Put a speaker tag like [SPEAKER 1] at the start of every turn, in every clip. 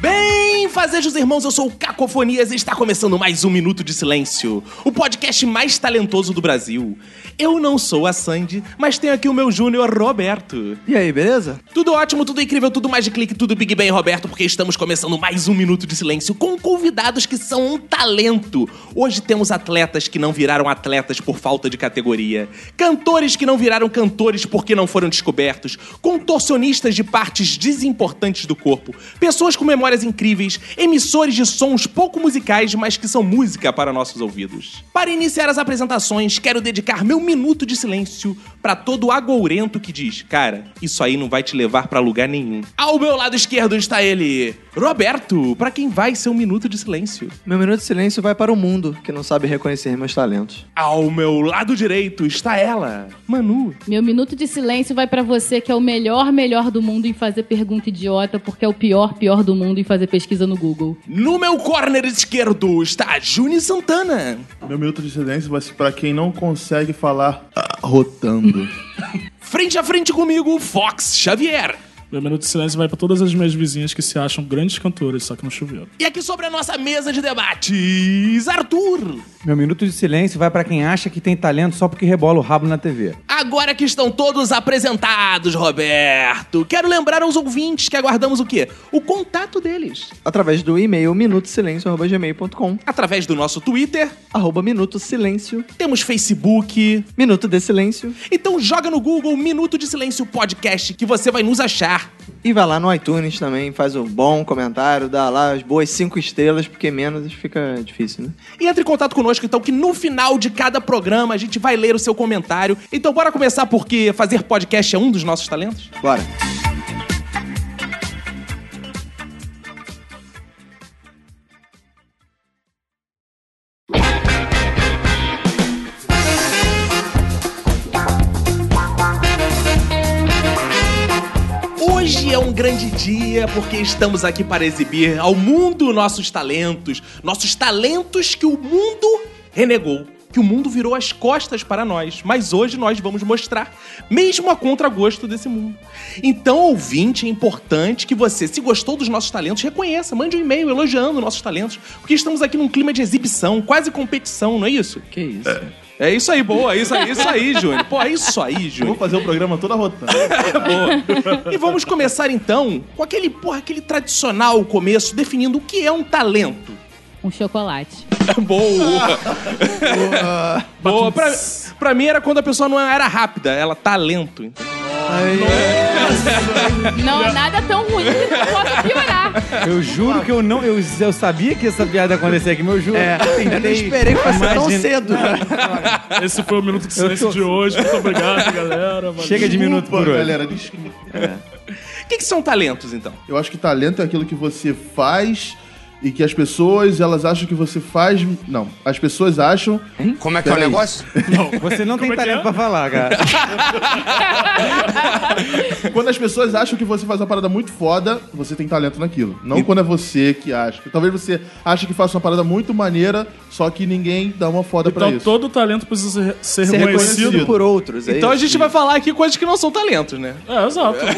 [SPEAKER 1] Bem, fazejos irmãos, eu sou o Cacofonias e está começando mais um Minuto de Silêncio, o podcast mais talentoso do Brasil. Eu não sou a Sandy, mas tenho aqui o meu júnior Roberto.
[SPEAKER 2] E aí, beleza?
[SPEAKER 1] Tudo ótimo, tudo incrível, tudo mais de clique, tudo Big Bang, Roberto, porque estamos começando mais um Minuto de Silêncio com convidados que são um talento. Hoje temos atletas que não viraram atletas por falta de categoria, cantores que não viraram cantores porque não foram descobertos, contorcionistas de partes desimportantes do corpo, pessoas com memórias incríveis, emissores de sons pouco musicais, mas que são música para nossos ouvidos. Para iniciar as apresentações, quero dedicar meu minuto de silêncio para todo agourento que diz: Cara, isso aí não vai te levar pra lugar nenhum. Ao meu lado esquerdo está ele, Roberto, pra quem vai ser um minuto de silêncio.
[SPEAKER 2] Meu minuto de silêncio vai para o mundo que não sabe reconhecer meus talentos.
[SPEAKER 1] Ao meu lado direito está ela, Manu.
[SPEAKER 3] Meu minuto de silêncio vai pra você que é o melhor, melhor do mundo em fazer pergunta idiota, porque é o pior, pior do mundo em fazer pesquisa no Google.
[SPEAKER 1] No meu corner esquerdo está a Juni Santana.
[SPEAKER 4] Meu minuto de silêncio vai ser pra quem não consegue falar ah, rotando.
[SPEAKER 1] Frente a frente comigo, Fox Xavier.
[SPEAKER 5] Meu minuto de silêncio vai pra todas as minhas vizinhas que se acham grandes cantoras, só que não choveram.
[SPEAKER 1] E aqui sobre a nossa mesa de debates, Arthur.
[SPEAKER 6] Meu minuto de silêncio vai pra quem acha que tem talento só porque rebola o rabo na TV.
[SPEAKER 1] Agora que estão todos apresentados, Roberto, quero lembrar aos ouvintes que aguardamos o quê? O contato deles.
[SPEAKER 2] Através do e-mail minutosilêncio.gmail.com
[SPEAKER 1] Através do nosso Twitter,
[SPEAKER 2] Arroba Minuto Silêncio
[SPEAKER 1] temos Facebook.
[SPEAKER 2] Minuto de Silêncio
[SPEAKER 1] Então joga no Google Minuto de Silêncio Podcast que você vai nos achar.
[SPEAKER 2] E vai lá no iTunes também, faz um bom comentário, dá lá as boas cinco estrelas, porque menos fica difícil, né?
[SPEAKER 1] E entre em contato conosco, então, que no final de cada programa a gente vai ler o seu comentário. Então bora começar porque fazer podcast é um dos nossos talentos?
[SPEAKER 2] Bora.
[SPEAKER 1] Hoje é um grande dia porque estamos aqui para exibir ao mundo nossos talentos, nossos talentos que o mundo renegou, que o mundo virou as costas para nós, mas hoje nós vamos mostrar, mesmo a contragosto desse mundo. Então, ouvinte, é importante que você, se gostou dos nossos talentos, reconheça, mande um e-mail elogiando nossos talentos, porque estamos aqui num clima de exibição, quase competição, não é isso?
[SPEAKER 2] Que isso?
[SPEAKER 1] É isso aí, boa, é isso aí, é isso aí, Júnior. Pô, é isso aí,
[SPEAKER 4] Eu
[SPEAKER 1] Júnior.
[SPEAKER 4] vou fazer o programa toda rotando.
[SPEAKER 1] Boa. E vamos começar então com aquele, porra, aquele tradicional começo definindo o que é um talento.
[SPEAKER 3] Um chocolate.
[SPEAKER 1] Boa! Boa! Pra, pra mim era quando a pessoa não era rápida, ela talento. entendeu?
[SPEAKER 3] Não, nada tão ruim que não possa piorar.
[SPEAKER 6] Eu juro que eu não. Eu, eu sabia que essa piada ia acontecer aqui, meu juro.
[SPEAKER 2] É, eu não esperei que fosse tão
[SPEAKER 6] Imagina-
[SPEAKER 2] cedo.
[SPEAKER 5] Esse foi o minuto de silêncio
[SPEAKER 6] tô-
[SPEAKER 5] de hoje. Muito obrigado, galera. Valeu.
[SPEAKER 6] Chega de minuto
[SPEAKER 4] Pô,
[SPEAKER 6] por hoje.
[SPEAKER 4] galera, desculpa.
[SPEAKER 1] O que, que são talentos, então?
[SPEAKER 4] Eu acho que talento é aquilo que você faz e que as pessoas, elas acham que você faz... Não, as pessoas acham...
[SPEAKER 7] Como é que é o
[SPEAKER 4] Peraí.
[SPEAKER 7] negócio?
[SPEAKER 6] Você não tem
[SPEAKER 5] Como é que
[SPEAKER 6] talento
[SPEAKER 5] é?
[SPEAKER 6] pra falar, cara.
[SPEAKER 4] Quando as pessoas acham que você faz uma parada muito foda, você tem talento naquilo. Não quando é você que acha. Talvez você ache que faça uma parada muito maneira, só que ninguém dá uma foda pra
[SPEAKER 5] Então
[SPEAKER 4] isso.
[SPEAKER 5] todo talento precisa ser, ser
[SPEAKER 2] Ser
[SPEAKER 5] reconhecido.
[SPEAKER 2] reconhecido por outros. é
[SPEAKER 1] Então a
[SPEAKER 2] isso?
[SPEAKER 1] gente vai falar aqui coisas que não são talentos, né?
[SPEAKER 5] É, exato. Então,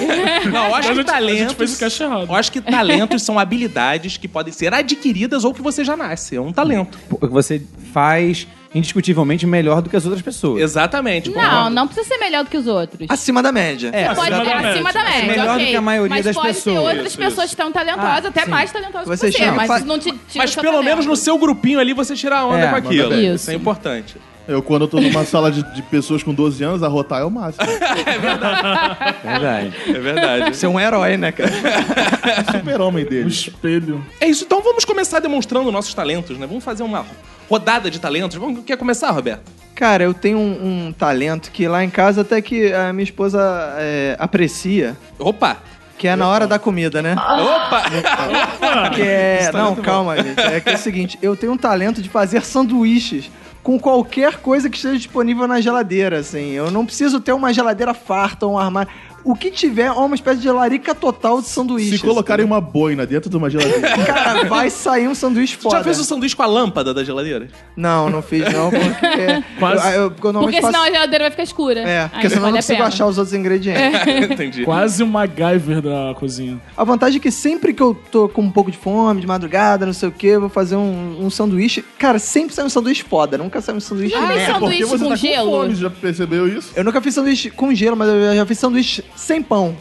[SPEAKER 1] Não, eu acho
[SPEAKER 5] a
[SPEAKER 1] que é
[SPEAKER 5] gente- a gente fez o
[SPEAKER 1] talentos.
[SPEAKER 5] cast errado.
[SPEAKER 1] Eu acho que talentos são habilidades que podem ser adquiridas ou que você já nasce. É um talento.
[SPEAKER 6] Pô, Você faz indiscutivelmente melhor do que as outras pessoas.
[SPEAKER 1] Exatamente.
[SPEAKER 3] Não, não precisa ser melhor do que os outros.
[SPEAKER 2] Acima da média.
[SPEAKER 6] É,
[SPEAKER 3] Pode
[SPEAKER 5] acima
[SPEAKER 3] ser acima
[SPEAKER 5] da média.
[SPEAKER 3] da média,
[SPEAKER 6] Melhor
[SPEAKER 3] ok.
[SPEAKER 6] do que a maioria
[SPEAKER 3] mas
[SPEAKER 6] das
[SPEAKER 3] pode ter
[SPEAKER 6] pessoas.
[SPEAKER 3] outras
[SPEAKER 5] Isso,
[SPEAKER 3] pessoas tão talentosas,
[SPEAKER 6] Ah,
[SPEAKER 3] até
[SPEAKER 6] sim.
[SPEAKER 3] mais talentosas
[SPEAKER 2] Você
[SPEAKER 3] que você,
[SPEAKER 2] chama-
[SPEAKER 3] mas
[SPEAKER 2] fa-
[SPEAKER 3] isso não te tira o
[SPEAKER 1] Mas
[SPEAKER 3] seu
[SPEAKER 1] pelo
[SPEAKER 3] talento.
[SPEAKER 1] menos no seu grupinho ali você tira a onda
[SPEAKER 6] É,
[SPEAKER 1] com
[SPEAKER 6] manda
[SPEAKER 1] aquilo.
[SPEAKER 3] bem.
[SPEAKER 1] Isso é importante.
[SPEAKER 4] Eu, quando eu tô numa sala de, de pessoas com 12 anos, arrotar é o máximo.
[SPEAKER 6] Verdade.
[SPEAKER 1] É verdade.
[SPEAKER 2] Você é um herói, né, cara?
[SPEAKER 4] Super-homem
[SPEAKER 5] Um
[SPEAKER 4] dele.
[SPEAKER 5] espelho.
[SPEAKER 1] É isso, então vamos começar demonstrando nossos talentos, né? Vamos fazer uma rodada de talentos. Vamos, quer começar, Roberto?
[SPEAKER 2] Cara, eu tenho um, um talento que lá em casa até que a minha esposa é, aprecia,
[SPEAKER 1] Opa!
[SPEAKER 2] Que é na hora da comida, né? Que é...
[SPEAKER 1] tá
[SPEAKER 2] Não, calma, gente. É que é o seguinte, eu tenho um talento de fazer sanduíches com qualquer coisa que esteja disponível na geladeira, assim. Eu não preciso ter uma geladeira farta, um armário... O que tiver é uma espécie de larica total de sanduíches.
[SPEAKER 4] Se colocarem
[SPEAKER 2] assim, né?
[SPEAKER 4] uma boina dentro de uma geladeira.
[SPEAKER 2] Cara, vai sair um sanduíche
[SPEAKER 1] Tu
[SPEAKER 2] foda.
[SPEAKER 1] já fez o sanduíche com a lâmpada da geladeira?
[SPEAKER 2] Não, não fiz não, porque...
[SPEAKER 5] Quase.
[SPEAKER 2] Eu, eu, porque eu
[SPEAKER 3] Porque
[SPEAKER 2] normalmente
[SPEAKER 3] senão a
[SPEAKER 2] faço...
[SPEAKER 3] geladeira vai ficar escura.
[SPEAKER 2] É,
[SPEAKER 3] Aí
[SPEAKER 2] porque senão eu
[SPEAKER 3] vale
[SPEAKER 2] não
[SPEAKER 3] a
[SPEAKER 2] consigo
[SPEAKER 3] pena. É.
[SPEAKER 2] achar os outros ingredientes.
[SPEAKER 1] Entendi.
[SPEAKER 5] Quase um MacGyver da cozinha.
[SPEAKER 2] A vantagem é que sempre que eu tô com um pouco de fome, de madrugada, não sei o que, eu vou fazer um, um sanduíche. Cara, sempre sai um sanduíche foda, nunca sai um sanduíche
[SPEAKER 3] Já fez
[SPEAKER 2] merda.
[SPEAKER 4] Porque
[SPEAKER 3] sanduíche
[SPEAKER 4] você
[SPEAKER 3] com
[SPEAKER 4] tá
[SPEAKER 3] gelo?
[SPEAKER 4] com fome, já percebeu isso?
[SPEAKER 2] Eu nunca fiz sanduíche com gelo, mas eu já fiz sanduíche sem pão.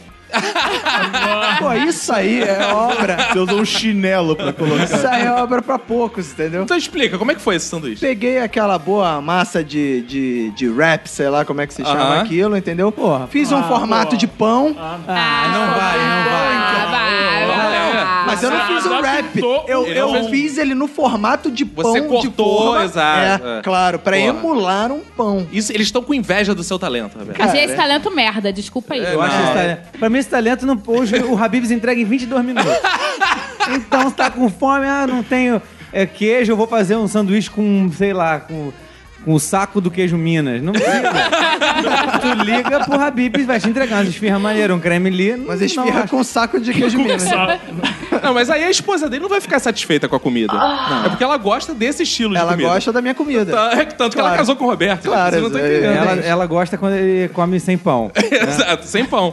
[SPEAKER 2] Pô, isso aí é obra.
[SPEAKER 4] Você usou um chinelo pra colocar.
[SPEAKER 2] Isso aí é obra pra poucos, entendeu?
[SPEAKER 1] Então explica, como é que foi esse sanduíche?
[SPEAKER 2] Peguei aquela boa massa de, de, de wrap, sei lá como é que se chama
[SPEAKER 1] Aham.
[SPEAKER 2] aquilo, entendeu? Fiz um
[SPEAKER 5] ah,
[SPEAKER 2] formato
[SPEAKER 5] pô.
[SPEAKER 2] de pão,
[SPEAKER 3] Ah, não vai, não vai. vai, vai, vai.
[SPEAKER 2] mas eu não fiz um wrap.
[SPEAKER 5] adaptou
[SPEAKER 2] Eu,
[SPEAKER 1] ele
[SPEAKER 2] eu
[SPEAKER 1] fez-
[SPEAKER 2] fiz ele no formato de pão
[SPEAKER 1] Você
[SPEAKER 2] de
[SPEAKER 1] cortou,
[SPEAKER 2] forma.
[SPEAKER 1] exato,
[SPEAKER 2] É,
[SPEAKER 1] é.
[SPEAKER 2] claro, pra
[SPEAKER 1] Porra.
[SPEAKER 2] emular um pão.
[SPEAKER 1] Isso, eles estão com inveja do seu talento, Roberto.
[SPEAKER 3] Achei esse talento merda, desculpa aí.
[SPEAKER 6] Eu acho
[SPEAKER 1] Não,
[SPEAKER 6] esse
[SPEAKER 1] é.
[SPEAKER 6] talento. Pra mim, esse talento não. Hoje o Habibs entrega em 22 minutos. então, você tá com fome, ah, não tenho é, queijo, eu vou fazer um sanduíche com, sei lá, com. Com o saco do queijo Minas. Não liga. tu liga pro Habibs, vai te entregar umas esfirra maneira, um creme ali.
[SPEAKER 2] Mas esfirra com um saco de queijo minas.
[SPEAKER 1] Não, mas aí a esposa dele não vai ficar satisfeita com a comida. É porque ela gosta desse estilo de
[SPEAKER 2] Ah. Ela
[SPEAKER 1] comida.
[SPEAKER 2] gosta da minha comida.
[SPEAKER 1] Tá- é que Tanto que ela
[SPEAKER 2] Claro.
[SPEAKER 1] casou com o Roberto.
[SPEAKER 2] Claro,
[SPEAKER 1] Você não tá
[SPEAKER 2] é-
[SPEAKER 1] entendendo.
[SPEAKER 6] Ela, ela gosta quando ele come sem pão.
[SPEAKER 1] Exato, sem pão.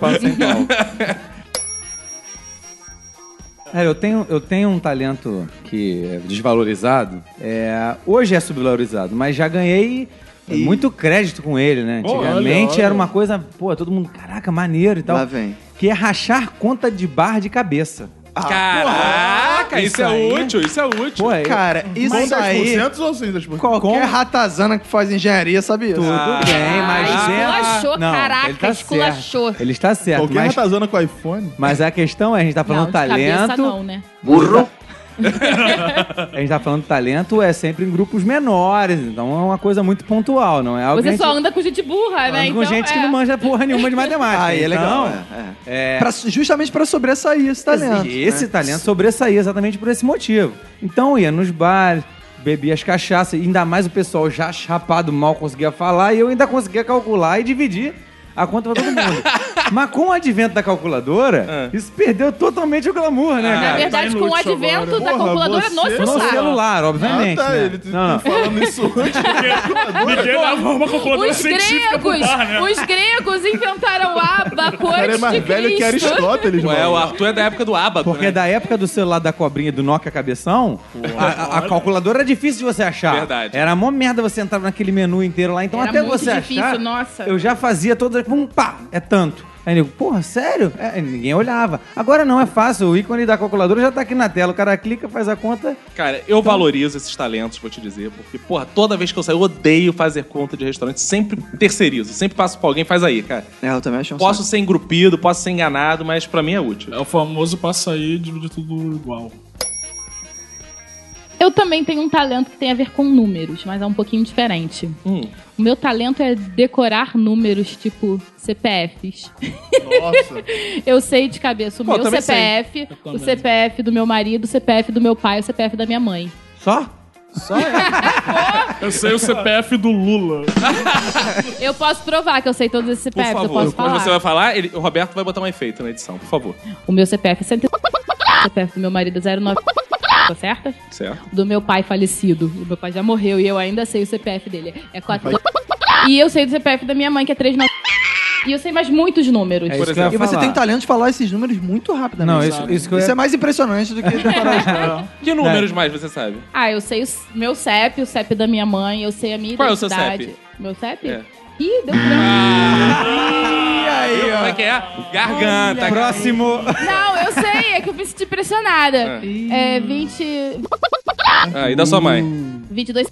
[SPEAKER 6] É, eu, tenho, eu tenho um talento que é desvalorizado. É, hoje é subvalorizado, mas já ganhei é, muito crédito com ele, né?
[SPEAKER 5] Olha,
[SPEAKER 6] Antigamente
[SPEAKER 5] olha.
[SPEAKER 6] era uma coisa, pô, todo mundo, caraca, maneiro e tal.
[SPEAKER 2] Lá vem.
[SPEAKER 6] Que é rachar conta de bar de cabeça.
[SPEAKER 1] Caraca, isso,
[SPEAKER 6] Isso
[SPEAKER 1] é
[SPEAKER 6] aí.
[SPEAKER 1] útil, isso é útil.
[SPEAKER 6] Pô, é,
[SPEAKER 2] Cara, isso
[SPEAKER 4] Com
[SPEAKER 2] aí...
[SPEAKER 4] 10% ou sem 10%?
[SPEAKER 2] Qualquer ratazana que faz engenharia sabe isso.
[SPEAKER 6] tudo bem, mas...
[SPEAKER 3] Ah,
[SPEAKER 6] é-
[SPEAKER 3] esculachou,
[SPEAKER 6] Não,
[SPEAKER 3] caraca,
[SPEAKER 6] ele tá
[SPEAKER 3] esculachou.
[SPEAKER 6] certo. Ele está certo,
[SPEAKER 4] Qualquer
[SPEAKER 6] mas...
[SPEAKER 4] ratazana com iPhone?
[SPEAKER 6] Mas a questão é, a gente tá falando
[SPEAKER 3] não, De
[SPEAKER 6] talento,
[SPEAKER 3] cabeça não, né?
[SPEAKER 6] a gente tá falando talento é sempre em grupos menores, então é uma coisa muito pontual, não é algo que a
[SPEAKER 3] Você
[SPEAKER 6] gente-
[SPEAKER 3] só anda com gente burra, né?
[SPEAKER 6] Falando com
[SPEAKER 3] então,
[SPEAKER 6] gente
[SPEAKER 3] é.
[SPEAKER 6] que não manja porra nenhuma de matemática.
[SPEAKER 2] Aí é legal.
[SPEAKER 6] então,
[SPEAKER 2] é, é.
[SPEAKER 6] É,
[SPEAKER 2] Pra- justamente pra sobressair esse talento. né?
[SPEAKER 6] esse, esse talento sobressaía exatamente por esse motivo. Então ia nos bares, bebia as cachaças, ainda mais o pessoal já chapado mal conseguia falar e eu ainda conseguia calcular e dividir a conta pra todo mundo. Mas com o advento da
[SPEAKER 2] Ah.
[SPEAKER 6] calculadora, isso perdeu totalmente o glamour, né,
[SPEAKER 3] Na
[SPEAKER 6] cara?
[SPEAKER 3] verdade,
[SPEAKER 5] Tá
[SPEAKER 3] com o
[SPEAKER 5] inútil
[SPEAKER 3] advento
[SPEAKER 5] agora.
[SPEAKER 3] da
[SPEAKER 4] Porra,
[SPEAKER 3] calculadora no
[SPEAKER 4] você-
[SPEAKER 6] No
[SPEAKER 3] celular.
[SPEAKER 6] celular, obviamente.
[SPEAKER 4] Ah, tá,
[SPEAKER 6] né?
[SPEAKER 4] ele tá
[SPEAKER 6] Não, não.
[SPEAKER 4] falando isso antes. é
[SPEAKER 5] Ninguém dava uma calculadora
[SPEAKER 3] Os
[SPEAKER 5] científica pro
[SPEAKER 3] gregos,
[SPEAKER 5] bar, né?
[SPEAKER 3] os gregos inventaram a Abacote
[SPEAKER 4] O cara é mais
[SPEAKER 3] de
[SPEAKER 4] velho que
[SPEAKER 3] Cristo.
[SPEAKER 4] Aristóteles,
[SPEAKER 1] Ué, o
[SPEAKER 4] mano.
[SPEAKER 1] Arthur é da época do Abaco,
[SPEAKER 6] Porque
[SPEAKER 1] né?
[SPEAKER 6] da época do celular da cobrinha e do Nokia cabeção, a, a- a calculadora era difícil de você achar.
[SPEAKER 1] Verdade.
[SPEAKER 6] Era mó merda você entrar naquele menu inteiro lá. Então
[SPEAKER 3] Era
[SPEAKER 6] até
[SPEAKER 3] muito
[SPEAKER 6] você
[SPEAKER 3] difícil,
[SPEAKER 6] achar,
[SPEAKER 3] nossa.
[SPEAKER 6] eu já fazia todas, pum, pá, é tanto. Aí eu, porra, sério? É, ninguém olhava. Agora não, é fácil. O ícone da calculadora já tá aqui na tela. O cara clica, faz a conta.
[SPEAKER 1] Cara, eu valorizo esses talentos, vou te dizer, porque, porra, toda vez que eu saio, eu odeio fazer conta de restaurante, sempre terceirizo, sempre passo pra alguém, faz aí, cara.
[SPEAKER 2] É, eu também acho um
[SPEAKER 1] Posso ser engrupido, posso ser enganado, mas pra mim é útil.
[SPEAKER 5] É o famoso passa aí e divide tudo igual.
[SPEAKER 3] Eu também tenho um talento que tem a ver com números, mas é um pouquinho diferente.
[SPEAKER 1] Hum.
[SPEAKER 3] O meu talento é decorar números, tipo CPFs.
[SPEAKER 4] Nossa.
[SPEAKER 3] Eu sei de cabeça o
[SPEAKER 1] Pô, eu
[SPEAKER 3] meu
[SPEAKER 1] também sei.
[SPEAKER 3] CPF,
[SPEAKER 5] Eu
[SPEAKER 3] o
[SPEAKER 5] também.
[SPEAKER 3] CPF do meu marido, o CPF do meu pai, o CPF da minha mãe.
[SPEAKER 6] Só?
[SPEAKER 5] Eu sei o CPF do Lula.
[SPEAKER 3] Eu posso provar que eu sei todos esses
[SPEAKER 1] Por
[SPEAKER 3] CPFs, eu
[SPEAKER 1] favor,
[SPEAKER 3] posso
[SPEAKER 1] quando
[SPEAKER 3] falar.
[SPEAKER 1] você vai falar, ele- o Roberto vai botar um efeito na edição, por favor.
[SPEAKER 3] O meu CPF é 100... O CPF do meu marido é 09... Tá certo?
[SPEAKER 1] Certo?
[SPEAKER 3] do meu pai falecido. O meu pai já morreu e eu ainda sei o CPF dele. É 4. E eu sei do CPF da minha mãe, que é 3 E eu sei mais muitos números.
[SPEAKER 6] É isso que eu ia
[SPEAKER 2] E você
[SPEAKER 6] falar.
[SPEAKER 2] tem talento de falar esses números muito rapidamente.
[SPEAKER 6] Não, isso, isso que eu ia...
[SPEAKER 2] Isso é mais impressionante do que decorar os números.
[SPEAKER 1] Que números mais você sabe?
[SPEAKER 3] Ah, eu sei o s- meu CEP, o CEP da minha mãe, eu sei a minha
[SPEAKER 1] Qual é o seu
[SPEAKER 3] identidade.
[SPEAKER 1] CEP?
[SPEAKER 3] Meu CEP?
[SPEAKER 1] É. Ah!
[SPEAKER 3] Ih, deu branco.
[SPEAKER 2] E aí,
[SPEAKER 1] Como é
[SPEAKER 2] ó.
[SPEAKER 1] que é? Garganta.
[SPEAKER 6] Próximo.
[SPEAKER 3] Não, eu sei, é que eu me senti pressionada. É, 20.
[SPEAKER 1] Ah, e da sua mãe?
[SPEAKER 3] 22.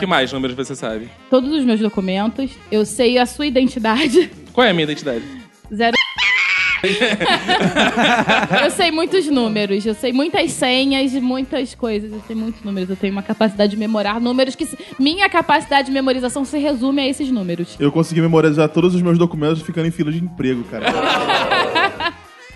[SPEAKER 1] Que mais números você sabe?
[SPEAKER 3] Todos os meus documentos. Eu sei a sua identidade.
[SPEAKER 1] Qual é a minha identidade?
[SPEAKER 3] Zero. eu sei muitos números, eu sei muitas senhas e muitas coisas, eu sei muitos números. Eu tenho uma capacidade de memorar números que. se- Minha capacidade de memorização se resume a esses números.
[SPEAKER 4] Eu consegui memorizar todos os meus documentos ficando em fila de emprego, cara.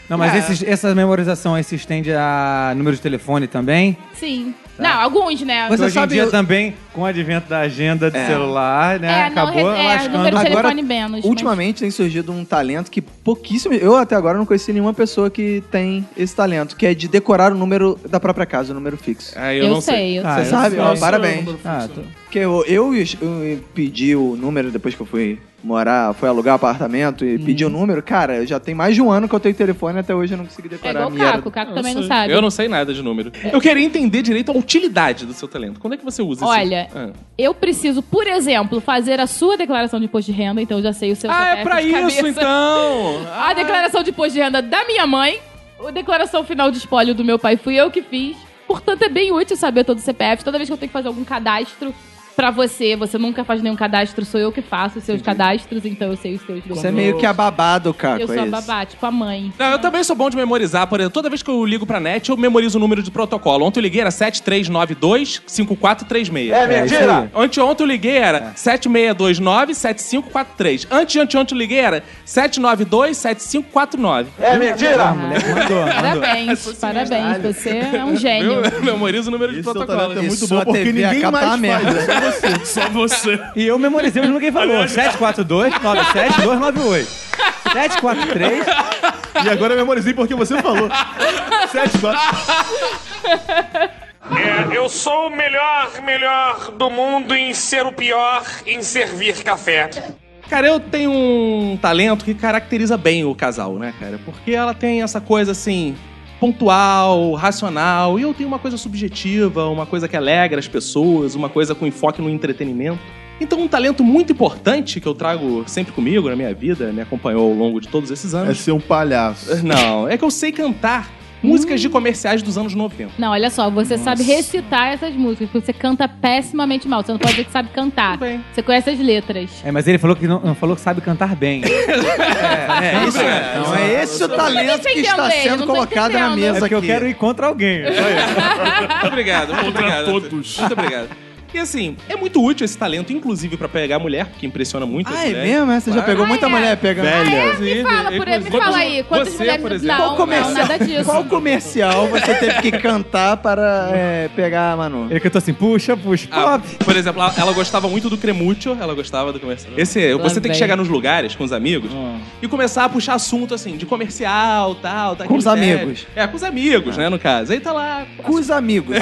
[SPEAKER 6] Não, mas
[SPEAKER 3] É.
[SPEAKER 6] esses- essa memorização aí se estende a número de telefone também.
[SPEAKER 3] Sim. Não, alguns, né?
[SPEAKER 6] Você
[SPEAKER 2] Você
[SPEAKER 6] hoje
[SPEAKER 2] sabe
[SPEAKER 6] em dia
[SPEAKER 2] o-
[SPEAKER 6] também, com o advento da agenda de celular, né?
[SPEAKER 3] É, não,
[SPEAKER 6] acabou
[SPEAKER 3] re- é,
[SPEAKER 6] lascando.
[SPEAKER 3] número-
[SPEAKER 6] Agora-
[SPEAKER 3] telefone menos, mas-
[SPEAKER 2] Ultimamente tem surgido um talento que pouquíssimo. Eu até agora não conheci nenhuma pessoa que tem esse talento, que é de decorar o número da própria casa, o número fixo.
[SPEAKER 1] Ah,
[SPEAKER 3] Eu,
[SPEAKER 1] eu, não sei.
[SPEAKER 3] sei. eu
[SPEAKER 6] Ah,
[SPEAKER 2] Você
[SPEAKER 6] eu
[SPEAKER 2] sabe?
[SPEAKER 6] sei.
[SPEAKER 2] Ó, parabéns.
[SPEAKER 6] Ah, tô-
[SPEAKER 2] Porque eu, eu, eu pedi o número depois que eu fui morar, fui alugar apartamento e
[SPEAKER 6] Uhum.
[SPEAKER 2] pedi o número. Cara, eu já tem mais de um ano que eu tenho telefone até hoje eu não consegui
[SPEAKER 3] sei. É
[SPEAKER 2] decorar
[SPEAKER 3] igual
[SPEAKER 2] a
[SPEAKER 3] o
[SPEAKER 2] minha.
[SPEAKER 3] Caco, o Caco
[SPEAKER 5] Eu
[SPEAKER 3] também não
[SPEAKER 5] sei.
[SPEAKER 3] sabe.
[SPEAKER 1] Eu não sei nada de número. Eu queria entender direito a utilidade do seu talento. Quando é que você usa
[SPEAKER 3] Olha,
[SPEAKER 1] isso? Ah.
[SPEAKER 3] Eu preciso, por exemplo, fazer a sua declaração de imposto de renda, então eu já sei o seu
[SPEAKER 1] Ah,
[SPEAKER 3] CPF
[SPEAKER 1] é pra
[SPEAKER 3] de cabeça.
[SPEAKER 1] isso então!
[SPEAKER 3] A declaração de imposto de renda da minha mãe, a declaração final de espólio do meu pai fui eu que fiz. Portanto, é bem útil saber todo o CPF. Toda vez que eu tenho que fazer algum cadastro pra você, você nunca faz nenhum cadastro, sou eu que faço os seus cadastros, então eu sei os seus
[SPEAKER 2] Você é
[SPEAKER 3] números.
[SPEAKER 2] meio que ababado, Caco.
[SPEAKER 3] Eu sou
[SPEAKER 2] é
[SPEAKER 3] a
[SPEAKER 2] isso.
[SPEAKER 3] babá, tipo a mãe.
[SPEAKER 1] Não, eu também sou bom de memorizar, por exemplo, toda vez que eu ligo pra net, eu memorizo o número de protocolo. Ontem eu liguei era 7392-5436. É mentira! Ontem, ontem eu liguei era 7629-7543. Antes de anteontem eu liguei era 792-7549.
[SPEAKER 2] É,
[SPEAKER 6] Ah, moleque, mandou, mandou.
[SPEAKER 3] Parabéns, parabéns. Você é um gênio.
[SPEAKER 1] Eu memorizo o número de
[SPEAKER 4] Isso é um
[SPEAKER 1] protocolo.
[SPEAKER 4] talento muito
[SPEAKER 2] Isso
[SPEAKER 4] bom
[SPEAKER 2] a
[SPEAKER 4] porque
[SPEAKER 2] TV
[SPEAKER 4] ninguém
[SPEAKER 2] acaba tá
[SPEAKER 4] mais
[SPEAKER 2] uma merda.
[SPEAKER 4] faz. É só você.
[SPEAKER 5] Só você.
[SPEAKER 6] E eu memorizei o número que ele falou. 742 97 298. 743.
[SPEAKER 4] E agora eu memorizei porque você falou. Sete, quatro.
[SPEAKER 7] É, eu sou o melhor, melhor do mundo em ser o pior em servir café.
[SPEAKER 1] Cara, eu tenho um talento que caracteriza bem o casal, né, cara? Porque ela tem essa coisa assim pontual, racional, e eu tenho uma coisa subjetiva, uma coisa que alegra as pessoas, uma coisa com enfoque no entretenimento. Então, um talento muito importante que eu trago sempre comigo na minha vida, me acompanhou ao longo de todos esses
[SPEAKER 4] É
[SPEAKER 1] anos.
[SPEAKER 4] ser um palhaço.
[SPEAKER 1] Não, é que eu sei cantar músicas de comerciais dos anos 90.
[SPEAKER 3] Não, olha só, você sabe recitar essas músicas, porque você canta pessimamente mal. Você não pode dizer que sabe cantar.
[SPEAKER 1] Tudo bem.
[SPEAKER 3] Você conhece as letras.
[SPEAKER 6] É, mas ele falou que não, não falou que sabe cantar bem.
[SPEAKER 2] É isso. Então é esse o talento que
[SPEAKER 3] entendendo
[SPEAKER 2] está
[SPEAKER 3] ele, não
[SPEAKER 2] sendo
[SPEAKER 3] tô
[SPEAKER 2] colocado na
[SPEAKER 3] entendendo.
[SPEAKER 6] É
[SPEAKER 2] mesa
[SPEAKER 6] porque eu
[SPEAKER 2] aqui.
[SPEAKER 6] quero ir contra alguém.
[SPEAKER 1] Muito obrigado, muito obrigado.
[SPEAKER 5] todos.
[SPEAKER 1] Muito obrigado. E assim, é muito útil esse talento, inclusive pra pegar mulher, porque impressiona muito as
[SPEAKER 2] Ah, é
[SPEAKER 1] mulheres.
[SPEAKER 2] mesmo? Você já pegou
[SPEAKER 3] Ah,
[SPEAKER 2] muita
[SPEAKER 3] é.
[SPEAKER 2] mulher pegando.
[SPEAKER 3] Me fala, por aí, me fala aí. Quantas
[SPEAKER 1] Você,
[SPEAKER 3] mulheres...
[SPEAKER 1] por exemplo.
[SPEAKER 3] Não,
[SPEAKER 2] é
[SPEAKER 3] né?
[SPEAKER 2] Qual comercial,
[SPEAKER 3] não, nada disso.
[SPEAKER 2] qual comercial você teve que cantar para é, pegar a Manu?
[SPEAKER 6] Ele cantou assim, puxa, puxa,
[SPEAKER 1] Ah,
[SPEAKER 6] pop.
[SPEAKER 1] por exemplo, ela- ela gostava muito do Cremúcio, ela gostava do comercial. Esse, é, você tem que
[SPEAKER 3] vem.
[SPEAKER 1] chegar nos lugares com os amigos
[SPEAKER 5] Ah.
[SPEAKER 1] e começar a puxar assunto assim, de comercial, tal, tal.
[SPEAKER 2] Com os
[SPEAKER 1] aquele
[SPEAKER 2] amigos. Ah.
[SPEAKER 1] teste. É, com os amigos, né, no caso. Aí tá lá. É.
[SPEAKER 2] Com os amigos.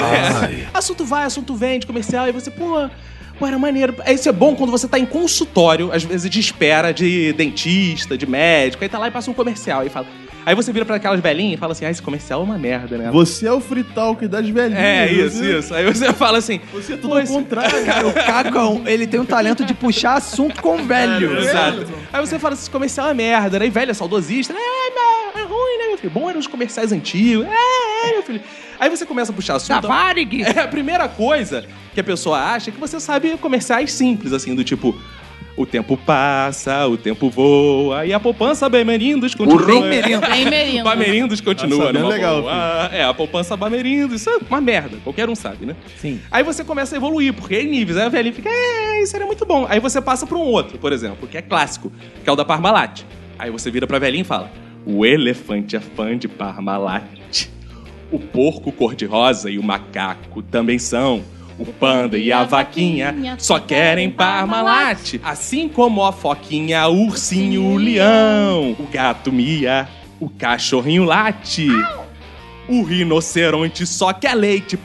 [SPEAKER 1] Assunto vai, assunto vem de comercial, e você, pô. Pô, era maneiro. Aí Isso é bom quando você tá em consultório, às vezes de espera de dentista, de médico, aí tá lá e passa um comercial e fala. Aí você vira pra aquelas velhinhas e fala assim: ah, esse comercial é uma merda, né?
[SPEAKER 4] Você é o fritalk das velhinhas.
[SPEAKER 1] É, isso,
[SPEAKER 4] Você-
[SPEAKER 1] isso. Aí você fala assim.
[SPEAKER 4] Você é
[SPEAKER 1] Pô,
[SPEAKER 4] tudo ao
[SPEAKER 1] esse-
[SPEAKER 4] contrário.
[SPEAKER 2] Cara, o Caco, é um- ele tem um talento de puxar assunto com velho.
[SPEAKER 1] Exato. Aí você fala, esse comercial é merda, né? E velho é saudosista, né? É, mas é ruim, né, meu filho? Bom eram os comerciais antigos. É, é, meu filho. Aí você começa a puxar
[SPEAKER 3] Tá,
[SPEAKER 1] assunto.
[SPEAKER 2] Varig!
[SPEAKER 1] É, a primeira coisa que a pessoa acha é que você sabe comerciais simples, assim, do tipo... O tempo passa, o tempo voa, e a poupança Bamerindos continua.
[SPEAKER 2] Rumerinho.
[SPEAKER 3] Bem merindo.
[SPEAKER 1] Bamerindos continua,
[SPEAKER 4] Nossa, bem
[SPEAKER 1] numa
[SPEAKER 4] legal,
[SPEAKER 1] boa. Tá É, a poupança Bamerindos, isso é uma merda, qualquer um sabe, né?
[SPEAKER 6] Sim.
[SPEAKER 1] Aí você começa a evoluir, porque é níveis. Aí a velhinha fica, é, isso era muito bom. Aí você passa pra um outro, por exemplo, que é clássico, que é o da Parmalat. Aí você vira pra velhinha e fala, o elefante é fã de Parmalat. O porco cor-de-rosa e o macaco também são. O panda e a vaquinha só querem Parmalat. Assim como a foquinha, o ursinho, o leão, o gato mia, o cachorrinho late. O Um rinoceronte só quer leite,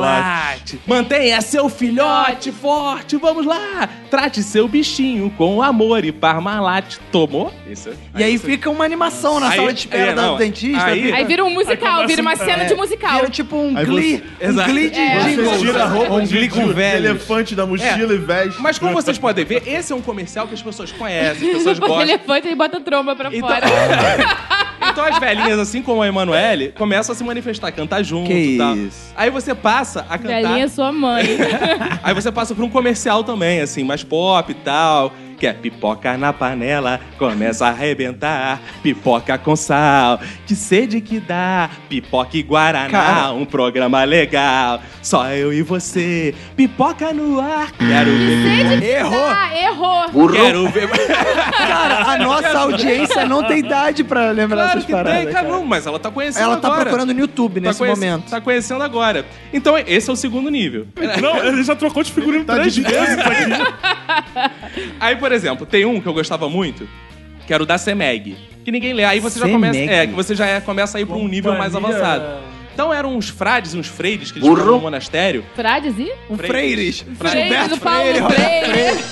[SPEAKER 1] Parmalat. Mantenha seu filhote forte, vamos lá. Trate seu bichinho com amor e Parmalat. Tomou? Isso.
[SPEAKER 2] E aí fica uma animação na
[SPEAKER 1] Aí-
[SPEAKER 2] sala de espera
[SPEAKER 1] é,
[SPEAKER 2] da-
[SPEAKER 1] não.
[SPEAKER 2] do dentista.
[SPEAKER 1] Aí-
[SPEAKER 2] fica,
[SPEAKER 3] Aí vira um musical,
[SPEAKER 5] Aí
[SPEAKER 3] vira uma cena de musical.
[SPEAKER 2] vira tipo um
[SPEAKER 4] Aí
[SPEAKER 2] glee.
[SPEAKER 1] você-
[SPEAKER 2] um
[SPEAKER 1] Exato.
[SPEAKER 2] glee de
[SPEAKER 3] É.
[SPEAKER 4] Você
[SPEAKER 2] jingles.
[SPEAKER 4] tira a roupa
[SPEAKER 6] Um glico
[SPEAKER 4] de- de
[SPEAKER 6] velho.
[SPEAKER 4] elefante da mochila e veste.
[SPEAKER 1] Mas como vocês podem ver, esse é um comercial que as pessoas conhecem, as pessoas
[SPEAKER 3] O
[SPEAKER 1] gostam.
[SPEAKER 3] elefante e bota a tromba pra
[SPEAKER 1] Então-
[SPEAKER 3] fora.
[SPEAKER 1] Então as velhinhas, assim como a Emanuele, começam a se manifestar, cantar junto
[SPEAKER 2] Que
[SPEAKER 1] e tal.
[SPEAKER 2] isso.
[SPEAKER 1] Aí você passa a cantar.
[SPEAKER 3] Velhinha é sua mãe.
[SPEAKER 1] Aí você passa por um comercial também, assim, mais pop e tal. Que que é pipoca na panela, começa a arrebentar, pipoca com sal, que sede que dá, pipoca e guaraná,
[SPEAKER 2] Cara.
[SPEAKER 1] um programa legal, só eu e você, pipoca no ar, quero ver,
[SPEAKER 2] Errou!
[SPEAKER 3] Ah, errou.
[SPEAKER 1] quero ver,
[SPEAKER 2] Cara, a nossa audiência não tem idade pra lembrar
[SPEAKER 1] claro
[SPEAKER 2] essas
[SPEAKER 1] que tem,
[SPEAKER 2] paradas.
[SPEAKER 1] cara,
[SPEAKER 2] cara.
[SPEAKER 1] não, mas ela tá conhecendo
[SPEAKER 2] Ela tá
[SPEAKER 1] agora.
[SPEAKER 2] procurando no YouTube
[SPEAKER 1] Tá
[SPEAKER 2] nesse
[SPEAKER 1] conhece-
[SPEAKER 2] momento.
[SPEAKER 1] Tá conhecendo agora. Então, esse é o segundo nível.
[SPEAKER 5] Não, ele já trocou de figurino
[SPEAKER 4] Tá
[SPEAKER 5] três
[SPEAKER 4] de-
[SPEAKER 5] vezes aqui.
[SPEAKER 1] Aí, por exemplo, tem um que eu gostava muito, que era o da CEMEG. Que ninguém lê. Aí você já começa.
[SPEAKER 6] CEMEG.
[SPEAKER 1] É, que você já é- começa a ir pra um nível mais
[SPEAKER 5] Companhia-
[SPEAKER 1] avançado. Então eram uns frades e uns freiras que eles ficavam no monastério.
[SPEAKER 3] Frades e?
[SPEAKER 2] Um Freires.
[SPEAKER 3] Freire, do Paulo
[SPEAKER 2] Freire, Roberto
[SPEAKER 3] Freire.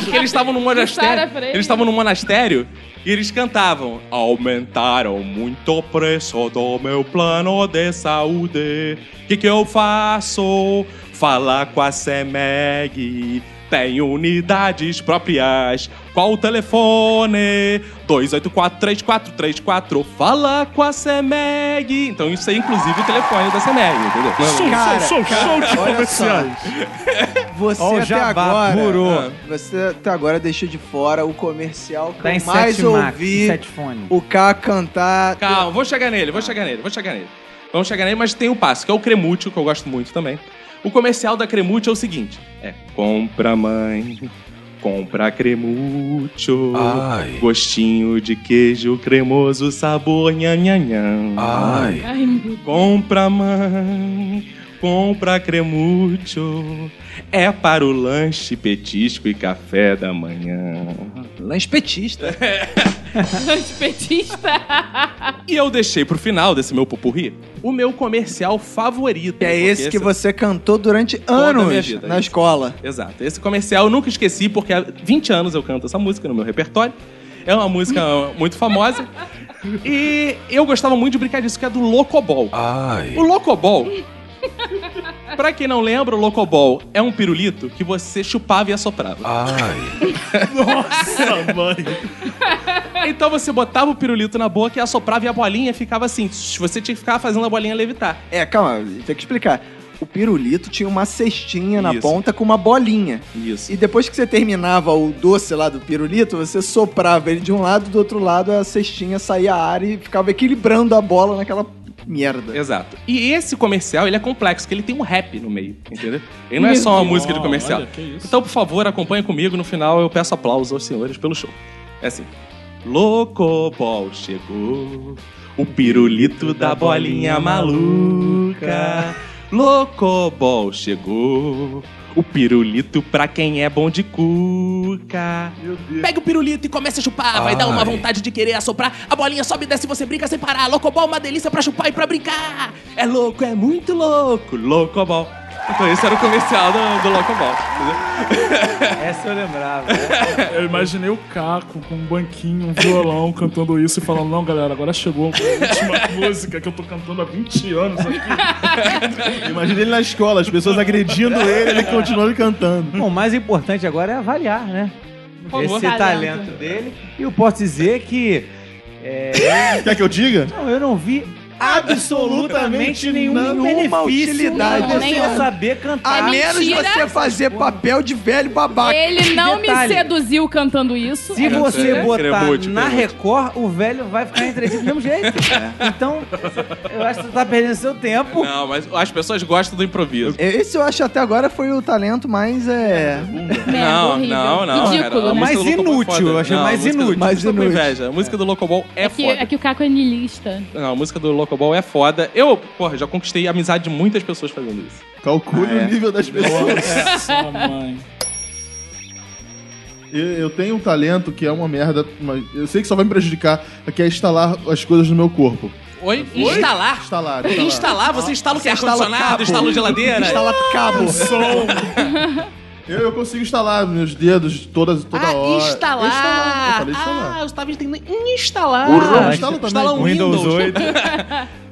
[SPEAKER 1] Porque eles estavam no
[SPEAKER 3] Sara
[SPEAKER 1] monastério.
[SPEAKER 3] Freire.
[SPEAKER 1] Eles estavam no monastério e eles cantavam. Aumentaram muito o preço do meu plano de saúde. O que, que eu faço? Falar com a CEMEG. Tem unidades próprias. Qual o telefone? 2843434. Fala com a CEMEG. Então isso é inclusive o telefone da CEMEG, entendeu?
[SPEAKER 5] Show,
[SPEAKER 2] Cara,
[SPEAKER 5] show, show, show de
[SPEAKER 2] Olha só.
[SPEAKER 5] comerciais.
[SPEAKER 2] Você
[SPEAKER 6] Ó, o
[SPEAKER 2] até
[SPEAKER 6] jabá
[SPEAKER 2] agora.
[SPEAKER 6] puro.
[SPEAKER 2] Ah, Você até agora deixou de fora o comercial que
[SPEAKER 6] Tá em
[SPEAKER 2] eu mais
[SPEAKER 6] sete Max,
[SPEAKER 2] ouvi
[SPEAKER 6] em sete fone.
[SPEAKER 2] o K cantar.
[SPEAKER 1] Calma, vou chegar nele, vou chegar nele, vou chegar nele. Vamos chegar nele, mas tem o passo, que é o Cremútil, que eu gosto muito também. O comercial da Cremútil é o seguinte: é compra mãe, compra Cremútil,
[SPEAKER 2] Ah.
[SPEAKER 8] Ai.
[SPEAKER 1] gostinho de queijo cremoso, sabor nham nham nham.
[SPEAKER 2] Ah.
[SPEAKER 8] Ai.
[SPEAKER 3] Ai, meu Deus.
[SPEAKER 1] Compra mãe, compra Cremútil, é para o lanche, petisco e café da manhã.
[SPEAKER 2] Lanche petista.
[SPEAKER 3] Petista.
[SPEAKER 1] E eu deixei pro final desse meu pupurri o meu comercial favorito.
[SPEAKER 2] Que é
[SPEAKER 1] porque
[SPEAKER 2] esse que você cantou durante anos
[SPEAKER 1] a minha vida, é
[SPEAKER 2] na
[SPEAKER 1] isso.
[SPEAKER 2] escola.
[SPEAKER 1] Exato. Esse comercial eu nunca esqueci, porque há 20 anos eu canto essa música no meu repertório. É uma música muito famosa. E eu gostava muito de brincar disso, que é do Locobol.
[SPEAKER 8] Ai.
[SPEAKER 1] O Locobol. pra quem não lembra, o Locobol é um pirulito que você chupava e assoprava.
[SPEAKER 8] Ai.
[SPEAKER 5] Nossa, mãe.
[SPEAKER 1] Então você botava o pirulito na boca e assoprava e a bolinha ficava assim. Você tinha que ficar fazendo a bolinha levitar.
[SPEAKER 2] É, calma, tem que explicar. O pirulito tinha uma cestinha na
[SPEAKER 1] Isso.
[SPEAKER 2] ponta com uma bolinha.
[SPEAKER 1] Isso.
[SPEAKER 2] E depois que você terminava o doce lá do pirulito, você soprava ele de um lado, do outro lado a cestinha saía a ar e ficava equilibrando a bola naquela merda.
[SPEAKER 1] Exato. E esse comercial, ele é complexo, porque ele tem um rap no meio, entendeu? Ele não é só uma música de
[SPEAKER 5] Ó,
[SPEAKER 1] comercial.
[SPEAKER 5] olha, que isso.
[SPEAKER 1] Então, por favor, acompanhe comigo. No final, eu peço aplausos aos senhores pelo show. É assim. Locobol chegou, o pirulito da bolinha maluca. Locobol chegou, o pirulito pra quem é bom de cuca. Pega o pirulito e começa a chupar. Vai dar uma
[SPEAKER 8] Ai.
[SPEAKER 1] vontade de querer assoprar. A bolinha sobe e desce e você brinca sem parar. Locobol é uma delícia pra chupar e pra brincar. É louco, é muito louco. Locobol. Então esse era o comercial do, do Locobol. entendeu?
[SPEAKER 6] Essa eu lembrava.
[SPEAKER 5] Então, Eu imaginei o Caco com um banquinho, um violão, cantando isso e falando: Não, galera, agora chegou a última música que eu tô cantando há 20 anos aqui.
[SPEAKER 4] Imagina ele na escola, as pessoas agredindo ele, ele continuando cantando.
[SPEAKER 6] Bom, o mais importante agora é avaliar, né?
[SPEAKER 1] Por favor.
[SPEAKER 6] Esse talento dele. E eu posso dizer que
[SPEAKER 4] Quer que eu diga?
[SPEAKER 6] não, eu não vi absolutamente nenhum
[SPEAKER 2] nenhuma
[SPEAKER 6] benefício
[SPEAKER 2] utilidade.
[SPEAKER 6] de você
[SPEAKER 3] Nenhuma.
[SPEAKER 6] saber
[SPEAKER 2] A
[SPEAKER 6] cantar.
[SPEAKER 3] É
[SPEAKER 2] menos
[SPEAKER 3] mentira.
[SPEAKER 2] você fazer papel de velho babaca.
[SPEAKER 3] Ele não me
[SPEAKER 6] Detalhe.
[SPEAKER 3] seduziu cantando isso.
[SPEAKER 6] Se você
[SPEAKER 1] É,
[SPEAKER 6] botar
[SPEAKER 1] cremute,
[SPEAKER 6] na
[SPEAKER 1] cremute.
[SPEAKER 6] Record, o velho vai ficar entretido do mesmo jeito. Então, eu acho que você tá perdendo seu tempo.
[SPEAKER 1] Não, mas as pessoas gostam do improviso.
[SPEAKER 2] Esse eu acho até agora foi o talento mais é,
[SPEAKER 3] Merda,
[SPEAKER 1] não,
[SPEAKER 3] horrível.
[SPEAKER 1] não, não, cara.
[SPEAKER 3] Ridículo, né?
[SPEAKER 1] A música
[SPEAKER 6] Mais
[SPEAKER 1] do Locobol é
[SPEAKER 6] inútil,
[SPEAKER 1] foda.
[SPEAKER 6] eu achei
[SPEAKER 1] Não,
[SPEAKER 6] mais
[SPEAKER 1] a música do-
[SPEAKER 6] inútil.
[SPEAKER 1] a música
[SPEAKER 2] Mais
[SPEAKER 1] do
[SPEAKER 2] inútil.
[SPEAKER 1] Inveja. A música do Locobol é,
[SPEAKER 3] É que,
[SPEAKER 1] foda.
[SPEAKER 3] é que o Caco é niilista.
[SPEAKER 1] Não, a música do Locobol é foda. Eu, porra, já conquistei a amizade de muitas pessoas fazendo isso.
[SPEAKER 4] Calcule o nível das pessoas.
[SPEAKER 5] Nossa, mãe.
[SPEAKER 4] Eu, eu tenho um talento que é uma merda, mas eu sei que só vai me prejudicar, que é instalar as coisas no meu corpo.
[SPEAKER 1] Oi? Instalar?
[SPEAKER 4] Instalar, instalar.
[SPEAKER 1] Instalar? Você instala o que?
[SPEAKER 2] instala
[SPEAKER 1] Ar-condicionado?
[SPEAKER 2] cabo.
[SPEAKER 1] Instala geladeira?
[SPEAKER 2] instala cabo.
[SPEAKER 4] Eu, eu consigo instalar meus dedos todas, toda
[SPEAKER 1] Ah,
[SPEAKER 4] hora.
[SPEAKER 1] instalar.
[SPEAKER 4] Eu falei instalar.
[SPEAKER 1] Ah, eu estava entendendo. Instalar.
[SPEAKER 4] Burro. Ah, né? Instala também.
[SPEAKER 1] instala um
[SPEAKER 6] Windows
[SPEAKER 1] Windows.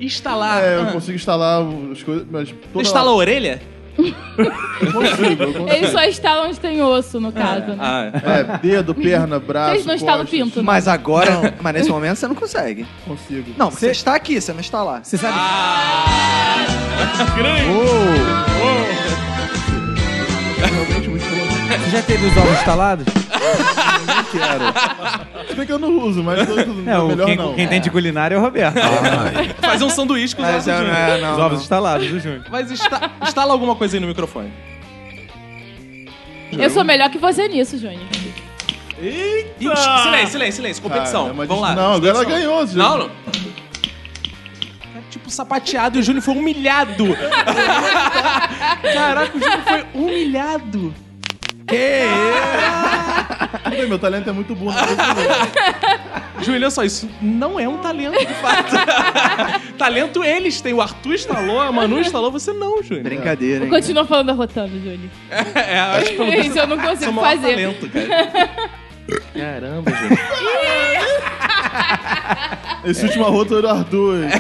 [SPEAKER 1] instalar.
[SPEAKER 4] É, eu
[SPEAKER 1] Ah.
[SPEAKER 4] consigo instalar as coisas, mas toda
[SPEAKER 1] Instala a orelha?
[SPEAKER 4] hora. Consigo, eu consigo.
[SPEAKER 3] Ele só instala onde tem osso, no caso. né?
[SPEAKER 1] Ah,
[SPEAKER 4] É, dedo, perna, braço,
[SPEAKER 3] Vocês não instalam o
[SPEAKER 4] costas.
[SPEAKER 3] pinto, né?
[SPEAKER 2] Mas agora, mas nesse momento você não consegue.
[SPEAKER 4] Consigo.
[SPEAKER 2] Não, você está aqui, você não está lá.
[SPEAKER 6] Você sabe
[SPEAKER 4] Realmente muito bom.
[SPEAKER 6] que já teve os ovos instalados?
[SPEAKER 4] não quero. Se bem que eu não uso, mas eu,
[SPEAKER 6] É, o-
[SPEAKER 4] melhor
[SPEAKER 6] quem,
[SPEAKER 4] não.
[SPEAKER 6] quem tem de culinária é o Roberto.
[SPEAKER 1] Fazer um sanduíche com os ovos
[SPEAKER 2] Mas
[SPEAKER 1] do
[SPEAKER 2] eu não,
[SPEAKER 1] Júnior.
[SPEAKER 2] é, não,
[SPEAKER 6] Os ovos
[SPEAKER 2] não.
[SPEAKER 6] estalados do Júnior.
[SPEAKER 1] Mas está, instala alguma coisa aí no microfone.
[SPEAKER 3] Eu sou melhor que você nisso, Júnior.
[SPEAKER 1] Ih,
[SPEAKER 2] Ah.
[SPEAKER 1] silêncio, silêncio, silêncio.
[SPEAKER 4] Cara,
[SPEAKER 1] Competição.
[SPEAKER 2] é
[SPEAKER 4] É, mas
[SPEAKER 1] Vamos lá.
[SPEAKER 4] Não, agora ela
[SPEAKER 1] Competição.
[SPEAKER 4] ganhou. Ju.
[SPEAKER 1] Não, não. Cara, Tipo, sapateado e o Júnior foi humilhado. Caraca, o Júnior foi humilhado.
[SPEAKER 4] Tudo bem, Meu talento é muito bom. não tem problema.
[SPEAKER 1] Júnior, olha só, isso não é um talento, de fato. talento eles têm. O Arthur instalou, a Manu instalou, você não, Júnior.
[SPEAKER 2] Brincadeira, hein?
[SPEAKER 3] Continua falando arrotando, Júnior.
[SPEAKER 1] É, acho que pelo menos
[SPEAKER 3] Isso eu não
[SPEAKER 1] é o
[SPEAKER 3] consigo
[SPEAKER 1] maior
[SPEAKER 3] fazer.
[SPEAKER 1] talento, cara. Caramba, Júnior.
[SPEAKER 4] Esse último arroto era o Arthur. hein?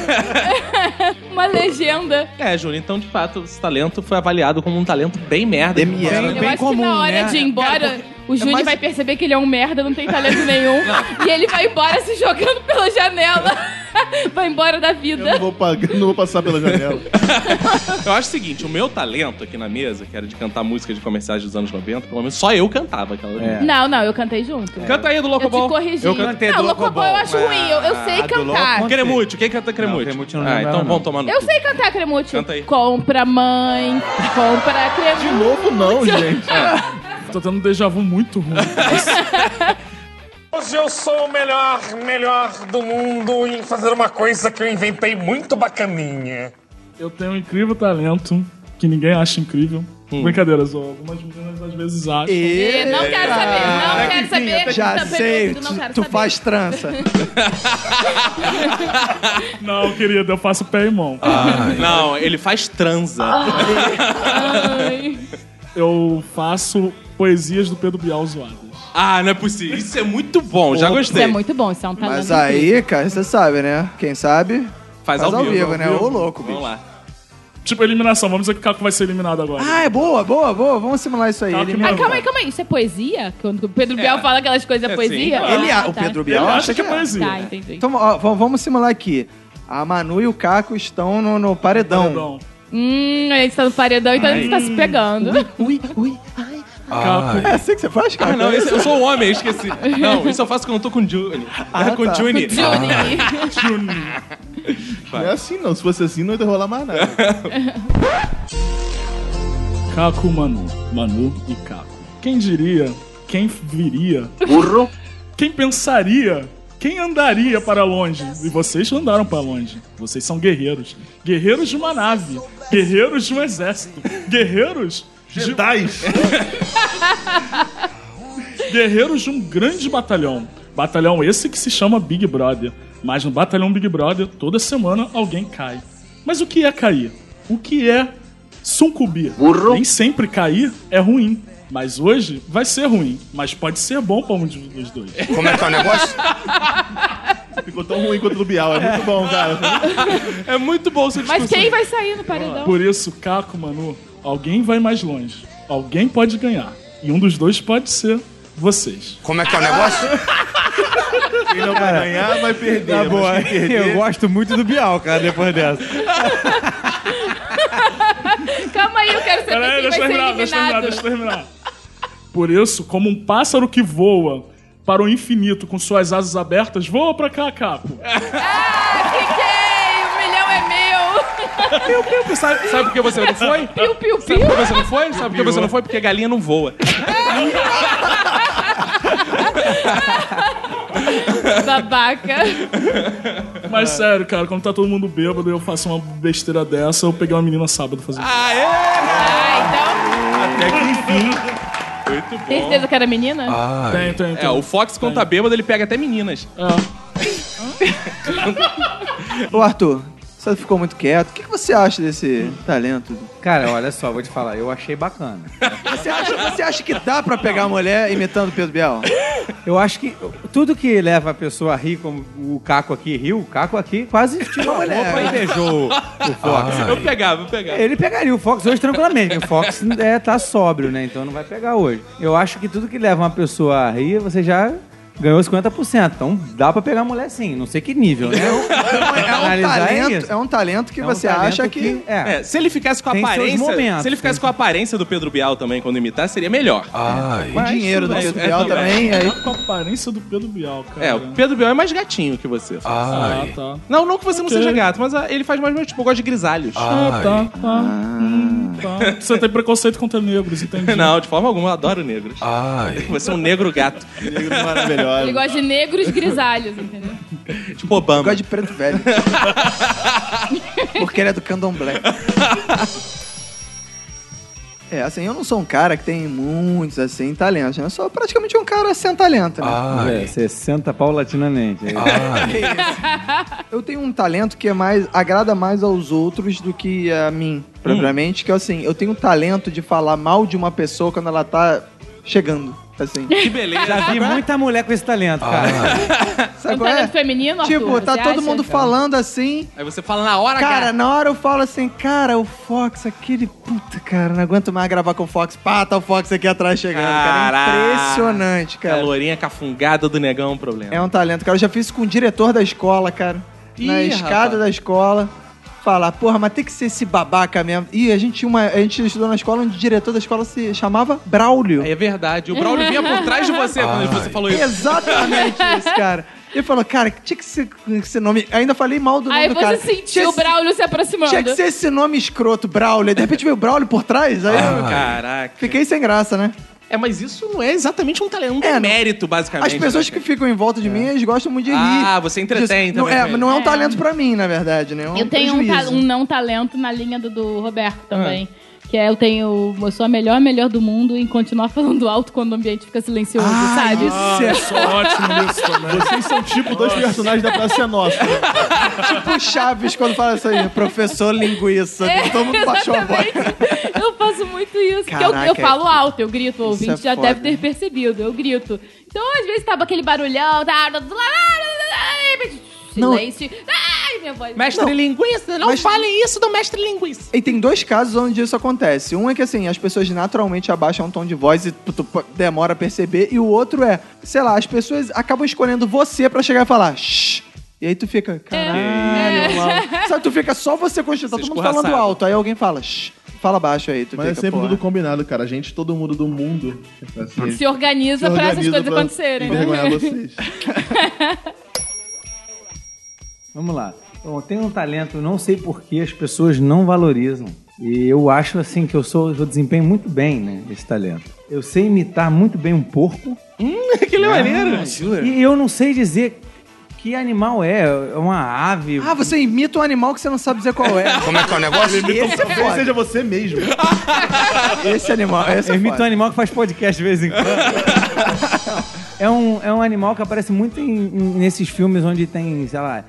[SPEAKER 3] Uma legenda.
[SPEAKER 1] É, Júnior, então, de fato, esse talento foi avaliado como um talento É bem merda.
[SPEAKER 2] DML.
[SPEAKER 3] Eu
[SPEAKER 6] Bem
[SPEAKER 3] acho
[SPEAKER 6] comum,
[SPEAKER 3] que na hora
[SPEAKER 6] né?
[SPEAKER 3] de ir embora, o Júnior
[SPEAKER 1] mais-
[SPEAKER 3] vai perceber que ele é um merda, não tem talento nenhum. E ele vai embora se jogando pela janela. vai embora da
[SPEAKER 4] Eu não
[SPEAKER 3] vida.
[SPEAKER 4] vou, pa- não vou passar pela janela.
[SPEAKER 1] Eu acho o seguinte, o meu talento aqui na mesa, que era de cantar música de comerciais dos anos 90, pelo menos só eu cantava aquela.
[SPEAKER 3] Não, não, eu cantei junto.
[SPEAKER 1] Canta aí do
[SPEAKER 3] Eu te
[SPEAKER 1] Locobol.
[SPEAKER 3] corrigi.
[SPEAKER 6] Eu cantei
[SPEAKER 3] não,
[SPEAKER 6] do
[SPEAKER 3] Locobol eu acho
[SPEAKER 6] Locobol.
[SPEAKER 3] ruim. Eu, eu
[SPEAKER 6] Ah,
[SPEAKER 3] sei
[SPEAKER 6] do
[SPEAKER 3] cantar.
[SPEAKER 6] Locobol.
[SPEAKER 1] Cremute, quem canta Cremute?
[SPEAKER 6] Não, Cremute não
[SPEAKER 1] ah,
[SPEAKER 6] lembra,
[SPEAKER 1] então
[SPEAKER 6] não.
[SPEAKER 1] vamos tomar no
[SPEAKER 3] Eu
[SPEAKER 1] cu.
[SPEAKER 3] sei cantar Cremúcio.
[SPEAKER 1] Canta aí.
[SPEAKER 3] Compra mãe, compra
[SPEAKER 4] De
[SPEAKER 3] Cremúcio.
[SPEAKER 4] novo, não, gente.
[SPEAKER 5] Tô tendo um déjà vu muito ruim.
[SPEAKER 7] Hoje eu sou o melhor, melhor do mundo em fazer uma coisa que eu inventei muito bacaninha.
[SPEAKER 5] Eu tenho um incrível talento que ninguém acha incrível. Brincadeira, só algumas meninas às vezes acham.
[SPEAKER 3] E É, Não quero saber, não quero saber.
[SPEAKER 2] Já
[SPEAKER 3] Tá
[SPEAKER 2] sei,
[SPEAKER 3] pergunto, não
[SPEAKER 2] tu-
[SPEAKER 3] quero
[SPEAKER 2] tu
[SPEAKER 3] saber.
[SPEAKER 2] faz trança.
[SPEAKER 5] Não, querida, eu faço pé e mão.
[SPEAKER 1] Não, ele faz transa.
[SPEAKER 3] Ai.
[SPEAKER 5] Eu faço poesias do Pedro Bial zoadas.
[SPEAKER 1] Ah, não é possível. Isso é muito bom, já
[SPEAKER 3] Isso
[SPEAKER 1] gostei.
[SPEAKER 3] é muito bom, isso é um talento.
[SPEAKER 2] Mas aí, cara, você sabe, né? Quem sabe,
[SPEAKER 1] Faz,
[SPEAKER 2] faz ao vivo, né? Ô, louco, bicho.
[SPEAKER 1] Vamos lá.
[SPEAKER 5] Tipo, eliminação. Vamos dizer que o Caco vai ser eliminado agora.
[SPEAKER 2] Ah, é boa, boa, boa. Vamos simular isso aí.
[SPEAKER 5] Tá,
[SPEAKER 2] Ele,
[SPEAKER 5] que
[SPEAKER 3] Ah, calma aí, calma aí. Isso é poesia? Quando o Pedro Bial fala aquelas coisas, é,
[SPEAKER 1] É,
[SPEAKER 3] poesia?
[SPEAKER 1] sim.
[SPEAKER 2] ele
[SPEAKER 3] Ah,
[SPEAKER 2] a- o
[SPEAKER 3] tá.
[SPEAKER 2] Pedro
[SPEAKER 5] Ele
[SPEAKER 2] Bial acha que é.
[SPEAKER 5] poesia.
[SPEAKER 3] Tá, entendi.
[SPEAKER 2] Então, ó, v- vamos simular aqui. A Manu e o Caco estão no, no paredão.
[SPEAKER 5] Perdão.
[SPEAKER 3] Hum, a gente tá no paredão, então a gente tá se pegando.
[SPEAKER 2] Ui, ui.
[SPEAKER 5] Caco,
[SPEAKER 2] É assim que você faz, cara?
[SPEAKER 1] Ah, não, esse- eu sou um homem, esqueci. Não, isso eu faço quando eu tô com o Juni. Ah, com o
[SPEAKER 2] tá.
[SPEAKER 1] Juni.
[SPEAKER 3] Juni.
[SPEAKER 4] Não é assim, não. Se fosse assim, não ia rolar mais nada.
[SPEAKER 5] Caco, Manu. Manu e Caco. Quem diria? Quem viria? Quem pensaria? Quem andaria para longe? E vocês andaram para longe. Vocês são guerreiros. Guerreiros de uma nave. Guerreiros de um exército. Guerreiros de,
[SPEAKER 4] Tais.
[SPEAKER 5] guerreiros de um grande batalhão. Batalhão esse que se chama Big Brother. Mas no batalhão Big Brother, toda semana alguém cai. Mas o que é cair? O que é sucumbir? Nem sempre cair é ruim. Mas hoje vai ser ruim. Mas pode ser bom para um dos dois.
[SPEAKER 4] Ficou tão ruim quanto o do Bial. É muito bom, cara.
[SPEAKER 1] É muito bom seu discurso.
[SPEAKER 3] Mas quem vai sair no paredão?
[SPEAKER 5] Por isso, Caco, Manu, alguém vai mais longe. Alguém pode ganhar. E um dos dois pode ser vocês.
[SPEAKER 4] Quem não vai ganhar, vai perder.
[SPEAKER 6] Tá
[SPEAKER 4] mas
[SPEAKER 6] bom,
[SPEAKER 4] quem perder-
[SPEAKER 6] eu gosto muito do Bial, cara, depois dessa.
[SPEAKER 3] Calma aí, eu quero saber
[SPEAKER 5] Peraí,
[SPEAKER 3] quem vai
[SPEAKER 5] deixa eu
[SPEAKER 3] ser
[SPEAKER 5] terminar, deixa eu terminar,
[SPEAKER 3] eliminado.
[SPEAKER 5] deixa eu terminar. Por isso, como um pássaro que voa para o infinito com suas asas abertas, voa pra cá, Caco.
[SPEAKER 3] Fiquei! O milhão é meu!
[SPEAKER 1] Sabe, sabe por que você não foi?
[SPEAKER 3] Piu, piu,
[SPEAKER 1] Sabe por que
[SPEAKER 3] piu!
[SPEAKER 1] você não foi? Sabe por que você não foi? Porque a galinha não voa.
[SPEAKER 3] Babaca!
[SPEAKER 5] Mas sério, cara, quando tá todo mundo bêbado e eu faço uma besteira dessa, eu peguei uma menina sábado fazendo.
[SPEAKER 3] Ah,
[SPEAKER 1] Até que enfim. Muito
[SPEAKER 3] então. Tem
[SPEAKER 1] bom.
[SPEAKER 3] certeza que era menina?
[SPEAKER 2] Ah,
[SPEAKER 5] tem, tem, tem.
[SPEAKER 1] É, o Fox, quando tá bêbado, ele pega até meninas.
[SPEAKER 2] Ô, Arthur, você ficou muito quieto. O que que você acha desse talento?
[SPEAKER 6] Cara, olha só, vou te falar, eu achei bacana.
[SPEAKER 2] Você acha, você acha que dá pra pegar a mulher imitando o Pedro Bial? É
[SPEAKER 6] Eu acho que tudo que leva a pessoa a rir, como o Caco aqui riu, o Caco aqui quase tirou a roupa e beijou o Fox.
[SPEAKER 1] Eu pegava, eu pegava.
[SPEAKER 6] Ele pegaria o Fox hoje tranquilamente, porque o Fox é, tá sóbrio, né? Então não vai pegar hoje. Eu acho que tudo que leva uma pessoa a rir, você já ganhou 50%. Então dá pra pegar mulher sim, não sei que nível, né?
[SPEAKER 2] É um,
[SPEAKER 6] Analisar
[SPEAKER 2] talento,
[SPEAKER 6] isso.
[SPEAKER 2] é um talento que
[SPEAKER 6] É um
[SPEAKER 2] você
[SPEAKER 6] talento
[SPEAKER 2] acha que...
[SPEAKER 6] É.
[SPEAKER 1] É, se ele ficasse com a
[SPEAKER 6] Tem seus
[SPEAKER 1] aparência.
[SPEAKER 6] momentos,
[SPEAKER 1] se ele ficasse
[SPEAKER 6] tem-
[SPEAKER 1] com a aparência do Pedro Bial também quando imitar, seria melhor.
[SPEAKER 9] Ai,
[SPEAKER 2] O dinheiro do
[SPEAKER 1] mas-
[SPEAKER 2] Pedro
[SPEAKER 1] é,
[SPEAKER 2] Bial também. aí-
[SPEAKER 5] Tá com a aparência do Pedro Bial, cara.
[SPEAKER 1] É, o Pedro Bial é mais gatinho que você.
[SPEAKER 5] Ah,
[SPEAKER 9] ai,
[SPEAKER 5] tá.
[SPEAKER 1] Não, não que você não
[SPEAKER 5] Ok.
[SPEAKER 1] seja gato, mas ah, ele faz mais ou menos, tipo, eu gosto de grisalhos.
[SPEAKER 5] Ah,
[SPEAKER 9] ai.
[SPEAKER 5] tá, tá. Hum, tá. Você tem preconceito contra negros, entendi.
[SPEAKER 1] Não, de forma alguma, eu adoro negros.
[SPEAKER 9] Ai,
[SPEAKER 1] Você é um negro gato.
[SPEAKER 4] Negro maravilhoso.
[SPEAKER 3] Ele gosta de negros grisalhos,
[SPEAKER 2] É,
[SPEAKER 3] entendeu?
[SPEAKER 1] Tipo Obama.
[SPEAKER 2] Eu gosto de preto velho. Porque ele é do candomblé. É, assim, eu não sou um cara que tem muitos, assim, talentos. né? Eu sou praticamente um cara sem talento, né?
[SPEAKER 9] ai,
[SPEAKER 6] É, 60 paulatinamente. É.
[SPEAKER 9] ai.
[SPEAKER 2] Que isso? Eu tenho um talento que é mais agrada mais aos outros do que a mim, propriamente, que é assim, eu tenho um talento de falar mal de uma pessoa quando ela tá chegando, assim.
[SPEAKER 1] Que beleza.
[SPEAKER 6] Já vi Ah, muita mulher com esse talento, cara.
[SPEAKER 2] Sabe
[SPEAKER 3] um
[SPEAKER 2] qual é?
[SPEAKER 3] talento feminino,
[SPEAKER 2] Tipo,
[SPEAKER 3] Arthur,
[SPEAKER 2] tá
[SPEAKER 3] você
[SPEAKER 2] todo
[SPEAKER 3] acha?
[SPEAKER 2] mundo falando assim,
[SPEAKER 1] Aí você fala na hora,
[SPEAKER 2] Cara,
[SPEAKER 1] cara.
[SPEAKER 2] na hora eu falo assim, cara, o Fox, aquele puta, cara, não aguento mais gravar com o Fox. Pá, tá o Fox aqui atrás chegando, cara. É
[SPEAKER 1] Caraca.
[SPEAKER 2] Impressionante,
[SPEAKER 1] A
[SPEAKER 2] cara.
[SPEAKER 1] lourinha É, cafungada do negão é um problema.
[SPEAKER 2] É um talento, cara. Eu já fiz isso com o diretor da escola, cara. na
[SPEAKER 1] Ih,
[SPEAKER 2] escada
[SPEAKER 1] rapaz.
[SPEAKER 2] da escola. Falar, porra, mas tem que ser esse babaca mesmo. E a gente tinha uma. A gente estudou na escola onde o diretor da escola se chamava Braulio.
[SPEAKER 1] É verdade. O Braulio vinha por trás de você quando você falou isso.
[SPEAKER 2] Exatamente isso, cara. Ele falou, cara, tinha que ser esse nome. Ainda falei mal do nome
[SPEAKER 3] Aí
[SPEAKER 2] do
[SPEAKER 3] você
[SPEAKER 2] cara. Tinha
[SPEAKER 3] sentiu o
[SPEAKER 2] que ser-
[SPEAKER 3] Braulio se aproximando.
[SPEAKER 2] Tinha que ser esse nome escroto, Braulio. De repente veio o Braulio por trás. Aí
[SPEAKER 1] Ah,
[SPEAKER 2] eu,
[SPEAKER 1] Caraca.
[SPEAKER 2] Fiquei sem graça, né?
[SPEAKER 1] É, mas isso não é exatamente um talento, é um
[SPEAKER 2] É, não-
[SPEAKER 1] mérito, basicamente.
[SPEAKER 2] As pessoas
[SPEAKER 1] né,
[SPEAKER 2] que ficam em volta de mim, eles gostam muito de rir.
[SPEAKER 1] Ah, você entretém
[SPEAKER 2] Disso- não,
[SPEAKER 1] também,
[SPEAKER 2] é,
[SPEAKER 1] né?
[SPEAKER 2] mas não é um
[SPEAKER 3] É.
[SPEAKER 2] talento pra mim, na verdade, né? É um
[SPEAKER 3] Eu tenho um,
[SPEAKER 2] prejuízo.
[SPEAKER 3] ta- um não talento na linha do, do Roberto também. Que é, eu tenho. Eu sou a melhor, melhor do mundo em continuar falando alto quando o ambiente fica silencioso,
[SPEAKER 2] Ah,
[SPEAKER 3] sabe?
[SPEAKER 2] isso é
[SPEAKER 5] Isso é ótimo isso também.
[SPEAKER 4] Vocês são tipo dois personagens da Praça é Nossa.
[SPEAKER 2] tipo Chaves quando fala isso aí, professor linguiça.
[SPEAKER 3] É,
[SPEAKER 2] todo mundo baixou a voz.
[SPEAKER 3] exatamente. Eu faço muito isso. porque eu,
[SPEAKER 2] Caraca.
[SPEAKER 3] eu falo alto, eu grito, o
[SPEAKER 2] Isso
[SPEAKER 3] ouvinte
[SPEAKER 2] é
[SPEAKER 3] já
[SPEAKER 2] foda.
[SPEAKER 3] deve ter percebido, eu grito. Então, às vezes, tava aquele barulhão, tá. tá- tá- tá- tá-
[SPEAKER 2] Não.
[SPEAKER 3] Silêncio. Ai, minha voz.
[SPEAKER 1] Mestre linguiça, não
[SPEAKER 2] Mas-
[SPEAKER 1] falem isso do mestre linguiça.
[SPEAKER 2] E tem dois casos onde isso acontece. Um é que, assim, as pessoas naturalmente abaixam o tom de voz e tu- tu p- demora a perceber. E o outro é, sei lá, as pessoas acabam escolhendo você pra chegar e falar shh. E aí tu fica, caralho, mano. Sabe, tu fica só você constante, tá
[SPEAKER 1] Você
[SPEAKER 2] todo mundo falando
[SPEAKER 1] escorraçado.
[SPEAKER 2] alto. Aí alguém fala shh, fala baixo aí. Tu
[SPEAKER 4] Mas é
[SPEAKER 2] fica,
[SPEAKER 4] sempre
[SPEAKER 2] porra.
[SPEAKER 4] tudo combinado, cara. A gente, todo mundo do mundo. assim,
[SPEAKER 3] Se organiza,
[SPEAKER 4] se
[SPEAKER 3] pra essas
[SPEAKER 4] organiza
[SPEAKER 3] coisas
[SPEAKER 4] pra
[SPEAKER 3] acontecerem. né?
[SPEAKER 4] Envergonhar vocês.
[SPEAKER 6] Vamos lá. Bom, tem um talento, não sei por que as pessoas não valorizam. E eu acho assim que eu sou, eu desempenho muito bem, né, esse talento. Eu sei imitar muito bem um porco.
[SPEAKER 1] que maneiro.
[SPEAKER 6] E eu não sei dizer que animal é, é uma ave.
[SPEAKER 2] Ah, você imita um animal que você não sabe dizer qual é.
[SPEAKER 10] Como é que é o negócio?
[SPEAKER 2] Esse é
[SPEAKER 4] Talvez
[SPEAKER 2] foda.
[SPEAKER 4] seja você mesmo.
[SPEAKER 2] Esse animal, esse
[SPEAKER 6] eu
[SPEAKER 2] é
[SPEAKER 6] imito um
[SPEAKER 2] foda.
[SPEAKER 6] animal que faz podcast de vez em quando. É um, é um animal que aparece muito em- em- nesses filmes onde tem, sei lá,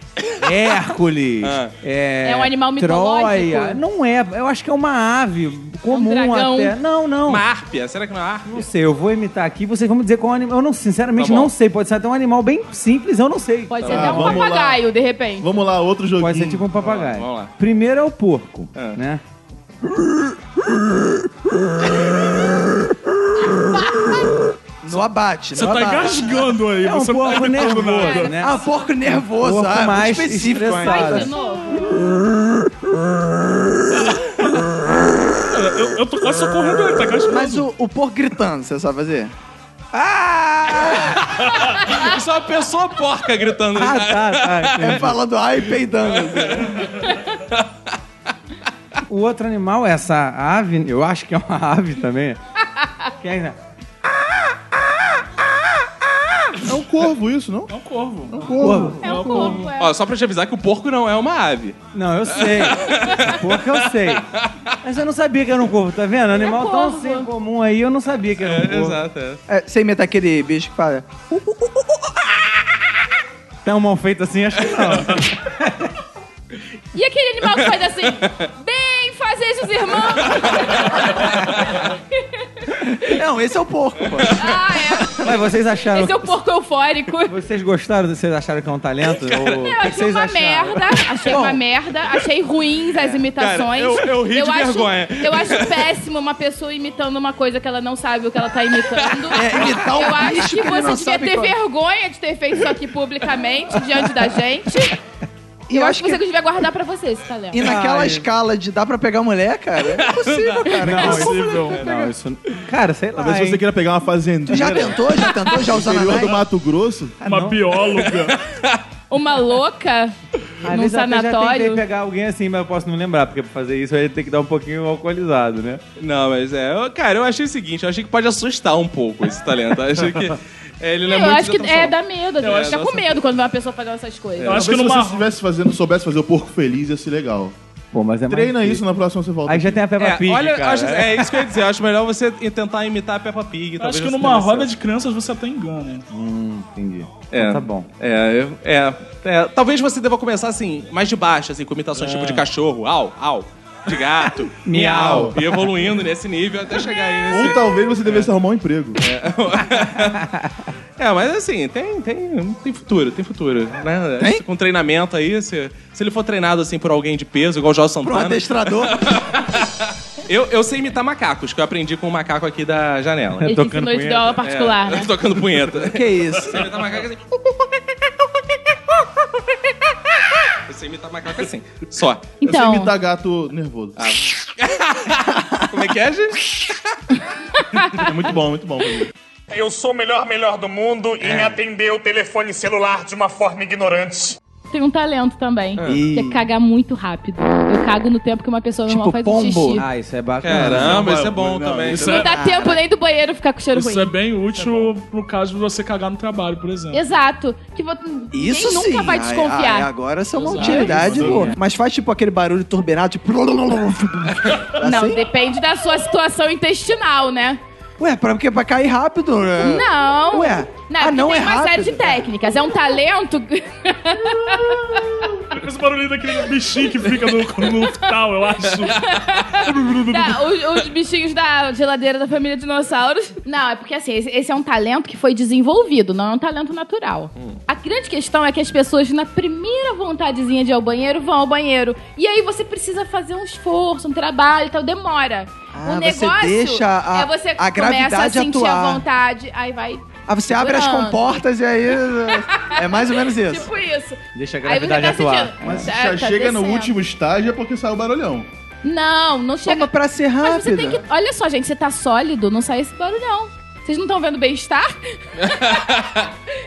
[SPEAKER 6] Hércules.
[SPEAKER 1] Ah.
[SPEAKER 6] é,
[SPEAKER 3] É um animal
[SPEAKER 6] Troia.
[SPEAKER 3] mitológico? É um
[SPEAKER 6] Não é, eu acho que é uma ave comum
[SPEAKER 3] dragão?
[SPEAKER 6] até. Não, não.
[SPEAKER 1] Uma árpia, será que não é uma árpia?
[SPEAKER 6] Não sei, eu vou imitar aqui, vocês vão me dizer qual animal. Eu não, sinceramente,
[SPEAKER 1] Tá bom.
[SPEAKER 6] não sei. Pode ser até um animal bem simples, eu não sei.
[SPEAKER 3] Pode ser
[SPEAKER 4] Tá,
[SPEAKER 3] até um
[SPEAKER 4] vamos lá.
[SPEAKER 3] papagaio, de repente.
[SPEAKER 4] Vamos lá, outro joguinho.
[SPEAKER 6] Pode ser tipo um papagaio.
[SPEAKER 1] Vamos lá, vamos lá.
[SPEAKER 6] Primeiro é o porco,
[SPEAKER 1] Ah.
[SPEAKER 6] né?
[SPEAKER 2] No abate,
[SPEAKER 5] Você
[SPEAKER 2] no
[SPEAKER 5] tá
[SPEAKER 2] abate.
[SPEAKER 5] engasgando aí,
[SPEAKER 6] É um
[SPEAKER 5] você não tá
[SPEAKER 6] porco
[SPEAKER 5] imitando nada.
[SPEAKER 6] nervoso, né?
[SPEAKER 2] Ah, porco nervoso.
[SPEAKER 6] Porco
[SPEAKER 2] ah,
[SPEAKER 6] mais
[SPEAKER 2] mais específico. hein?
[SPEAKER 6] estressado.
[SPEAKER 3] De novo.
[SPEAKER 5] Eu, eu tô quase socorrendo ele, tá engasgando.
[SPEAKER 2] Mas o, o porco gritando, você sabe fazer?
[SPEAKER 1] Isso é uma pessoa porca gritando.
[SPEAKER 6] Ah, tá, tá.
[SPEAKER 2] É falando ai e peidando. assim.
[SPEAKER 6] O outro animal, é essa ave, eu acho que é uma ave também. que é,
[SPEAKER 4] É um corvo isso, não?
[SPEAKER 5] É um corvo.
[SPEAKER 6] porco.
[SPEAKER 3] É um corpo, é.
[SPEAKER 1] Ó, só pra te avisar que o porco não é uma ave.
[SPEAKER 6] Não, eu sei. Porco eu sei. Mas eu não sabia que era um corvo, tá vendo? Animal tão
[SPEAKER 3] é corvo.
[SPEAKER 6] sem comum aí, eu não sabia que era um corvo.
[SPEAKER 1] Exato. é.
[SPEAKER 2] É, você imita aquele bicho que fala.
[SPEAKER 6] Tão mal feito assim, acho que não.
[SPEAKER 3] E aquele animal que faz assim, bem fazer os irmãos.
[SPEAKER 2] Não, esse é o porco, pô.
[SPEAKER 3] Ah, é.
[SPEAKER 6] Mas vocês acharam.
[SPEAKER 3] Ah, Esse é o porco eufórico.
[SPEAKER 6] Vocês gostaram? Vocês acharam que é um talento? Ou...
[SPEAKER 3] Eu
[SPEAKER 6] o que que
[SPEAKER 3] achei
[SPEAKER 6] vocês
[SPEAKER 3] uma
[SPEAKER 6] acharam?
[SPEAKER 3] merda, achei uma merda, achei ruins as imitações.
[SPEAKER 1] eu- eu ri de
[SPEAKER 3] acho,
[SPEAKER 1] vergonha.
[SPEAKER 3] Eu acho péssimo uma pessoa imitando uma coisa que ela não sabe o que ela tá imitando.
[SPEAKER 2] imitar um
[SPEAKER 3] eu acho
[SPEAKER 2] bicho
[SPEAKER 3] que,
[SPEAKER 2] que ele não
[SPEAKER 3] você
[SPEAKER 2] sabe
[SPEAKER 3] devia ter
[SPEAKER 2] qual é.
[SPEAKER 3] vergonha de ter feito isso aqui publicamente, diante da gente.
[SPEAKER 2] E
[SPEAKER 3] eu acho que você devia guardar pra você esse talento.
[SPEAKER 2] E naquela
[SPEAKER 6] Ai.
[SPEAKER 2] escala de dá pra pegar mulher, cara, é impossível,
[SPEAKER 3] né?
[SPEAKER 2] cara.
[SPEAKER 5] Não,
[SPEAKER 2] Como-
[SPEAKER 5] impossível.
[SPEAKER 4] Não, isso
[SPEAKER 6] Cara, sei lá.
[SPEAKER 4] Talvez
[SPEAKER 6] hein?
[SPEAKER 4] você queira pegar uma fazendeira
[SPEAKER 2] Já tentou? Já tentou? Já
[SPEAKER 4] no
[SPEAKER 2] usando
[SPEAKER 4] interior do
[SPEAKER 2] a
[SPEAKER 4] Mato Grosso.
[SPEAKER 5] Uma bióloga.
[SPEAKER 3] Uma louca
[SPEAKER 6] Às
[SPEAKER 3] num
[SPEAKER 6] vezes eu até já tentei
[SPEAKER 3] sanatório.
[SPEAKER 6] pegar alguém assim, mas eu posso não lembrar, porque pra fazer isso eu ia ter que dar um pouquinho alcoolizado, né?
[SPEAKER 1] Não, mas é. eu- Cara, eu achei o seguinte: eu achei que pode assustar um pouco esse talento. Eu achei que. é, ele não é
[SPEAKER 3] Eu
[SPEAKER 1] muito
[SPEAKER 3] acho que é, dá medo. a gente
[SPEAKER 1] acho-
[SPEAKER 3] fica com medo quando vê uma pessoa fazendo essas coisas.
[SPEAKER 5] Eu acho que
[SPEAKER 4] Talvez se
[SPEAKER 5] numa.
[SPEAKER 4] você estivesse fazendo, soubesse fazer o porco feliz, ia ser legal.
[SPEAKER 6] Pô, mas é mais
[SPEAKER 4] Treina
[SPEAKER 6] difícil.
[SPEAKER 4] isso na próxima você volta.
[SPEAKER 6] Aí já tem a Peppa
[SPEAKER 1] É,
[SPEAKER 6] Pig,
[SPEAKER 1] olha,
[SPEAKER 6] cara.
[SPEAKER 1] acho- é isso que eu ia dizer. Eu acho melhor você tentar imitar a Peppa Pig.
[SPEAKER 5] Eu acho que numa roda de crianças você até engana. hein?
[SPEAKER 6] Entendi.
[SPEAKER 1] É.
[SPEAKER 6] Então tá bom.
[SPEAKER 1] É, eu- é, é. Talvez você deva começar assim, mais de baixo, assim, com imitações tipo de cachorro, au, au, de gato, miau, e evoluindo nesse nível até chegar aí
[SPEAKER 4] Ou
[SPEAKER 1] nesse.
[SPEAKER 4] talvez você devesse arrumar um emprego.
[SPEAKER 1] É, mas assim, tem, tem, tem futuro, tem futuro. Né?
[SPEAKER 2] Tem?
[SPEAKER 1] Com treinamento aí, se, se ele for treinado assim por alguém de peso, igual o Jorge
[SPEAKER 2] Pro
[SPEAKER 1] Santana.
[SPEAKER 2] adestrador.
[SPEAKER 1] eu, eu sei imitar macacos, que eu aprendi com um macaco aqui da janela.
[SPEAKER 3] Ele te
[SPEAKER 6] Tocando
[SPEAKER 3] ensinou isso de
[SPEAKER 6] punheta.
[SPEAKER 3] aula particular, né?
[SPEAKER 1] Tocando punheta.
[SPEAKER 2] que isso?
[SPEAKER 1] Você imita macaco assim. Você imita macaco assim. Só.
[SPEAKER 4] Eu
[SPEAKER 3] Então,
[SPEAKER 4] sei imitar gato nervoso.
[SPEAKER 2] Ah,
[SPEAKER 1] Como é que é, gente?
[SPEAKER 4] É muito bom, muito bom.
[SPEAKER 11] Eu sou o melhor, melhor do mundo em atender o telefone celular de uma forma ignorante.
[SPEAKER 3] tem um talento também.
[SPEAKER 2] Ih.
[SPEAKER 3] Que é cagar muito rápido. Eu cago no tempo que uma pessoa normal
[SPEAKER 2] Tipo
[SPEAKER 3] faz
[SPEAKER 2] pombo.
[SPEAKER 3] um xixi.
[SPEAKER 6] Ah, isso é bacana.
[SPEAKER 1] Caramba,
[SPEAKER 4] Não,
[SPEAKER 1] isso é
[SPEAKER 4] não,
[SPEAKER 1] bom
[SPEAKER 4] não,
[SPEAKER 1] também.
[SPEAKER 5] Isso
[SPEAKER 3] Não
[SPEAKER 5] é,
[SPEAKER 3] dá tempo nem do banheiro ficar com cheiro
[SPEAKER 5] isso é
[SPEAKER 3] ruim. Tá
[SPEAKER 5] bem útil no caso de você cagar no trabalho, por exemplo.
[SPEAKER 3] Exato. Que vo...
[SPEAKER 2] Isso
[SPEAKER 3] Quem
[SPEAKER 2] sim.
[SPEAKER 3] nunca vai
[SPEAKER 2] Ai, ai,
[SPEAKER 3] desconfiar.
[SPEAKER 2] agora isso é uma utilidade, pô. Mas faz tipo aquele barulho turbinário, tipo...
[SPEAKER 3] Não,
[SPEAKER 2] assim?
[SPEAKER 3] depende da sua situação intestinal, né?
[SPEAKER 2] Ué, pra quê? Pra cair rápido? né?
[SPEAKER 3] Não.
[SPEAKER 2] Ué.
[SPEAKER 3] Não,
[SPEAKER 2] Ah,
[SPEAKER 3] porque
[SPEAKER 2] não
[SPEAKER 3] tem
[SPEAKER 2] é
[SPEAKER 3] uma série
[SPEAKER 2] rápido.
[SPEAKER 3] de técnicas. É um talento.
[SPEAKER 5] Esse barulhinho daquele bichinho que fica no, no hospital, eu acho.
[SPEAKER 3] Tá, os, os bichinhos da geladeira da família dinossauros. Não, é porque assim, esse, esse é um talento que foi desenvolvido, não é um talento natural.
[SPEAKER 2] Hum.
[SPEAKER 3] A grande questão é que as pessoas, na primeira vontadezinha de ir ao banheiro, vão ao banheiro. E aí você precisa fazer um esforço, um trabalho e tal, demora.
[SPEAKER 2] Ah,
[SPEAKER 3] o
[SPEAKER 2] você
[SPEAKER 3] negócio
[SPEAKER 2] deixa a-
[SPEAKER 3] é você
[SPEAKER 2] a
[SPEAKER 3] começa a
[SPEAKER 2] gravidade
[SPEAKER 3] sentir a
[SPEAKER 2] atuar.
[SPEAKER 3] vontade, aí vai.
[SPEAKER 2] Ah, você abre as
[SPEAKER 3] Segurando.
[SPEAKER 2] comportas e aí... É mais ou menos isso.
[SPEAKER 3] Tipo isso.
[SPEAKER 6] Deixa a
[SPEAKER 3] Aí você
[SPEAKER 6] gravidade
[SPEAKER 3] tá
[SPEAKER 6] atuar.
[SPEAKER 3] sentindo.
[SPEAKER 4] Mas
[SPEAKER 3] Tá-
[SPEAKER 4] já
[SPEAKER 3] tá
[SPEAKER 4] chega no
[SPEAKER 3] descendo.
[SPEAKER 4] último estágio é porque sai o barulhão.
[SPEAKER 3] Não, não
[SPEAKER 2] Pô,
[SPEAKER 3] chega.
[SPEAKER 2] mas pra ser rápido.
[SPEAKER 3] Mas você tem que. Olha só, gente, você tá sólido, não sai esse barulhão. Vocês não estão vendo bem-estar?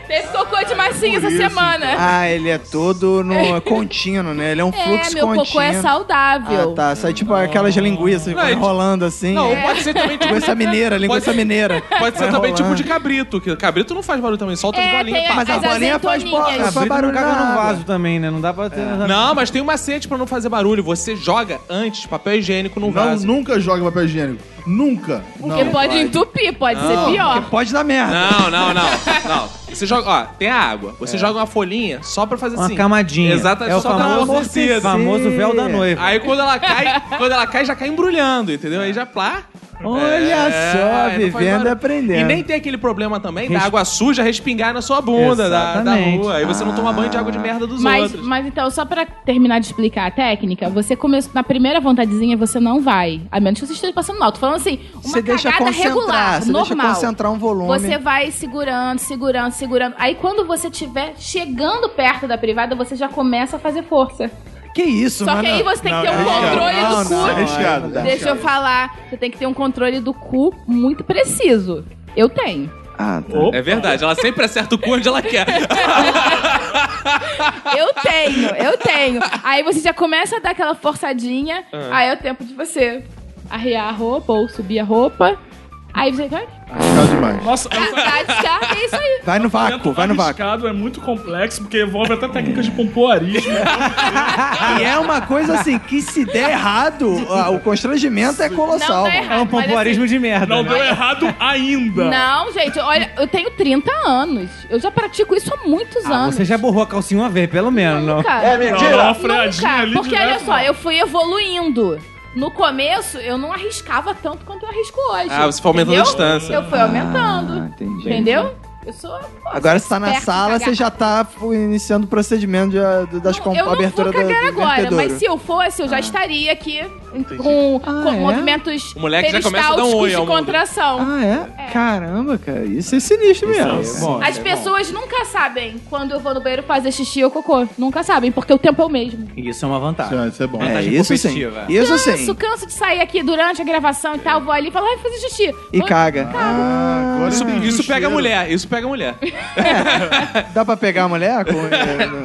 [SPEAKER 3] Teve cocô de massinha essa semana.
[SPEAKER 2] Ah, ele é todo no contínuo, né? Ele é um
[SPEAKER 3] é,
[SPEAKER 2] fluxo
[SPEAKER 3] meu
[SPEAKER 2] contínuo.
[SPEAKER 3] cocô é saudável.
[SPEAKER 2] Ah, tá. Sai tipo aquelas linguiças que vai
[SPEAKER 1] Não,
[SPEAKER 2] rolando assim.
[SPEAKER 1] Não,
[SPEAKER 2] É.
[SPEAKER 1] pode ser também tipo.
[SPEAKER 2] Linguiça mineira, linguiça
[SPEAKER 1] Pode-
[SPEAKER 2] mineira.
[SPEAKER 1] Pode ser
[SPEAKER 2] Vai
[SPEAKER 1] também tipo
[SPEAKER 2] rolando.
[SPEAKER 1] de cabrito, que cabrito não faz barulho também, solta as
[SPEAKER 3] É,
[SPEAKER 1] bolinhas.
[SPEAKER 3] tem
[SPEAKER 1] pá.
[SPEAKER 2] Mas a
[SPEAKER 3] as
[SPEAKER 2] bolinha faz
[SPEAKER 3] azeitoninhas.
[SPEAKER 2] bola, faz
[SPEAKER 6] Abrindo
[SPEAKER 2] barulho
[SPEAKER 6] não
[SPEAKER 2] na
[SPEAKER 6] caga no
[SPEAKER 2] água.
[SPEAKER 6] vaso também, né? Não dá pra ter...
[SPEAKER 1] Não, mas tem um macete pra não fazer barulho. Você joga antes papel higiênico num
[SPEAKER 4] Não,
[SPEAKER 1] vaso.
[SPEAKER 4] nunca joga papel higiênico. Nunca.
[SPEAKER 3] Porque pode entupir, pode ser pior.
[SPEAKER 2] Porque pode dar merda.
[SPEAKER 1] Não, não, não, não. Você joga, ó, tem a água. Você joga uma folhinha só pra fazer
[SPEAKER 6] Uma
[SPEAKER 1] assim.
[SPEAKER 6] camadinha.
[SPEAKER 1] Exatamente,
[SPEAKER 6] É o
[SPEAKER 1] só pra
[SPEAKER 6] famoso,
[SPEAKER 1] amortecer.
[SPEAKER 6] famoso véu da noiva.
[SPEAKER 1] Aí quando ela cai, quando ela cai, já cai embrulhando, entendeu? Aí já plá.
[SPEAKER 2] Olha
[SPEAKER 1] É, aí
[SPEAKER 2] só,
[SPEAKER 1] não faz
[SPEAKER 2] vivendo e
[SPEAKER 1] barulho.
[SPEAKER 2] aprendendo.
[SPEAKER 1] E nem tem aquele problema também da
[SPEAKER 6] Res-
[SPEAKER 1] água suja respingar na sua bunda da, da
[SPEAKER 6] Exatamente.
[SPEAKER 1] rua. Aí você não toma banho de água de merda dos
[SPEAKER 3] Mas,
[SPEAKER 1] outros.
[SPEAKER 3] mas então, só pra terminar de explicar a técnica, você começa. Na primeira vontadezinha, você não vai. A menos que você esteja passando mal. Tô falando assim, uma
[SPEAKER 2] Você deixa
[SPEAKER 3] cagada
[SPEAKER 2] concentrar,
[SPEAKER 3] regular,
[SPEAKER 2] você
[SPEAKER 3] normal.
[SPEAKER 2] deixa concentrar um volume.
[SPEAKER 3] Você vai segurando, segurando, segurando. Aí quando você estiver chegando perto da privada, você já começa a fazer força.
[SPEAKER 2] Que isso,
[SPEAKER 3] Só
[SPEAKER 2] mano?
[SPEAKER 3] que aí você tem que ter um
[SPEAKER 4] não,
[SPEAKER 3] controle
[SPEAKER 2] Ah, não,
[SPEAKER 3] do
[SPEAKER 2] não,
[SPEAKER 3] cu.
[SPEAKER 4] É arriscado.
[SPEAKER 3] Deixa eu falar. Você tem que ter um controle do cu muito preciso. Eu tenho.
[SPEAKER 2] Ah, tá.
[SPEAKER 5] Opa.
[SPEAKER 1] É verdade, ela sempre acerta o cu onde ela quer.
[SPEAKER 3] Eu tenho, eu tenho. Aí você já começa a dar aquela forçadinha.
[SPEAKER 1] Ah.
[SPEAKER 3] Aí é o tempo de você arriar a roupa ou subir a roupa. Aí você vai
[SPEAKER 1] É
[SPEAKER 3] tá,
[SPEAKER 4] Arriscado demais.
[SPEAKER 5] Nossa, é um talento
[SPEAKER 3] dar a descarga, é isso aí.
[SPEAKER 2] Vai no vácuo, vai no vácuo.
[SPEAKER 5] arriscado, é muito complexo, porque envolve até técnicas de pompoarismo.
[SPEAKER 2] E é uma coisa assim, que se der errado, ah, o constrangimento é
[SPEAKER 3] Não
[SPEAKER 2] colossal.
[SPEAKER 3] dá errado.
[SPEAKER 6] É um
[SPEAKER 3] mas assim-
[SPEAKER 6] pompoarismo de merda,
[SPEAKER 5] Não
[SPEAKER 6] né?
[SPEAKER 5] Então, deu errado ainda.
[SPEAKER 3] Não, gente, olha, eu tenho 30 anos. Eu já pratico isso há muitos
[SPEAKER 6] Ah,
[SPEAKER 3] anos.
[SPEAKER 6] você já borrou a calcinha uma vez, pelo menos, não.
[SPEAKER 3] Nunca.
[SPEAKER 6] É
[SPEAKER 5] mentira. Dá uma freadinha
[SPEAKER 3] Nunca,
[SPEAKER 5] ali
[SPEAKER 3] porque
[SPEAKER 5] direto,
[SPEAKER 3] olha só,
[SPEAKER 5] não.
[SPEAKER 3] eu fui evoluindo. No começo, eu não arriscava tanto quanto eu arrisco hoje.
[SPEAKER 1] Ah, você foi aumentando a
[SPEAKER 3] entendeu?
[SPEAKER 1] distância.
[SPEAKER 6] Ah,
[SPEAKER 3] Eu fui é aumentando.
[SPEAKER 2] entendi.
[SPEAKER 3] Entendeu? Eu sou. pô,
[SPEAKER 2] Agora você
[SPEAKER 3] sou
[SPEAKER 2] tá na
[SPEAKER 3] esperta em
[SPEAKER 2] sala,
[SPEAKER 3] cagar.
[SPEAKER 2] você já tá pô, iniciando o procedimento de, a- do- das
[SPEAKER 3] Não,
[SPEAKER 2] com-
[SPEAKER 3] eu não
[SPEAKER 2] abertura
[SPEAKER 3] vou
[SPEAKER 2] da-
[SPEAKER 3] cagar
[SPEAKER 2] do
[SPEAKER 3] agora, mas
[SPEAKER 2] vertedouro. Ah.
[SPEAKER 3] se eu fosse, eu já estaria aqui com, com
[SPEAKER 2] é?
[SPEAKER 3] movimentos
[SPEAKER 1] O moleque já começa a dar um
[SPEAKER 3] peristálticos
[SPEAKER 1] oi ao
[SPEAKER 3] de
[SPEAKER 1] mundo.
[SPEAKER 3] contração.
[SPEAKER 2] Ah, é? Caramba, cara. Isso é sinistro mesmo. é.
[SPEAKER 3] As pessoas nunca sabem quando eu vou no banheiro fazer xixi ou cocô. Nunca sabem, porque o tempo é o mesmo.
[SPEAKER 6] Isso é uma vantagem.
[SPEAKER 4] Isso é bom.
[SPEAKER 2] É,
[SPEAKER 6] Vantagem
[SPEAKER 2] isso sim.
[SPEAKER 6] competitiva.
[SPEAKER 2] Isso
[SPEAKER 3] Canso,
[SPEAKER 2] sim.
[SPEAKER 3] canso de sair aqui durante a gravação e tal, vou ali e falo, ai, vou fazer xixi.
[SPEAKER 2] E
[SPEAKER 3] Vou-
[SPEAKER 2] caga. Ah,
[SPEAKER 4] Agora eu entendi o
[SPEAKER 1] Isso pega
[SPEAKER 4] cheiro.
[SPEAKER 1] mulher, isso pega mulher.
[SPEAKER 2] Ah, dá pra pegar a mulher? Com-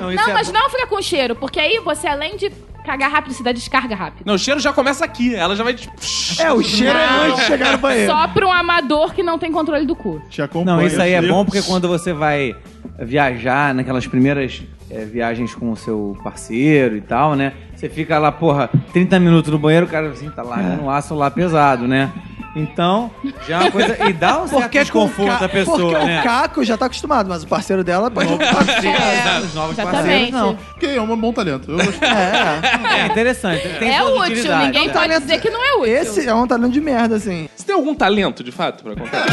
[SPEAKER 6] Não, isso
[SPEAKER 3] Não,
[SPEAKER 6] é
[SPEAKER 3] mas não fica com cheiro, porque aí você, além de cagar rápido, você dá descarga rápido.
[SPEAKER 1] Não, o cheiro já começa aqui. né? Ela já vai. tipo, de-
[SPEAKER 2] é, o cheiro é antes de chegar no banheiro.
[SPEAKER 3] Só pra um amador que não tem controle do cu.
[SPEAKER 4] Te acompanha.
[SPEAKER 6] Não, isso aí é
[SPEAKER 4] Deus.
[SPEAKER 6] bom porque quando você vai viajar naquelas primeiras é, viagens com o seu parceiro e tal, né? Você fica lá, porra, 30 minutos no banheiro, o cara assim, tá lá
[SPEAKER 2] É.
[SPEAKER 6] com um aço lá pesado, né? Então, já é uma coisa. E dá um certo
[SPEAKER 2] Porque, é com o
[SPEAKER 6] desconforto
[SPEAKER 2] Ca-
[SPEAKER 6] à pessoa,
[SPEAKER 2] porque
[SPEAKER 6] né?
[SPEAKER 2] o Caco já tá acostumado, mas o parceiro dela pode...
[SPEAKER 3] É,
[SPEAKER 6] Os novos parceiros,
[SPEAKER 3] exatamente.
[SPEAKER 6] não.
[SPEAKER 4] Ok, é um bom talento. Eu gostei.
[SPEAKER 2] É,
[SPEAKER 6] É interessante. Tem
[SPEAKER 3] É
[SPEAKER 6] suas
[SPEAKER 3] útil,
[SPEAKER 6] utilidades.
[SPEAKER 3] ninguém
[SPEAKER 2] Então,
[SPEAKER 3] pode dizer que não é útil.
[SPEAKER 2] esse é um talento de merda, assim.
[SPEAKER 1] Você tem algum talento, de fato, pra contar?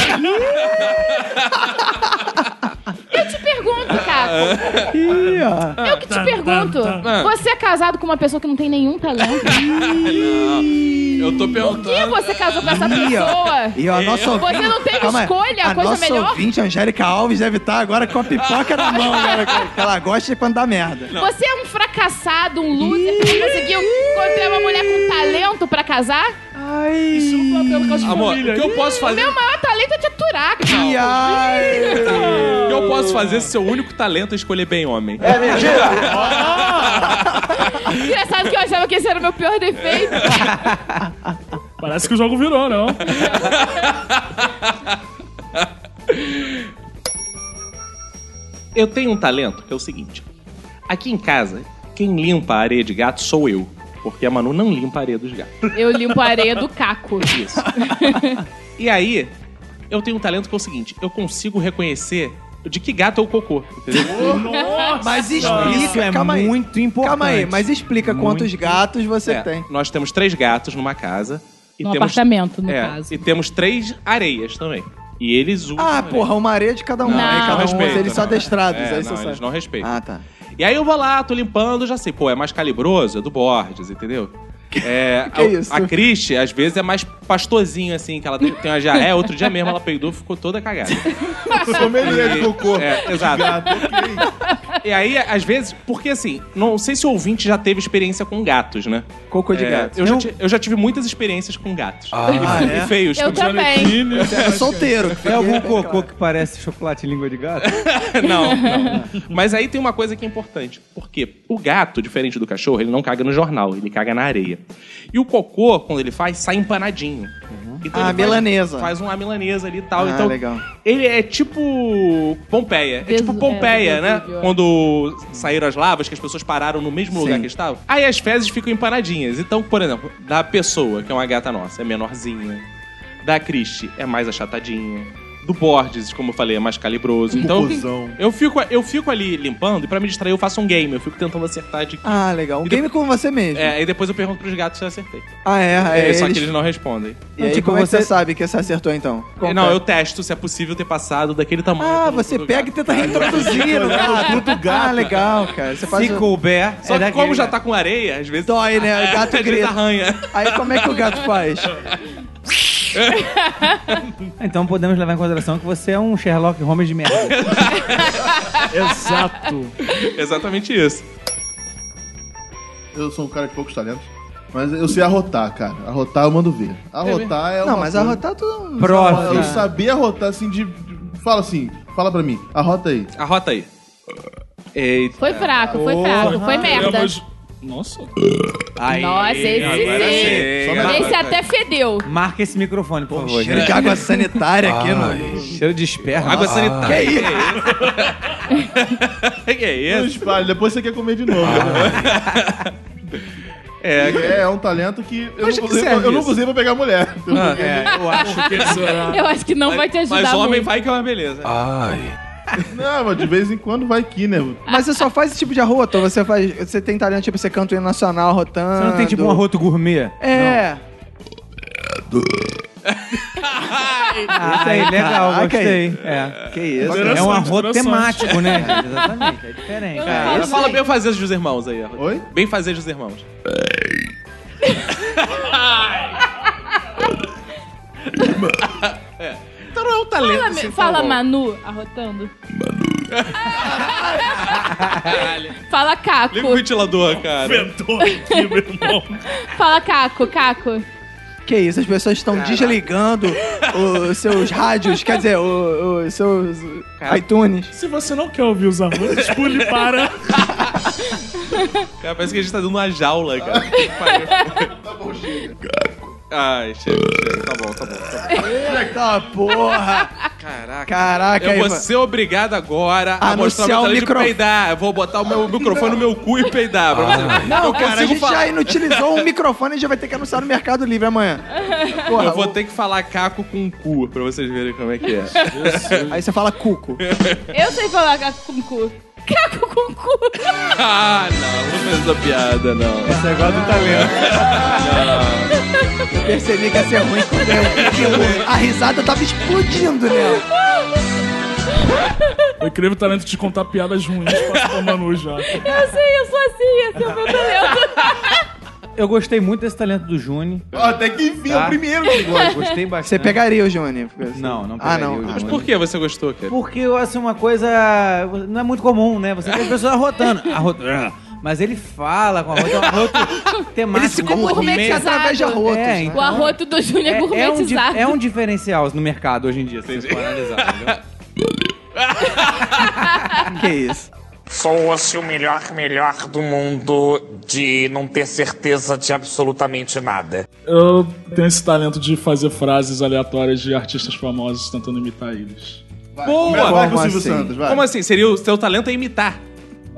[SPEAKER 3] Eu te pergunto,
[SPEAKER 2] É.
[SPEAKER 3] Caco.
[SPEAKER 2] Ih, ó.
[SPEAKER 3] Eu que te pergunto.
[SPEAKER 1] Ah.
[SPEAKER 3] Você é casado com uma pessoa que não tem nenhum talento?
[SPEAKER 1] Eu tô perguntando.
[SPEAKER 3] E você casou com essa
[SPEAKER 2] Ih,
[SPEAKER 3] pessoa?
[SPEAKER 2] E a nossa
[SPEAKER 3] Você
[SPEAKER 2] ouvinte-
[SPEAKER 3] não teve
[SPEAKER 2] Calma aí.
[SPEAKER 3] escolha,
[SPEAKER 2] a
[SPEAKER 3] coisa
[SPEAKER 2] nossa
[SPEAKER 3] melhor?
[SPEAKER 2] ouvinte, Angélica Alves, deve estar agora com a pipoca na mão, né? Que ela gosta de quando dá merda.
[SPEAKER 3] Você é um fracassado, um loser que não conseguiu encontrar uma mulher com talento pra casar?
[SPEAKER 2] Ai,
[SPEAKER 5] Isso não tá tendo caso de
[SPEAKER 1] Amor, o
[SPEAKER 5] família.
[SPEAKER 1] que eu posso fazer?
[SPEAKER 3] Meu maior talento é te aturar, cara.
[SPEAKER 2] ai.
[SPEAKER 1] O que eu posso fazer se seu único talento é escolher bem homem?
[SPEAKER 2] É.
[SPEAKER 3] Engraçado que eu achava que esse era o meu pior defeito.
[SPEAKER 5] Parece que o jogo virou, não.
[SPEAKER 1] Eu tenho um talento que é o seguinte: aqui em casa, quem limpa a areia de gato sou eu. Porque a Manu não limpa a areia dos gatos.
[SPEAKER 3] Eu limpo a areia do caco.
[SPEAKER 1] Isso. e aí, eu tenho um talento que é o seguinte: eu consigo reconhecer de que gato é o cocô. Entendeu?
[SPEAKER 2] Mas explica,
[SPEAKER 6] Isso é
[SPEAKER 2] calma aí.
[SPEAKER 6] muito importante.
[SPEAKER 2] Calma aí, mas explica quantos gatos você
[SPEAKER 1] É,
[SPEAKER 2] tem.
[SPEAKER 1] Nós temos três gatos numa casa. E
[SPEAKER 3] No
[SPEAKER 1] temos,
[SPEAKER 3] apartamento, no
[SPEAKER 1] é,
[SPEAKER 3] caso.
[SPEAKER 1] E temos três areias também. E eles usam.
[SPEAKER 2] Ah,
[SPEAKER 1] areia.
[SPEAKER 2] porra, uma areia de cada um.
[SPEAKER 3] Não.
[SPEAKER 2] Aí cada um,
[SPEAKER 1] Respeito,
[SPEAKER 2] eles são
[SPEAKER 1] não.
[SPEAKER 2] adestrados,
[SPEAKER 1] É,
[SPEAKER 2] aí
[SPEAKER 1] não,
[SPEAKER 2] você
[SPEAKER 1] eles
[SPEAKER 2] sabe.
[SPEAKER 1] não respeitam.
[SPEAKER 2] Ah, tá.
[SPEAKER 1] E aí eu vou lá, tô limpando, já sei, pô, é mais calibroso, é do Borges, entendeu? É,
[SPEAKER 2] Que
[SPEAKER 1] a,
[SPEAKER 2] isso?
[SPEAKER 1] a Cristi, às vezes, é mais pastorzinho, assim, que ela tem tem uma diarreia. Outro dia mesmo ela peidou e ficou toda cagada.
[SPEAKER 4] Sommelier de cocô.
[SPEAKER 1] É, exato.
[SPEAKER 4] Gato, ok.
[SPEAKER 1] E aí, às vezes, porque assim, não sei se o ouvinte já teve experiência com gatos, né?
[SPEAKER 2] Cocô de
[SPEAKER 1] É,
[SPEAKER 2] gato.
[SPEAKER 1] Eu, já, ti- eu já tive muitas experiências com gatos.
[SPEAKER 2] Ah,
[SPEAKER 1] e
[SPEAKER 2] é?
[SPEAKER 1] feios.
[SPEAKER 3] Eu
[SPEAKER 1] também.
[SPEAKER 3] também.
[SPEAKER 2] É solteiro.
[SPEAKER 6] É algum cocô que parece chocolate e língua de gato?
[SPEAKER 1] não, não. Mas aí tem uma coisa que é importante. Porque o gato, diferente do cachorro, ele não caga no jornal, ele caga na areia. E o cocô, quando ele faz, sai empanadinho. Então
[SPEAKER 2] Ah,
[SPEAKER 1] ele faz-
[SPEAKER 2] milanesa.
[SPEAKER 1] Faz uma milanesa ali e tal.
[SPEAKER 2] Ah,
[SPEAKER 1] então,
[SPEAKER 2] legal.
[SPEAKER 1] ele é tipo Pompeia. É
[SPEAKER 3] Des-
[SPEAKER 1] tipo Pompeia,
[SPEAKER 3] é,
[SPEAKER 1] né?
[SPEAKER 3] Vesúvio, é.
[SPEAKER 1] Quando saíram as lavas, que as pessoas pararam no mesmo lugar que estavam. Aí as fezes ficam empanadinhas. Então, por exemplo, da pessoa, que é uma gata nossa, é menorzinha. Da Christie é mais achatadinha. Do Borges, como eu falei, é mais
[SPEAKER 2] Um
[SPEAKER 1] calibroso. Então,
[SPEAKER 4] Cocôzão.
[SPEAKER 1] eu fico, eu fico ali limpando e pra me distrair eu faço um game. Eu fico tentando acertar de...
[SPEAKER 2] Ah, legal. Um
[SPEAKER 1] E
[SPEAKER 2] game com você mesmo.
[SPEAKER 1] É, e depois eu pergunto pros gatos se eu acertei.
[SPEAKER 2] Ah, é. é,
[SPEAKER 1] É, só que
[SPEAKER 2] eles-
[SPEAKER 1] eles não respondem.
[SPEAKER 2] E aí,
[SPEAKER 6] Tipo,
[SPEAKER 2] como é que
[SPEAKER 6] você-
[SPEAKER 2] você sabe que você acertou, então?
[SPEAKER 1] Não, eu testo se é possível ter passado daquele tamanho.
[SPEAKER 2] Ah,
[SPEAKER 1] pelo
[SPEAKER 2] você
[SPEAKER 1] do
[SPEAKER 2] pega
[SPEAKER 1] gato.
[SPEAKER 2] e tenta reintroduzir no gato. Ah, legal, cara. Você faz
[SPEAKER 6] Se
[SPEAKER 2] o...
[SPEAKER 6] couber.
[SPEAKER 1] Só
[SPEAKER 6] é
[SPEAKER 1] que
[SPEAKER 6] daquele
[SPEAKER 1] como já
[SPEAKER 6] gato.
[SPEAKER 1] tá com areia, às vezes...
[SPEAKER 2] Dói, né? O
[SPEAKER 1] Às
[SPEAKER 2] gato
[SPEAKER 1] vezes
[SPEAKER 2] grita.
[SPEAKER 1] arranha.
[SPEAKER 2] Aí como é que o gato faz?
[SPEAKER 6] Então podemos levar em consideração que você é um Sherlock Holmes de merda.
[SPEAKER 5] Exato.
[SPEAKER 1] Exatamente isso.
[SPEAKER 4] Eu sou um cara de poucos talentos. Mas eu sei arrotar, cara. Arrotar eu mando ver. Arrotar é, uma
[SPEAKER 2] Não, mas
[SPEAKER 4] coisa-
[SPEAKER 2] arrotar tudo...
[SPEAKER 6] Prove.
[SPEAKER 4] Eu sabia arrotar assim de... de- Fala assim, fala pra mim. Arrota aí.
[SPEAKER 1] Arrota aí. Eita.
[SPEAKER 3] Foi fraco, foi fraco, foi merda.
[SPEAKER 5] Temos- Nossa.
[SPEAKER 3] Nossa, esse
[SPEAKER 1] Agora
[SPEAKER 3] sim.
[SPEAKER 1] sim.
[SPEAKER 4] Só
[SPEAKER 1] Agora
[SPEAKER 4] melhor.
[SPEAKER 3] Esse até fedeu.
[SPEAKER 6] Marca esse microfone, por favor.
[SPEAKER 2] Cheiro de água sanitária
[SPEAKER 1] Ah,
[SPEAKER 2] aqui, mano.
[SPEAKER 6] Cheiro de
[SPEAKER 3] é
[SPEAKER 6] esperma.
[SPEAKER 1] Água
[SPEAKER 2] Ah.
[SPEAKER 1] sanitária. Que isso? tá. que
[SPEAKER 4] Não
[SPEAKER 1] isso?
[SPEAKER 4] espalha, depois você quer comer de novo. né?
[SPEAKER 1] É,
[SPEAKER 4] É, é um talento que eu,
[SPEAKER 1] Mas
[SPEAKER 4] não
[SPEAKER 1] que
[SPEAKER 4] usei, pra-
[SPEAKER 1] serve
[SPEAKER 4] eu nunca
[SPEAKER 1] isso?
[SPEAKER 4] usei pra pegar mulher.
[SPEAKER 6] eu acho.
[SPEAKER 3] Eu acho que não vai te ajudar
[SPEAKER 1] Mas homem
[SPEAKER 3] muito.
[SPEAKER 1] vai que é uma beleza.
[SPEAKER 2] Ah,
[SPEAKER 4] Não, mas de vez em quando vai que, né?
[SPEAKER 2] Mas você só faz esse tipo de arroto? Você faz... Você tem talento, tipo, você canta o hino nacional rotando?
[SPEAKER 6] Você não tem tipo um arroto gourmet?
[SPEAKER 2] É.
[SPEAKER 6] Isso aí, legal,
[SPEAKER 2] caraca,
[SPEAKER 6] gostei. É.
[SPEAKER 2] Que isso?
[SPEAKER 6] É um arroz
[SPEAKER 5] interessante.
[SPEAKER 6] temático, né? gente? Exatamente, é diferente.
[SPEAKER 3] Eu não falo
[SPEAKER 1] Fala
[SPEAKER 3] mais.
[SPEAKER 1] bem fazer dos irmãos aí, ó.
[SPEAKER 4] Oi?
[SPEAKER 1] Bem fazer dos irmãos. Então não é um talento.
[SPEAKER 3] Fala,
[SPEAKER 1] assim,
[SPEAKER 3] fala
[SPEAKER 1] tão bom.
[SPEAKER 3] Manu, arrotando. Manu. fala Caco.
[SPEAKER 1] Liga o ventilador, cara.
[SPEAKER 5] Inventou aqui, meu irmão.
[SPEAKER 3] Fala Caco, Caco.
[SPEAKER 2] Que isso, as pessoas estão desligando os seus rádios, quer dizer, o- os seus iTunes.
[SPEAKER 5] Se você não quer ouvir os arroz, pule para.
[SPEAKER 1] Cara, Parece que a gente tá dando uma jaula, cara. Que pariu. Ai, chega, chega. Tá bom, tá bom. Tá bom.
[SPEAKER 2] Eita porra! Caraca. Caraca,
[SPEAKER 1] Eu vou
[SPEAKER 2] Ivan.
[SPEAKER 1] ser obrigado agora a
[SPEAKER 2] Anunciar
[SPEAKER 1] mostrar meu
[SPEAKER 2] o
[SPEAKER 1] talento de
[SPEAKER 2] micro- Ah,
[SPEAKER 1] peidar. Eu vou botar o meu microfone no meu cu e peidar. pra você.
[SPEAKER 2] Não,
[SPEAKER 1] eu
[SPEAKER 2] cara, a
[SPEAKER 1] consigo
[SPEAKER 2] gente
[SPEAKER 1] falar.
[SPEAKER 2] já inutilizou um microfone e já vai ter que anunciar no Mercado Livre amanhã. Porra,
[SPEAKER 1] Eu vou ter que falar caco com cu pra vocês verem como é que é.
[SPEAKER 2] Aí você fala cuco.
[SPEAKER 3] Eu sei falar Caco com cu. Caco com cu.
[SPEAKER 1] Ah, não, não fez essa piada, não.
[SPEAKER 6] Esse negócio do talento.
[SPEAKER 2] Eu percebi que ia ser ruim quando eu- eu- A risada tava explodindo, né?
[SPEAKER 5] O incrível talento de contar piadas ruins passa pra Manu já.
[SPEAKER 3] Eu sei, eu sou assim, esse é o meu talento.
[SPEAKER 6] Eu gostei muito desse talento do Juni.
[SPEAKER 4] Até que enfim, é
[SPEAKER 6] Tá.
[SPEAKER 4] o primeiro que gosta.
[SPEAKER 6] Gostei bastante.
[SPEAKER 2] Você pegaria o Johnny?
[SPEAKER 6] É. Não, não
[SPEAKER 2] Ah,
[SPEAKER 6] pegaria
[SPEAKER 2] não.
[SPEAKER 6] o Johnny.
[SPEAKER 2] Ah,
[SPEAKER 1] Mas por que você gostou, cara?
[SPEAKER 6] Porque eu acho uma coisa. Não é muito comum, né? Você vê as pessoas arrotando. Arrotando. Mas ele fala com a rota, um arroto temático.
[SPEAKER 2] Ele se compromete
[SPEAKER 3] gourmetizado.
[SPEAKER 2] É através de arrotos,
[SPEAKER 6] É,
[SPEAKER 2] né?
[SPEAKER 3] O arroto assim. do Júnior é
[SPEAKER 6] É, é, um, di-
[SPEAKER 3] gourmetizado.
[SPEAKER 6] é um diferencial no mercado hoje em dia, se você for analisar, entendeu?
[SPEAKER 2] Que isso?
[SPEAKER 12] Sou hoje o melhor, melhor do mundo de não ter certeza de absolutamente nada.
[SPEAKER 5] Eu tenho esse talento de fazer frases aleatórias de artistas famosos tentando imitar eles.
[SPEAKER 1] Boa!
[SPEAKER 4] Vai com o
[SPEAKER 2] Como
[SPEAKER 4] Silvio
[SPEAKER 2] assim?
[SPEAKER 4] Santos, vai.
[SPEAKER 1] Como assim? Seria o seu talento é imitar.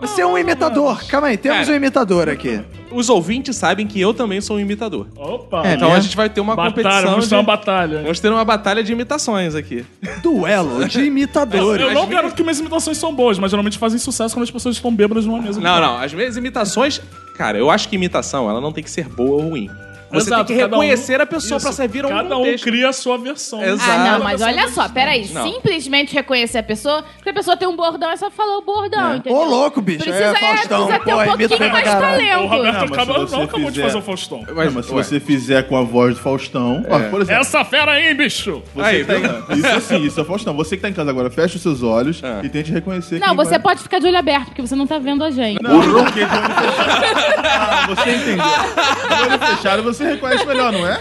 [SPEAKER 2] Você é um imitador. Calma aí, temos
[SPEAKER 3] É.
[SPEAKER 1] Cara.
[SPEAKER 2] um imitador aqui.
[SPEAKER 1] Os ouvintes sabem que eu também sou um imitador.
[SPEAKER 5] Opa!
[SPEAKER 2] É,
[SPEAKER 1] Então
[SPEAKER 2] né?
[SPEAKER 1] a gente vai ter uma
[SPEAKER 5] batalha,
[SPEAKER 1] competição.
[SPEAKER 5] vamos ter uma
[SPEAKER 1] de-
[SPEAKER 5] batalha.
[SPEAKER 1] Vamos ter uma batalha de imitações aqui.
[SPEAKER 2] Duelo de imitadores.
[SPEAKER 5] Eu não garanto que minhas imitações são boas, mas geralmente fazem sucesso quando as pessoas estão bêbadas numa mesa.
[SPEAKER 1] Não, não. As minhas imitações. Cara, eu acho que imitação, ela não tem que ser boa ou ruim. Você
[SPEAKER 5] Exato,
[SPEAKER 1] tem que
[SPEAKER 5] cada um-
[SPEAKER 1] reconhecer a pessoa
[SPEAKER 5] Isso,
[SPEAKER 1] pra servir a um
[SPEAKER 5] Cada um
[SPEAKER 1] contexto.
[SPEAKER 5] cria a sua versão.
[SPEAKER 1] Exato.
[SPEAKER 3] Ah, não,
[SPEAKER 1] Exato.
[SPEAKER 3] mas olha só, peraí.
[SPEAKER 1] Não.
[SPEAKER 3] Simplesmente reconhecer a pessoa, porque a pessoa tem um bordão, é só falar o bordão, entendeu?
[SPEAKER 2] Ô, louco, bicho.
[SPEAKER 3] Precisa,
[SPEAKER 2] é, Faustão.
[SPEAKER 3] precisa
[SPEAKER 2] Pô,
[SPEAKER 3] ter um
[SPEAKER 2] imita
[SPEAKER 3] pouquinho
[SPEAKER 2] bem pra
[SPEAKER 3] mais
[SPEAKER 2] caralho.
[SPEAKER 5] O
[SPEAKER 3] talento.
[SPEAKER 5] Roberto
[SPEAKER 4] Não, é mas se
[SPEAKER 5] acabou,
[SPEAKER 4] você
[SPEAKER 5] não acabou de
[SPEAKER 4] fizer-
[SPEAKER 5] fazer o Faustão.
[SPEAKER 4] Não, mas se
[SPEAKER 1] ué.
[SPEAKER 4] você fizer com a voz do Faustão. Ó, por exemplo,
[SPEAKER 5] Essa fera aí, bicho!
[SPEAKER 4] você
[SPEAKER 1] É, Aí,
[SPEAKER 4] que tá em- Isso assim, isso é Faustão. Você que tá em casa agora, fecha os seus olhos
[SPEAKER 1] Ah.
[SPEAKER 4] e tente reconhecer
[SPEAKER 3] Não,
[SPEAKER 4] quem
[SPEAKER 3] você
[SPEAKER 4] vai-
[SPEAKER 3] pode ficar de olho aberto, porque você não tá vendo a gente.
[SPEAKER 4] Não, não, porque de olho fechado. Ah, você entendeu. De olho fechado você reconhece melhor, não é?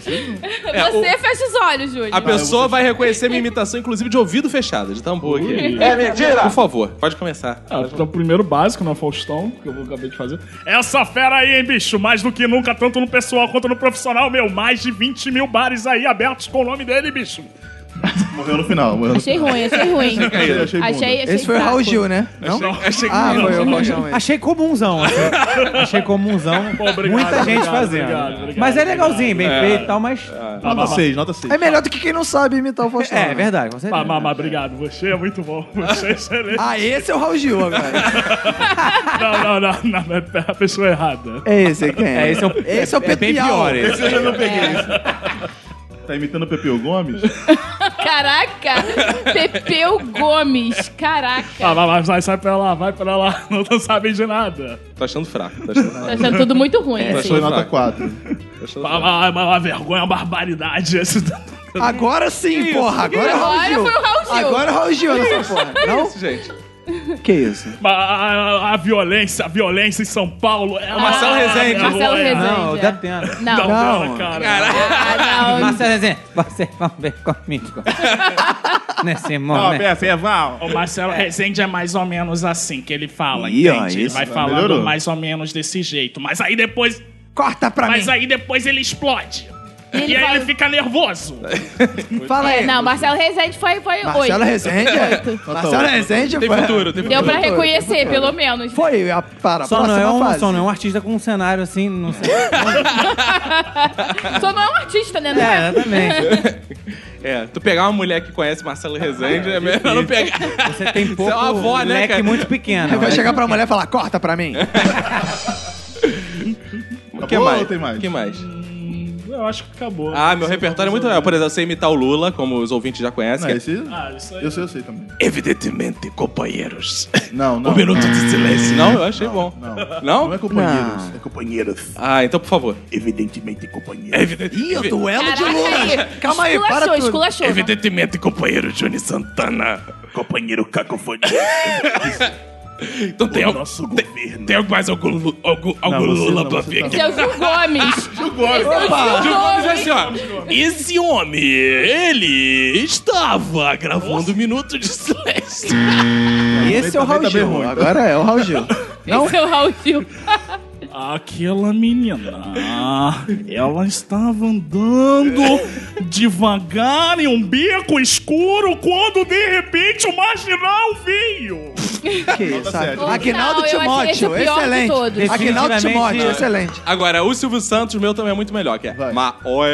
[SPEAKER 3] você fecha os olhos, Júlio.
[SPEAKER 6] Ah,
[SPEAKER 1] A pessoa vai reconhecer minha imitação, inclusive de ouvido fechado, de tambor aqui. É mentira! Por favor, pode começar.
[SPEAKER 5] Ah, então,
[SPEAKER 6] Tá.
[SPEAKER 5] primeiro básico, não é Faustão, que eu acabei de fazer. Essa fera aí, hein, bicho? Mais do que nunca, tanto no pessoal quanto no profissional, meu. Mais de 20 mil bares aí abertos com o nome dele, bicho.
[SPEAKER 4] Morreu no final. Morreu no
[SPEAKER 3] Achei ruim, achei ruim.
[SPEAKER 4] final. Achei, bunda.
[SPEAKER 3] achei, achei
[SPEAKER 2] Esse foi o Raul
[SPEAKER 3] fraco.
[SPEAKER 2] Gil, né? Não?
[SPEAKER 6] É
[SPEAKER 1] Achei que
[SPEAKER 2] Ah,
[SPEAKER 1] não.
[SPEAKER 2] foi o Faustão. esse.
[SPEAKER 6] Achei comunzão. assim. Achei comunzão.
[SPEAKER 5] Pô, obrigado,
[SPEAKER 6] Ah, Muita gente
[SPEAKER 5] obrigado,
[SPEAKER 6] fazendo.
[SPEAKER 5] obrigado, obrigado,
[SPEAKER 6] mas é
[SPEAKER 5] obrigado.
[SPEAKER 6] legalzinho, bem feito e tal, mas.
[SPEAKER 4] Nota 6, nota 6.
[SPEAKER 2] É melhor do que quem não sabe imitar o Faustão.
[SPEAKER 6] É,
[SPEAKER 2] né?
[SPEAKER 6] é verdade, com certeza.
[SPEAKER 5] Ah, mas, mas obrigado. Você é muito bom. Você é excelente.
[SPEAKER 2] Ah, esse é o Raul Gil agora.
[SPEAKER 5] Não, não, não. não é a pessoa errada.
[SPEAKER 2] É esse quem é.
[SPEAKER 6] É, esse é o-
[SPEAKER 2] Esse é o
[SPEAKER 6] é bem
[SPEAKER 2] Pepial.
[SPEAKER 6] pior, esse.
[SPEAKER 4] Esse eu já não peguei. esse. Tá imitando o Pepeu Gomes?
[SPEAKER 3] Caraca, Pepeu Gomes, caraca.
[SPEAKER 5] Ah, mas, mas vai, sai pra lá, vai pra lá. Não, não sabem de nada.
[SPEAKER 1] Tô achando fraco, tô achando fraco.
[SPEAKER 3] Tá achando tudo muito ruim, assim.
[SPEAKER 4] Foi
[SPEAKER 1] Exato.
[SPEAKER 4] nota 4.
[SPEAKER 1] Tô achando
[SPEAKER 5] Ah,
[SPEAKER 1] fraco.
[SPEAKER 5] mas- mas uma vergonha, uma barbaridade. Esse...
[SPEAKER 2] Agora sim, porra. Agora é o Raul
[SPEAKER 3] Agora
[SPEAKER 2] Gil.
[SPEAKER 3] foi o Raul Gil.
[SPEAKER 2] Agora é o Raul Gil nessa porra. Não?
[SPEAKER 1] Isso, gente.
[SPEAKER 2] Que isso?
[SPEAKER 5] A, a- a violência, a violência em São Paulo. É
[SPEAKER 1] Marcelo Rezende.
[SPEAKER 3] Marcelo
[SPEAKER 5] vergonha.
[SPEAKER 3] Rezende.
[SPEAKER 6] Não, dá tempo.
[SPEAKER 3] Não, não.
[SPEAKER 5] Não, não,
[SPEAKER 2] Não.
[SPEAKER 5] cara.
[SPEAKER 3] Ah, não.
[SPEAKER 6] Marcelo Rezende, você vai ver comigo. Nesse momento.
[SPEAKER 5] é
[SPEAKER 4] Perceval.
[SPEAKER 5] O Marcelo Rezende é mais ou menos assim que ele fala,
[SPEAKER 2] Ih, ó,
[SPEAKER 5] entende? Ele
[SPEAKER 2] isso,
[SPEAKER 5] vai
[SPEAKER 4] tá,
[SPEAKER 5] falando
[SPEAKER 4] melhorou.
[SPEAKER 5] mais ou menos desse jeito. Mas aí depois.
[SPEAKER 2] Corta pra
[SPEAKER 5] Mas
[SPEAKER 2] mim.
[SPEAKER 5] aí depois ele explode.
[SPEAKER 3] Ele
[SPEAKER 5] e aí
[SPEAKER 3] vai-
[SPEAKER 5] ele fica nervoso.
[SPEAKER 2] Fala
[SPEAKER 3] É,
[SPEAKER 2] aí.
[SPEAKER 3] não, Marcelo Rezende foi, foi
[SPEAKER 2] Marcelo
[SPEAKER 3] oito.
[SPEAKER 2] Rezende. é. Marcelo Rezende
[SPEAKER 1] Tem
[SPEAKER 2] foi-
[SPEAKER 1] futuro, tem futuro.
[SPEAKER 3] Deu pra reconhecer, pelo menos.
[SPEAKER 2] Foi a, para a
[SPEAKER 6] Só não,
[SPEAKER 2] próxima
[SPEAKER 6] é um,
[SPEAKER 2] fase.
[SPEAKER 6] só não é um artista com um cenário assim, não sei.
[SPEAKER 3] Só não é um artista, né? Não
[SPEAKER 6] É,
[SPEAKER 3] é?
[SPEAKER 6] exatamente.
[SPEAKER 1] É, tu pegar uma mulher que conhece Marcelo Rezende é melhor não pegar.
[SPEAKER 6] Você tem Um pouco
[SPEAKER 1] é uma avó, né,
[SPEAKER 6] leque
[SPEAKER 1] cara?
[SPEAKER 6] muito pequeno.
[SPEAKER 2] Vai chegar pra mulher e falar, corta pra mim.
[SPEAKER 1] O que
[SPEAKER 4] Acabou ou
[SPEAKER 1] mais?
[SPEAKER 4] Tá tem mais?
[SPEAKER 1] O que mais?
[SPEAKER 5] Eu acho que acabou.
[SPEAKER 1] Ah, meu repertório é muito legal. Por exemplo, eu sei imitar o Lula, como os ouvintes já conhecem.
[SPEAKER 4] Não,
[SPEAKER 1] que é-
[SPEAKER 4] esse...
[SPEAKER 5] Ah, isso aí.
[SPEAKER 4] Eu sei, eu sei também.
[SPEAKER 1] Evidentemente, companheiros.
[SPEAKER 4] Não, não.
[SPEAKER 1] Um minuto de silêncio. Não, eu achei bom.
[SPEAKER 4] Não.
[SPEAKER 1] Não?
[SPEAKER 4] Não é companheiros. É companheiros.
[SPEAKER 1] Ah, então, por favor.
[SPEAKER 4] Evidentemente companheiros.
[SPEAKER 1] Evidentemente.
[SPEAKER 3] Caraca, aí.
[SPEAKER 2] Calma aí, para
[SPEAKER 3] Esculachou,
[SPEAKER 2] tudo.
[SPEAKER 3] esculachou.
[SPEAKER 1] Evidentemente, companheiro Johnny Santana.
[SPEAKER 4] Companheiro cacofonia.
[SPEAKER 1] Então tem, al- tem- tem mais algum, lu- algum, algum
[SPEAKER 4] você
[SPEAKER 1] Lula
[SPEAKER 4] não,
[SPEAKER 1] pra
[SPEAKER 4] você
[SPEAKER 1] vir
[SPEAKER 4] tá-
[SPEAKER 1] aqui?
[SPEAKER 3] Esse é o Gil Gomes. Gil Gomes. Opa. Gil
[SPEAKER 1] Vamos dizer
[SPEAKER 3] Gomes.
[SPEAKER 1] assim, ó. Esse homem, ele estava gravando minutos de silêncio.
[SPEAKER 2] E esse é o
[SPEAKER 4] também
[SPEAKER 2] Raul
[SPEAKER 4] tá bem
[SPEAKER 2] Gil.
[SPEAKER 4] ruim.
[SPEAKER 2] Agora é o Raul Gil.
[SPEAKER 3] Esse é o Raul Gil.
[SPEAKER 5] Aquela menina, ela estava andando devagar em um beco escuro quando de repente o marginal veio.
[SPEAKER 2] Que
[SPEAKER 6] tá
[SPEAKER 2] isso, sabe?
[SPEAKER 4] sério.
[SPEAKER 2] Aguinaldo
[SPEAKER 3] Não, eu achei esse o
[SPEAKER 2] Timóteo,
[SPEAKER 3] pior de todos.
[SPEAKER 2] excelente. Aguinaldo
[SPEAKER 6] Definitivamente-
[SPEAKER 2] Timóteo, excelente.
[SPEAKER 1] Agora, o Silvio Santos, meu também é muito melhor, que é.
[SPEAKER 4] Vai.
[SPEAKER 1] Ma oi,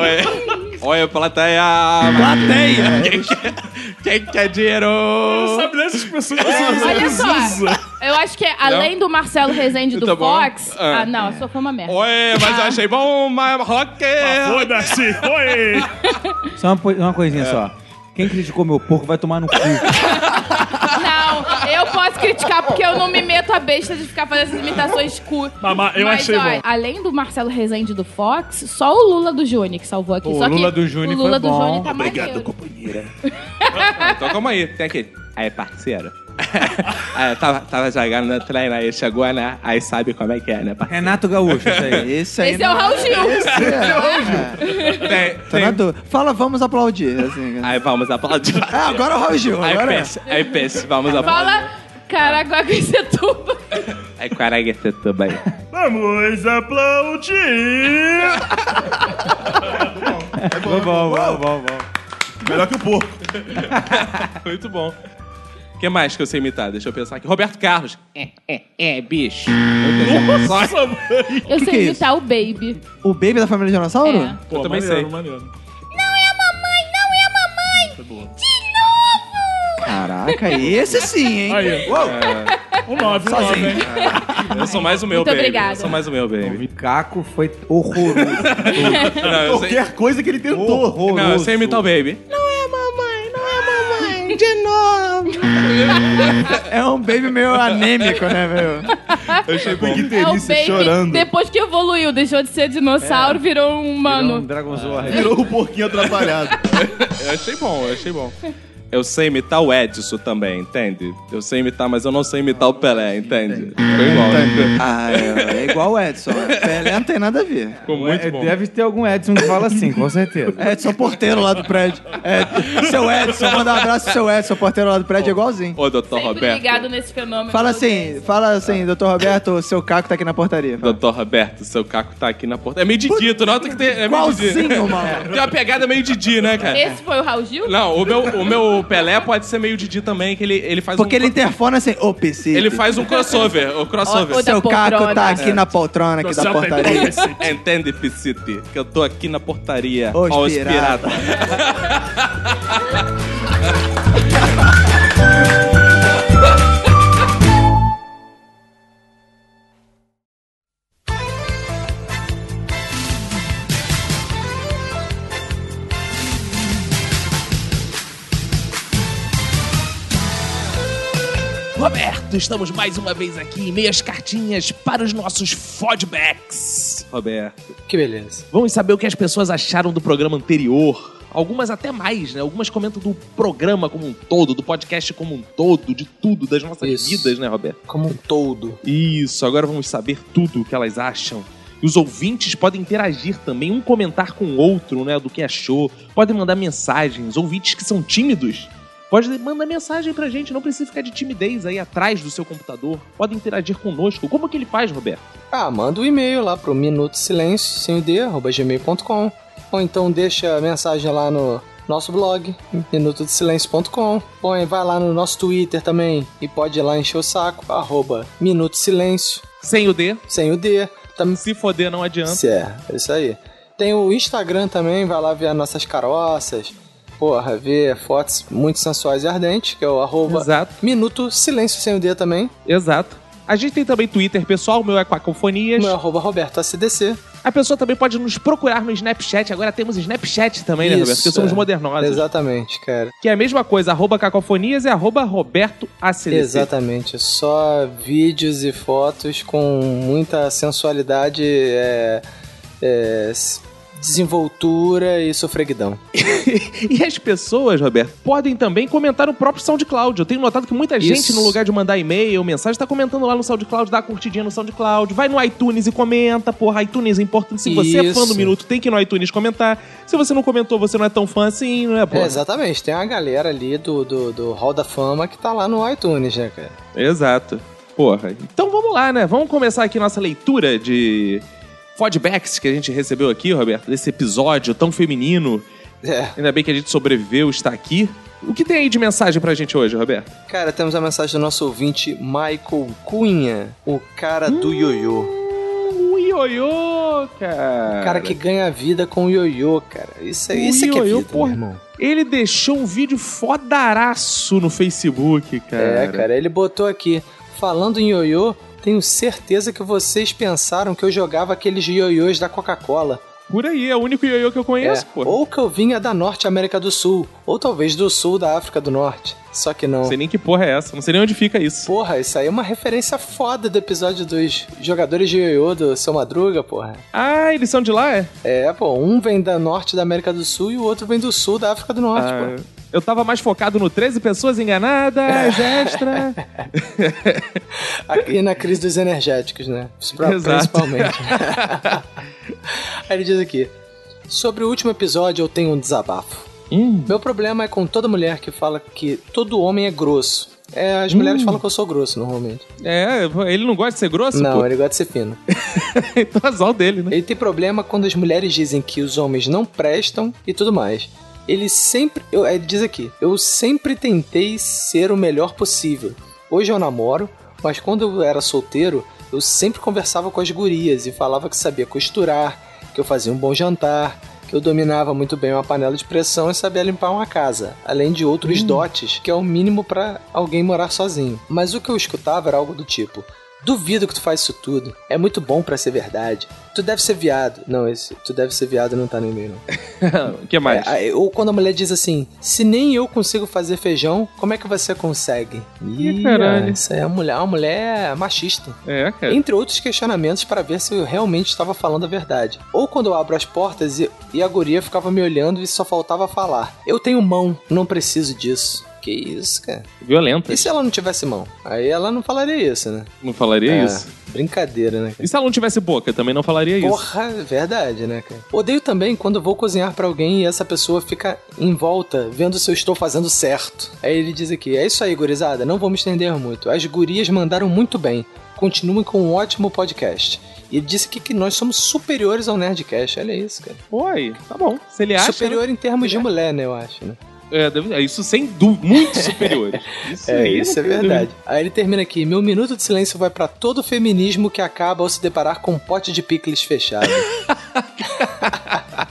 [SPEAKER 1] oi. Oi, plateia. Plateia. Quem quer, quem quer dinheiro?
[SPEAKER 5] Você sabe dessas pessoas que você
[SPEAKER 3] Olha só. Eu acho que é além do Marcelo Rezende do
[SPEAKER 1] Tá bom.
[SPEAKER 3] Fox.
[SPEAKER 1] Ah.
[SPEAKER 3] Ah, não, a sua foi uma merda.
[SPEAKER 1] Oi, mas eu achei bom, mas é rock.
[SPEAKER 2] É,
[SPEAKER 5] Tá Foda-se! Oi!
[SPEAKER 6] Só uma, po- uma coisinha só. Quem criticou meu porco vai tomar no cu.
[SPEAKER 3] Não, eu posso criticar porque eu não me meto a besta de ficar fazendo essas imitações cu.
[SPEAKER 5] Mas, mas eu achei bom.
[SPEAKER 3] além do Marcelo Rezende do Fox, só o Lula do Juni que salvou aqui.
[SPEAKER 6] Pô,
[SPEAKER 3] só
[SPEAKER 6] o Lula
[SPEAKER 3] que
[SPEAKER 6] do Juni
[SPEAKER 3] o Lula
[SPEAKER 6] foi
[SPEAKER 3] do
[SPEAKER 6] bom.
[SPEAKER 3] Juni tá maneiro.
[SPEAKER 4] companheira.
[SPEAKER 1] Então calma aí, tem aqui. Aí, parceiro. aí, eu tava, tava jogando no trem, aí chegou, né? Aí sabe como é que é, né, parceiro?
[SPEAKER 6] Renato Gaúcho, isso aí.
[SPEAKER 2] Esse aí.
[SPEAKER 3] Esse é o
[SPEAKER 2] não-
[SPEAKER 3] Raul Gil.
[SPEAKER 2] Esse é o Raul Gil.
[SPEAKER 1] Tem,
[SPEAKER 2] Tá na dúvida. Fala, vamos aplaudir. assim.
[SPEAKER 1] Aí vamos aplaudir.
[SPEAKER 2] É, agora é o Raul Gil.
[SPEAKER 1] Aí
[SPEAKER 2] Agora é.
[SPEAKER 1] pense, aí pense, vamos aplaudir.
[SPEAKER 3] Fala, Caraguacetuba.
[SPEAKER 1] Aí Caraguetetuba aí.
[SPEAKER 5] Vamos aplaudir!
[SPEAKER 6] Bom, bom, bom, bom, bom.
[SPEAKER 4] Melhor que o porco.
[SPEAKER 1] Muito bom. O que mais que eu sei imitar? Deixa eu pensar aqui. Roberto Carlos. É, é, é, bicho.
[SPEAKER 5] Nossa, mãe!
[SPEAKER 3] Eu
[SPEAKER 2] que
[SPEAKER 3] sei
[SPEAKER 2] é isso?
[SPEAKER 3] imitar o Baby.
[SPEAKER 2] O Baby da família dinossauro?
[SPEAKER 3] É.
[SPEAKER 1] Eu também
[SPEAKER 5] maneiro,
[SPEAKER 1] sei.
[SPEAKER 5] maneiro.
[SPEAKER 2] Caraca, esse sim, hein?
[SPEAKER 5] Aí,
[SPEAKER 2] Uou!
[SPEAKER 5] um nove, um nove, hein?
[SPEAKER 1] Eu sou mais o meu,
[SPEAKER 3] Muito
[SPEAKER 1] baby. Eu
[SPEAKER 3] obrigada.
[SPEAKER 1] sou mais o meu, baby.
[SPEAKER 6] O Caco foi horroroso.
[SPEAKER 1] Não, eu sei,
[SPEAKER 4] Qualquer coisa que ele tentou.
[SPEAKER 6] horroroso.
[SPEAKER 1] não, eu sei imitar o baby.
[SPEAKER 2] É um Baby meio anêmico, né, meu?
[SPEAKER 4] Eu achei com
[SPEAKER 3] É o
[SPEAKER 4] guitarrista
[SPEAKER 3] Baby,
[SPEAKER 4] chorando.
[SPEAKER 3] depois que evoluiu, deixou de ser dinossauro, virou um
[SPEAKER 6] É. Virou um
[SPEAKER 3] humano.
[SPEAKER 6] Dragonzord.
[SPEAKER 4] Virou o porquinho atrapalhado.
[SPEAKER 1] Eu achei bom, eu achei bom. Eu sei imitar o Edson também, entende? Eu sei imitar, mas eu não sei imitar o Pelé, entende? Foi igual. né?
[SPEAKER 2] Ah, é, é igual o Edson. Pelé não tem nada a ver.
[SPEAKER 1] Ficou muito
[SPEAKER 6] É,
[SPEAKER 1] bom.
[SPEAKER 6] Deve ter algum Edson que fala assim, com certeza.
[SPEAKER 2] Edson porteiro lá do prédio. É, seu Edson, manda um abraço pro seu Edson, porteiro lá do prédio, é igualzinho.
[SPEAKER 1] Ô, doutor
[SPEAKER 3] Sempre ligado
[SPEAKER 1] Roberto.
[SPEAKER 3] nesse fenômeno.
[SPEAKER 2] Fala assim, fala assim, doutor Roberto, seu Caco tá aqui na portaria. Fala.
[SPEAKER 1] Doutor Roberto, seu caco tá aqui na porta. É meio Didito, nota que tem. É meio Didi.
[SPEAKER 2] Igualzinho, maluco.
[SPEAKER 1] Tem uma pegada meio Didi, né, cara?
[SPEAKER 3] Esse foi o Raul Gil?
[SPEAKER 1] Não, o meu, o meu Pelé pode ser meio Didi também, que ele, ele faz
[SPEAKER 2] Porque
[SPEAKER 1] um...
[SPEAKER 2] ele interfona assim, ô PC.
[SPEAKER 1] Ele faz um crossover, o crossover.
[SPEAKER 3] Ó,
[SPEAKER 2] Seu
[SPEAKER 3] Da
[SPEAKER 2] Caco tá
[SPEAKER 3] poltrona.
[SPEAKER 2] aqui na poltrona
[SPEAKER 1] Tá
[SPEAKER 2] aqui da portaria.
[SPEAKER 13] É,
[SPEAKER 1] Entende, Piscite, que eu tô aqui na portaria.
[SPEAKER 2] Os
[SPEAKER 1] Ó,
[SPEAKER 2] pirata.
[SPEAKER 13] Roberto, estamos mais uma vez aqui em meias cartinhas para os nossos fodbacks.
[SPEAKER 1] Roberto.
[SPEAKER 14] Que beleza.
[SPEAKER 13] Vamos saber o que as pessoas acharam do programa anterior. Algumas até mais, né? Algumas comentam do programa como um todo, do podcast como um todo, de tudo, das nossas
[SPEAKER 14] Isso.
[SPEAKER 13] vidas, né, Roberto?
[SPEAKER 14] Como um todo.
[SPEAKER 1] Isso, agora vamos saber tudo o que elas acham. E os ouvintes podem interagir também, um comentar com o outro, né, do que achou. Podem mandar mensagens. Ouvintes que são tímidos, pode mandar mensagem pra gente. Não precisa ficar de timidez aí atrás do seu computador. Podem interagir conosco. Como que ele faz, Roberto?
[SPEAKER 14] Ah, manda um e-mail lá pro Minuto Silêncio, sem o D, arroba gmail.com. Ou então deixa a mensagem lá no nosso blog, minutodesilêncio.com. Ou vai lá no nosso Twitter também e pode ir lá encher o saco, arroba Minuto Silêncio,
[SPEAKER 1] Sem o D.
[SPEAKER 14] sem o D. Tá Também
[SPEAKER 1] Se foder, não adianta.
[SPEAKER 14] Certo, é isso aí. Tem o Instagram também, vai lá ver as nossas caroças. Porra, ver fotos muito sensuais e ardentes, que é o arroba
[SPEAKER 1] Exato,
[SPEAKER 14] Minuto Silêncio Sem o D também.
[SPEAKER 1] exato. A gente tem também Twitter, pessoal. O meu é Quacofonias.
[SPEAKER 14] O meu é arroba Roberto ACDC.
[SPEAKER 1] A pessoa também pode nos procurar no Snapchat. Agora temos Snapchat também, né,
[SPEAKER 14] Isso,
[SPEAKER 1] Roberto? Porque somos
[SPEAKER 14] é.
[SPEAKER 1] modernosos. né?
[SPEAKER 14] Exatamente, cara.
[SPEAKER 1] Que é a mesma coisa, arroba cacofonias e arroba Roberto ACDC.
[SPEAKER 14] Exatamente, só vídeos e fotos com muita sensualidade, é, é, s- desenvoltura e sofreguidão.
[SPEAKER 1] E as pessoas, Roberto, podem também comentar no próprio SoundCloud. Eu tenho notado que muita gente,
[SPEAKER 14] Isso.
[SPEAKER 1] no lugar de mandar e-mail, mensagem, tá comentando lá no SoundCloud, dá a curtidinha no SoundCloud, vai no iTunes e comenta, porra, iTunes é importante. Se você é fã do
[SPEAKER 14] Isso.
[SPEAKER 1] Minuto, tem que ir no iTunes comentar. Se você não comentou, você não é tão fã assim, não é,
[SPEAKER 14] É,
[SPEAKER 1] porra?
[SPEAKER 14] exatamente, tem uma galera ali do, do, do Hall da Fama que tá lá no iTunes, né, cara?
[SPEAKER 1] Exato. Porra. Então vamos lá, né? Vamos começar aqui nossa leitura de feedbacks que a gente recebeu aqui, Roberto, desse episódio tão feminino.
[SPEAKER 14] É.
[SPEAKER 1] Ainda bem que a gente sobreviveu, está aqui. O que tem aí de mensagem pra gente hoje, Roberto?
[SPEAKER 14] Cara, temos a mensagem do nosso ouvinte Michael Cunha, o cara
[SPEAKER 1] Hum,
[SPEAKER 14] do ioiô.
[SPEAKER 1] O Um ioiô, cara.
[SPEAKER 14] O cara que ganha vida com o ioiô, cara. Isso, é-
[SPEAKER 1] O
[SPEAKER 14] isso é que é
[SPEAKER 1] ioiô,
[SPEAKER 14] vida,
[SPEAKER 1] porra.
[SPEAKER 14] meu irmão.
[SPEAKER 1] Ele deixou um vídeo fodaraço no Facebook, cara.
[SPEAKER 14] É, cara, ele botou aqui, falando em ioiô, tenho certeza que vocês pensaram que eu jogava aqueles ioiôs da Coca-Cola.
[SPEAKER 1] Por aí, é o único ioiô que eu conheço,
[SPEAKER 14] É,
[SPEAKER 1] pô.
[SPEAKER 14] ou que eu vinha da Norte América do Sul, ou talvez do Sul da África do Norte. Só que não.
[SPEAKER 1] Não sei nem que porra é essa, não sei nem onde fica isso.
[SPEAKER 14] Porra, isso aí é uma referência foda do episódio dos jogadores de ioiô do Seu Madruga, porra.
[SPEAKER 1] Ah, eles são de lá, é?
[SPEAKER 14] É, pô, um vem da Norte da América do Sul e o outro vem do Sul da África do Norte,
[SPEAKER 1] Ah,
[SPEAKER 14] pô.
[SPEAKER 1] eu tava mais focado no 13 pessoas enganadas,
[SPEAKER 14] É.
[SPEAKER 1] extra.
[SPEAKER 14] Aqui na crise dos energéticos, né? Pra-
[SPEAKER 1] Exato.
[SPEAKER 14] Principalmente. Aí ele diz aqui: Sobre o último episódio, eu tenho um desabafo.
[SPEAKER 1] Hum.
[SPEAKER 14] Meu problema é com toda mulher que fala que todo homem é grosso. É, as mulheres
[SPEAKER 1] Hum.
[SPEAKER 14] falam que eu sou grosso, normalmente.
[SPEAKER 1] É, ele não gosta de ser grosso,
[SPEAKER 14] Não,
[SPEAKER 1] pô.
[SPEAKER 14] ele gosta de ser fino.
[SPEAKER 1] Então é só o dele, né?
[SPEAKER 14] Ele tem problema quando as mulheres dizem que os homens não prestam e tudo mais. Ele sempre. eu- ele diz aqui: Eu sempre tentei ser o melhor possível. Hoje eu namoro, mas quando eu era solteiro, eu sempre conversava com as gurias e falava que sabia costurar, que eu fazia um bom jantar, que eu dominava muito bem uma panela de pressão e sabia limpar uma casa, além de outros dotes, que é o mínimo para alguém morar sozinho. Mas o que eu escutava era algo do tipo: Duvido que tu faz isso tudo. É muito bom pra ser verdade. Tu deve ser viado. Não, esse tu deve ser viado não tá no e-mail, não.
[SPEAKER 1] O que mais?
[SPEAKER 14] É, aí- ou quando a mulher diz assim: se nem eu consigo fazer feijão, como é que você consegue? Ih,
[SPEAKER 1] caralho.
[SPEAKER 14] Isso aí é uma mulher, uma mulher machista.
[SPEAKER 1] É, cara.
[SPEAKER 14] Entre outros questionamentos para ver se eu realmente estava falando a verdade. Ou quando eu abro as portas e, e a guria ficava me olhando e só faltava falar: Eu tenho mão, não preciso disso. Que isso, cara?
[SPEAKER 1] Violenta.
[SPEAKER 14] E se ela não tivesse mão? Aí ela não falaria isso, né?
[SPEAKER 1] Não falaria
[SPEAKER 14] É,
[SPEAKER 1] isso.
[SPEAKER 14] Brincadeira, né?
[SPEAKER 1] E se ela não tivesse boca, também não falaria isso.
[SPEAKER 14] Porra, é verdade, né, cara? Odeio também quando eu vou cozinhar pra alguém e essa pessoa fica em volta vendo se eu estou fazendo certo. Aí ele diz aqui: é isso aí, gurizada, não vou me estender muito. As gurias mandaram muito bem. Continuem com um ótimo podcast. E ele disse aqui que nós somos superiores ao Nerdcast. Olha isso, cara.
[SPEAKER 1] Pô, aí, tá bom. Se ele acha.
[SPEAKER 14] Superior em termos de mulher, né, eu acho. Né?
[SPEAKER 1] É, deve- é, isso sem dúvida. Muito superior. Isso
[SPEAKER 14] É,
[SPEAKER 1] aí,
[SPEAKER 14] isso é
[SPEAKER 1] não tem
[SPEAKER 14] verdade. Aí ele termina aqui: meu minuto de silêncio vai pra todo feminismo que acaba ao se deparar com um pote de picles fechado.
[SPEAKER 1] dúvida.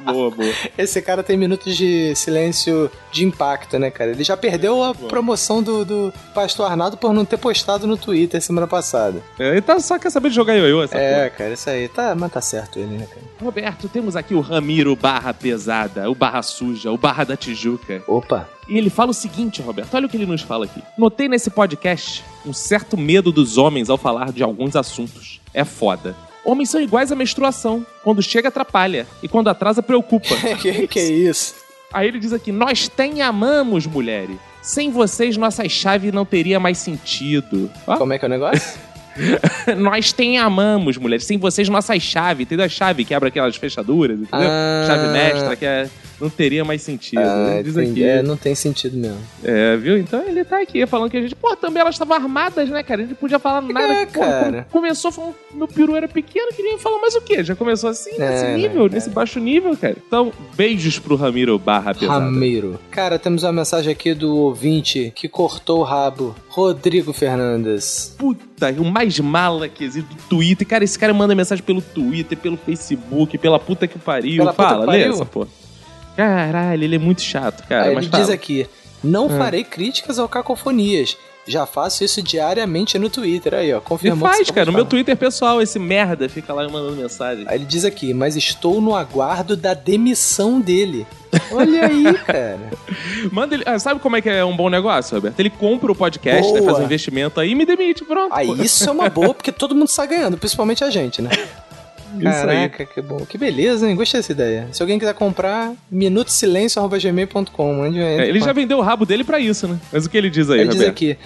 [SPEAKER 1] Boa, boa.
[SPEAKER 14] Esse cara tem minutos de silêncio de impacto, né, cara? Ele já perdeu a promoção do, do Pastor Arnaldo por não ter postado no Twitter semana passada.
[SPEAKER 1] É, ele tá, só quer saber de jogar ioiô, essa porra.
[SPEAKER 14] É, cara, isso aí. Tá, mas tá certo ele, né, cara?
[SPEAKER 1] Roberto, temos aqui o Ramiro Barra Pesada, o Barra Suja, o Barra da Tijuca.
[SPEAKER 14] Opa.
[SPEAKER 1] E ele fala o seguinte, Roberto, olha o que ele nos fala aqui. Notei nesse podcast um certo medo dos homens ao falar de alguns assuntos. É foda. Homens são iguais à menstruação. Quando chega, atrapalha. E quando atrasa, preocupa.
[SPEAKER 14] que, que é isso?
[SPEAKER 1] Aí ele diz aqui: Nós tem amamos, mulheres. Sem vocês, nossa chave não teria mais sentido. Ó,
[SPEAKER 14] Como é que é o negócio?
[SPEAKER 1] nós tem amamos, mulheres. Sem vocês, nossa chave. Entendeu? A chave que abre aquelas fechaduras, entendeu?
[SPEAKER 14] Ah.
[SPEAKER 1] Chave mestra, que é- não teria mais sentido.
[SPEAKER 14] Ah,
[SPEAKER 1] ele diz
[SPEAKER 14] entendi.
[SPEAKER 1] aqui.
[SPEAKER 14] É, não tem sentido mesmo.
[SPEAKER 1] É, viu? Então ele tá aqui falando que a gente. Pô, também elas estavam armadas, né, cara? A gente não podia falar nada.
[SPEAKER 14] É,
[SPEAKER 1] Pô, quando
[SPEAKER 14] cara.
[SPEAKER 1] começou falando. Meu peru era pequeno, queria falar mais o quê? Já começou assim, nesse
[SPEAKER 14] É,
[SPEAKER 1] nível, nesse baixo nível, cara. Então, beijos pro Ramiro Barra Pesada.
[SPEAKER 14] Rameiro. Cara, temos uma mensagem aqui do ouvinte que cortou o rabo. Rodrigo Fernandes.
[SPEAKER 1] Puta, o mais mala que existe do Twitter. Cara, esse cara manda mensagem pelo Twitter, pelo Facebook, pela puta que pariu.
[SPEAKER 14] Pela puta
[SPEAKER 1] Fala,
[SPEAKER 14] que
[SPEAKER 1] lê
[SPEAKER 14] pariu?
[SPEAKER 1] essa, pô. Caralho, ele é muito chato, cara.
[SPEAKER 14] Aí
[SPEAKER 1] mas
[SPEAKER 14] ele
[SPEAKER 1] fala.
[SPEAKER 14] diz aqui: Não farei críticas ao Cacofonias, Já faço isso diariamente no Twitter. Aí, ó,
[SPEAKER 1] Ele
[SPEAKER 14] confirmou.
[SPEAKER 1] faz,
[SPEAKER 14] que tá
[SPEAKER 1] cara. No meu
[SPEAKER 14] estamos falando.
[SPEAKER 1] Twitter pessoal, esse merda fica lá me mandando mensagem.
[SPEAKER 14] Aí ele diz aqui, mas estou no aguardo da demissão dele. Olha aí, cara.
[SPEAKER 1] Manda ele. Ah, sabe como é que é um bom negócio, Roberto? Ele compra o podcast, né,
[SPEAKER 14] Boa.
[SPEAKER 1] faz um investimento aí e me demite, pronto.
[SPEAKER 14] Aí isso é uma boa, porque todo mundo está ganhando, principalmente a gente, né? Caraca, que bom. Que beleza, hein? Gostei dessa ideia. Se alguém quiser comprar, minutosilencio.gmail.com. Mande
[SPEAKER 1] É, ele já vendeu o rabo dele pra isso, né? Mas o que ele diz aí,
[SPEAKER 14] ele diz
[SPEAKER 1] Roberto?
[SPEAKER 14] aqui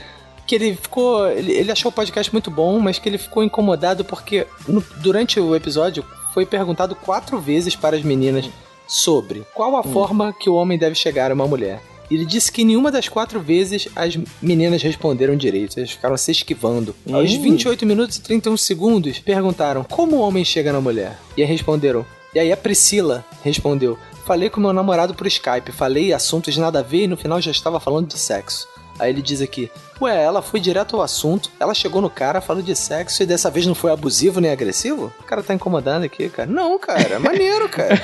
[SPEAKER 14] que ele ficou. Ele, ele achou o podcast muito bom, mas que ele ficou incomodado porque no- durante o episódio foi perguntado quatro vezes para as meninas sobre qual
[SPEAKER 1] Hum.
[SPEAKER 14] a forma que o homem deve chegar a uma mulher. E Ele disse que nenhuma das quatro vezes as meninas responderam direito, elas ficaram se esquivando. Aos
[SPEAKER 1] Hum.
[SPEAKER 14] 28 minutos e 31 segundos, perguntaram como o homem chega na mulher. E aí responderam. E aí a Priscila respondeu: Falei com meu namorado por Skype, falei assuntos nada a ver e no final já estava falando de sexo. Aí ele diz aqui: Ué, ela foi direto ao assunto, ela chegou no cara, falou de sexo e dessa vez não foi abusivo nem agressivo? O cara tá incomodado aqui, cara. Não, cara, é maneiro, cara.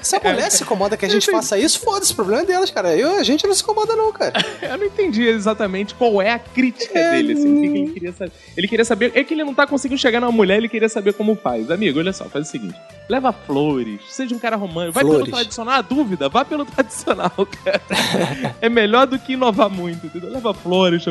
[SPEAKER 14] Se a mulher se incomoda que a gente faça isso, foda-se, o problema é delas, cara. Eu, a gente não se incomoda, não, cara.
[SPEAKER 1] Eu não entendi exatamente qual é a crítica dele, assim. o que que ele queria saber. Ele queria saber. É que ele não tá conseguindo chegar numa mulher, ele queria saber como faz. Amigo, olha só, faz o seguinte: leva flores, seja um cara romântico. Vai pelo
[SPEAKER 14] Flores.
[SPEAKER 1] tradicional, a dúvida, vá pelo tradicional, cara. é melhor do que inovar muito, entendeu? Leva flores, chocolate.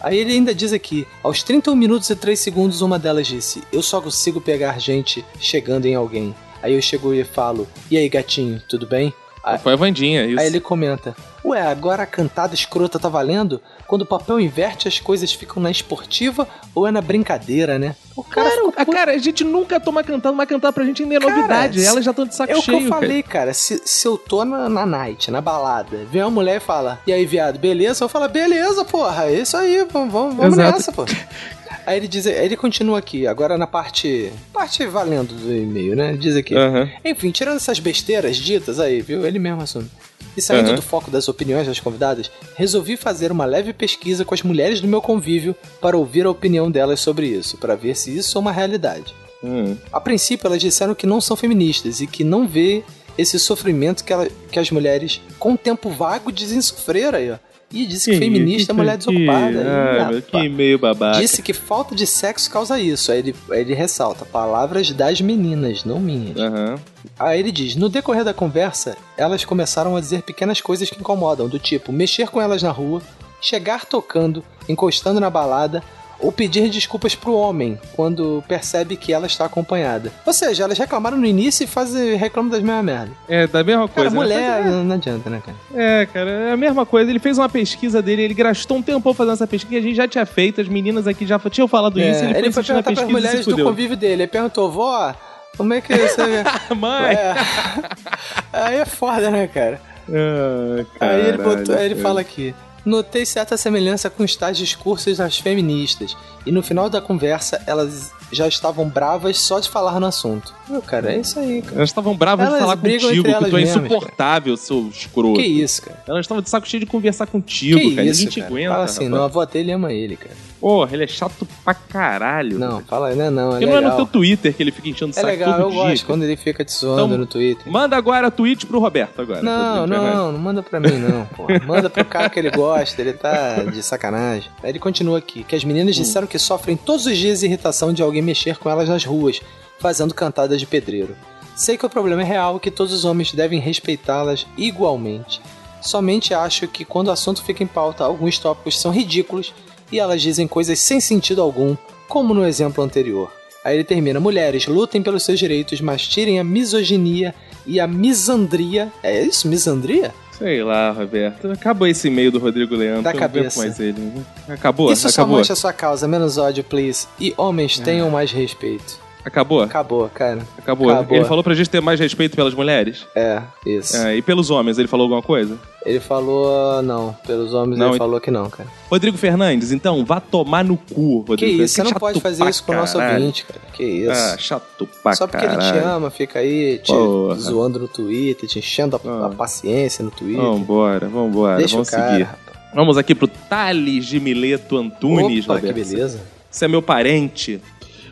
[SPEAKER 14] Aí ele ainda diz aqui: Aos 31 minutos e 3 segundos, uma delas disse: Eu só consigo pegar gente chegando em alguém. Aí eu chego e falo: E aí, gatinho, tudo bem? Ah,
[SPEAKER 1] Foi a Vandinha, isso.
[SPEAKER 14] Aí ele comenta: Ué, agora a cantada escrota tá valendo? Quando o papel inverte, as coisas ficam na esportiva ou é na brincadeira, né? O cara.
[SPEAKER 1] Cara,
[SPEAKER 14] ficou
[SPEAKER 1] a,
[SPEAKER 14] puto.
[SPEAKER 1] cara, a gente nunca toma cantando, mas cantar pra gente ainda é
[SPEAKER 14] Cara,
[SPEAKER 1] novidade.
[SPEAKER 14] se-
[SPEAKER 1] Elas já estão de saco
[SPEAKER 14] é o que
[SPEAKER 1] cheio.
[SPEAKER 14] eu falei, cara. Se, se eu tô na, na night, na balada, vem uma mulher e fala, e aí, viado, beleza? Eu falo, beleza, porra, é isso aí, vamos, vamos, vamos
[SPEAKER 1] Exato.
[SPEAKER 14] nessa, pô. Aí ele diz, aí ele continua aqui, agora na parte. Parte valendo do e-mail, né? Diz aqui.
[SPEAKER 1] Cara. Aham.
[SPEAKER 14] Enfim, tirando essas besteiras ditas aí, viu? Ele mesmo assume. E saindo
[SPEAKER 1] Aham.
[SPEAKER 14] do foco das opiniões das convidadas, resolvi fazer uma leve pesquisa com as mulheres do meu convívio para ouvir a opinião delas sobre isso, para ver se isso é uma realidade.
[SPEAKER 1] Hum.
[SPEAKER 14] A princípio, elas disseram que não são feministas e que não vê esse sofrimento que, ela- que as mulheres, com o tempo vago, dizem sofrer aí, ó. E disse que, feminista é mulher desocupada. Ih,
[SPEAKER 1] Ah, meu,
[SPEAKER 14] rapaz.
[SPEAKER 1] que e-mail babaca.
[SPEAKER 14] Disse que falta de sexo causa isso. Aí ele, aí ele ressalta: palavras das meninas, não minhas.
[SPEAKER 1] Aham.
[SPEAKER 14] Aí ele diz: no decorrer da conversa, elas começaram a dizer pequenas coisas que incomodam, do tipo mexer com elas na rua, chegar tocando, encostando na balada ou pedir desculpas pro homem quando percebe que ela está acompanhada. Ou seja, elas reclamaram no início e fazem reclamam das mesmas merda.
[SPEAKER 1] É, da mesma
[SPEAKER 14] Cara,
[SPEAKER 1] coisa. né?
[SPEAKER 14] mulher não- não adianta, né, cara?
[SPEAKER 1] É, cara, é a mesma coisa. Ele fez uma pesquisa dele, ele gastou um tempão fazendo essa pesquisa que a gente já tinha feito, as meninas aqui já tinham falado
[SPEAKER 14] É,
[SPEAKER 1] isso, ele,
[SPEAKER 14] ele foi
[SPEAKER 1] assistir
[SPEAKER 14] perguntar
[SPEAKER 1] na
[SPEAKER 14] para
[SPEAKER 1] pesquisa
[SPEAKER 14] as
[SPEAKER 1] e
[SPEAKER 14] mulheres
[SPEAKER 1] se
[SPEAKER 14] do
[SPEAKER 1] fudeu.
[SPEAKER 14] convívio dele. Ele perguntou: vó, como é que você.
[SPEAKER 1] Mãe!
[SPEAKER 14] É. Aí é foda, né, cara?
[SPEAKER 1] é,
[SPEAKER 14] aí ele, botou- aí ele fala aqui. Notei certa semelhança com os tais discursos das feministas. E no final da conversa, elas já estavam bravas só de falar no assunto. Meu, cara, é isso aí, cara.
[SPEAKER 1] Elas estavam bravas de
[SPEAKER 14] Elas
[SPEAKER 1] falar
[SPEAKER 14] brigam
[SPEAKER 1] contigo,
[SPEAKER 14] entre
[SPEAKER 1] que tu é
[SPEAKER 14] elas mesmas,
[SPEAKER 1] insuportável, seu escroto.
[SPEAKER 14] Que isso, cara.
[SPEAKER 1] Elas estavam de saco cheio de conversar contigo,
[SPEAKER 14] Que
[SPEAKER 1] cara.
[SPEAKER 14] isso,
[SPEAKER 1] Ninguém te
[SPEAKER 14] cara.
[SPEAKER 1] aguenta.
[SPEAKER 14] Fala assim, não, a
[SPEAKER 1] rapaz.
[SPEAKER 14] avó dele ama ele, cara.
[SPEAKER 1] Porra, ele é chato pra caralho.
[SPEAKER 14] Não, fala, né, não, é
[SPEAKER 1] Porque não é no
[SPEAKER 14] legal.
[SPEAKER 1] teu Twitter que ele fica enchendo o
[SPEAKER 14] É
[SPEAKER 1] saco
[SPEAKER 14] legal,
[SPEAKER 1] todo
[SPEAKER 14] eu
[SPEAKER 1] dia.
[SPEAKER 14] gosto
[SPEAKER 1] cara.
[SPEAKER 14] quando ele fica te zoando
[SPEAKER 1] Então,
[SPEAKER 14] no Twitter.
[SPEAKER 1] Manda agora tweet pro Roberto agora.
[SPEAKER 14] Não,
[SPEAKER 1] Pro Fernandes.
[SPEAKER 14] não, não manda pra mim, não, porra. Manda pro cara que ele gosta, ele tá de sacanagem. Aí ele continua aqui, que as meninas
[SPEAKER 1] Hum.
[SPEAKER 14] disseram que sofrem todos os dias irritação de alguém mexer com elas nas ruas, fazendo cantadas de pedreiro. Sei que o problema é real e que todos os homens devem respeitá-las igualmente. Somente acho que quando o assunto fica em pauta, alguns tópicos são ridículos e elas dizem coisas sem sentido algum, como no exemplo anterior. Aí ele termina: mulheres, lutem pelos seus direitos, mas tirem a misoginia e a misandria. É isso? Misandria?
[SPEAKER 1] Sei lá, Roberto. Acabou esse e-mail do Rodrigo Leandro.
[SPEAKER 14] Da
[SPEAKER 1] eu não aguento
[SPEAKER 14] cabeça.
[SPEAKER 1] mais ele. Acabou,
[SPEAKER 14] isso só
[SPEAKER 1] acabou. É.
[SPEAKER 14] mancha a sua causa. Menos ódio, please. E homens, tenham mais respeito.
[SPEAKER 1] Acabou?
[SPEAKER 14] Acabou, cara.
[SPEAKER 1] Acabou.
[SPEAKER 14] Acabou.
[SPEAKER 1] Ele falou pra gente ter mais respeito pelas mulheres?
[SPEAKER 14] É, isso.
[SPEAKER 1] É, e pelos homens, ele falou alguma coisa?
[SPEAKER 14] Ele falou não. Pelos homens,
[SPEAKER 1] Não,
[SPEAKER 14] ele
[SPEAKER 1] ent-
[SPEAKER 14] falou que não, cara.
[SPEAKER 1] Rodrigo Fernandes, então, vá tomar no cu, Rodrigo. é
[SPEAKER 14] Que isso? Você não
[SPEAKER 1] chato
[SPEAKER 14] pode fazer
[SPEAKER 1] pra
[SPEAKER 14] isso com o nosso
[SPEAKER 1] caralho.
[SPEAKER 14] ouvinte, cara. Que isso.
[SPEAKER 1] Ah, chato pra
[SPEAKER 14] Só porque ele te
[SPEAKER 1] caralho.
[SPEAKER 14] ama, fica aí te
[SPEAKER 1] Porra.
[SPEAKER 14] zoando no Twitter, te enchendo a, a
[SPEAKER 1] Ah.
[SPEAKER 14] paciência no Twitter.
[SPEAKER 1] Vambora, vambora,
[SPEAKER 14] Deixa
[SPEAKER 1] vamos
[SPEAKER 14] o cara.
[SPEAKER 1] seguir. Vamos aqui pro Thales de Mileto Antunes,
[SPEAKER 14] Opa, que
[SPEAKER 1] Roberto.
[SPEAKER 14] beleza.
[SPEAKER 1] Você é meu parente.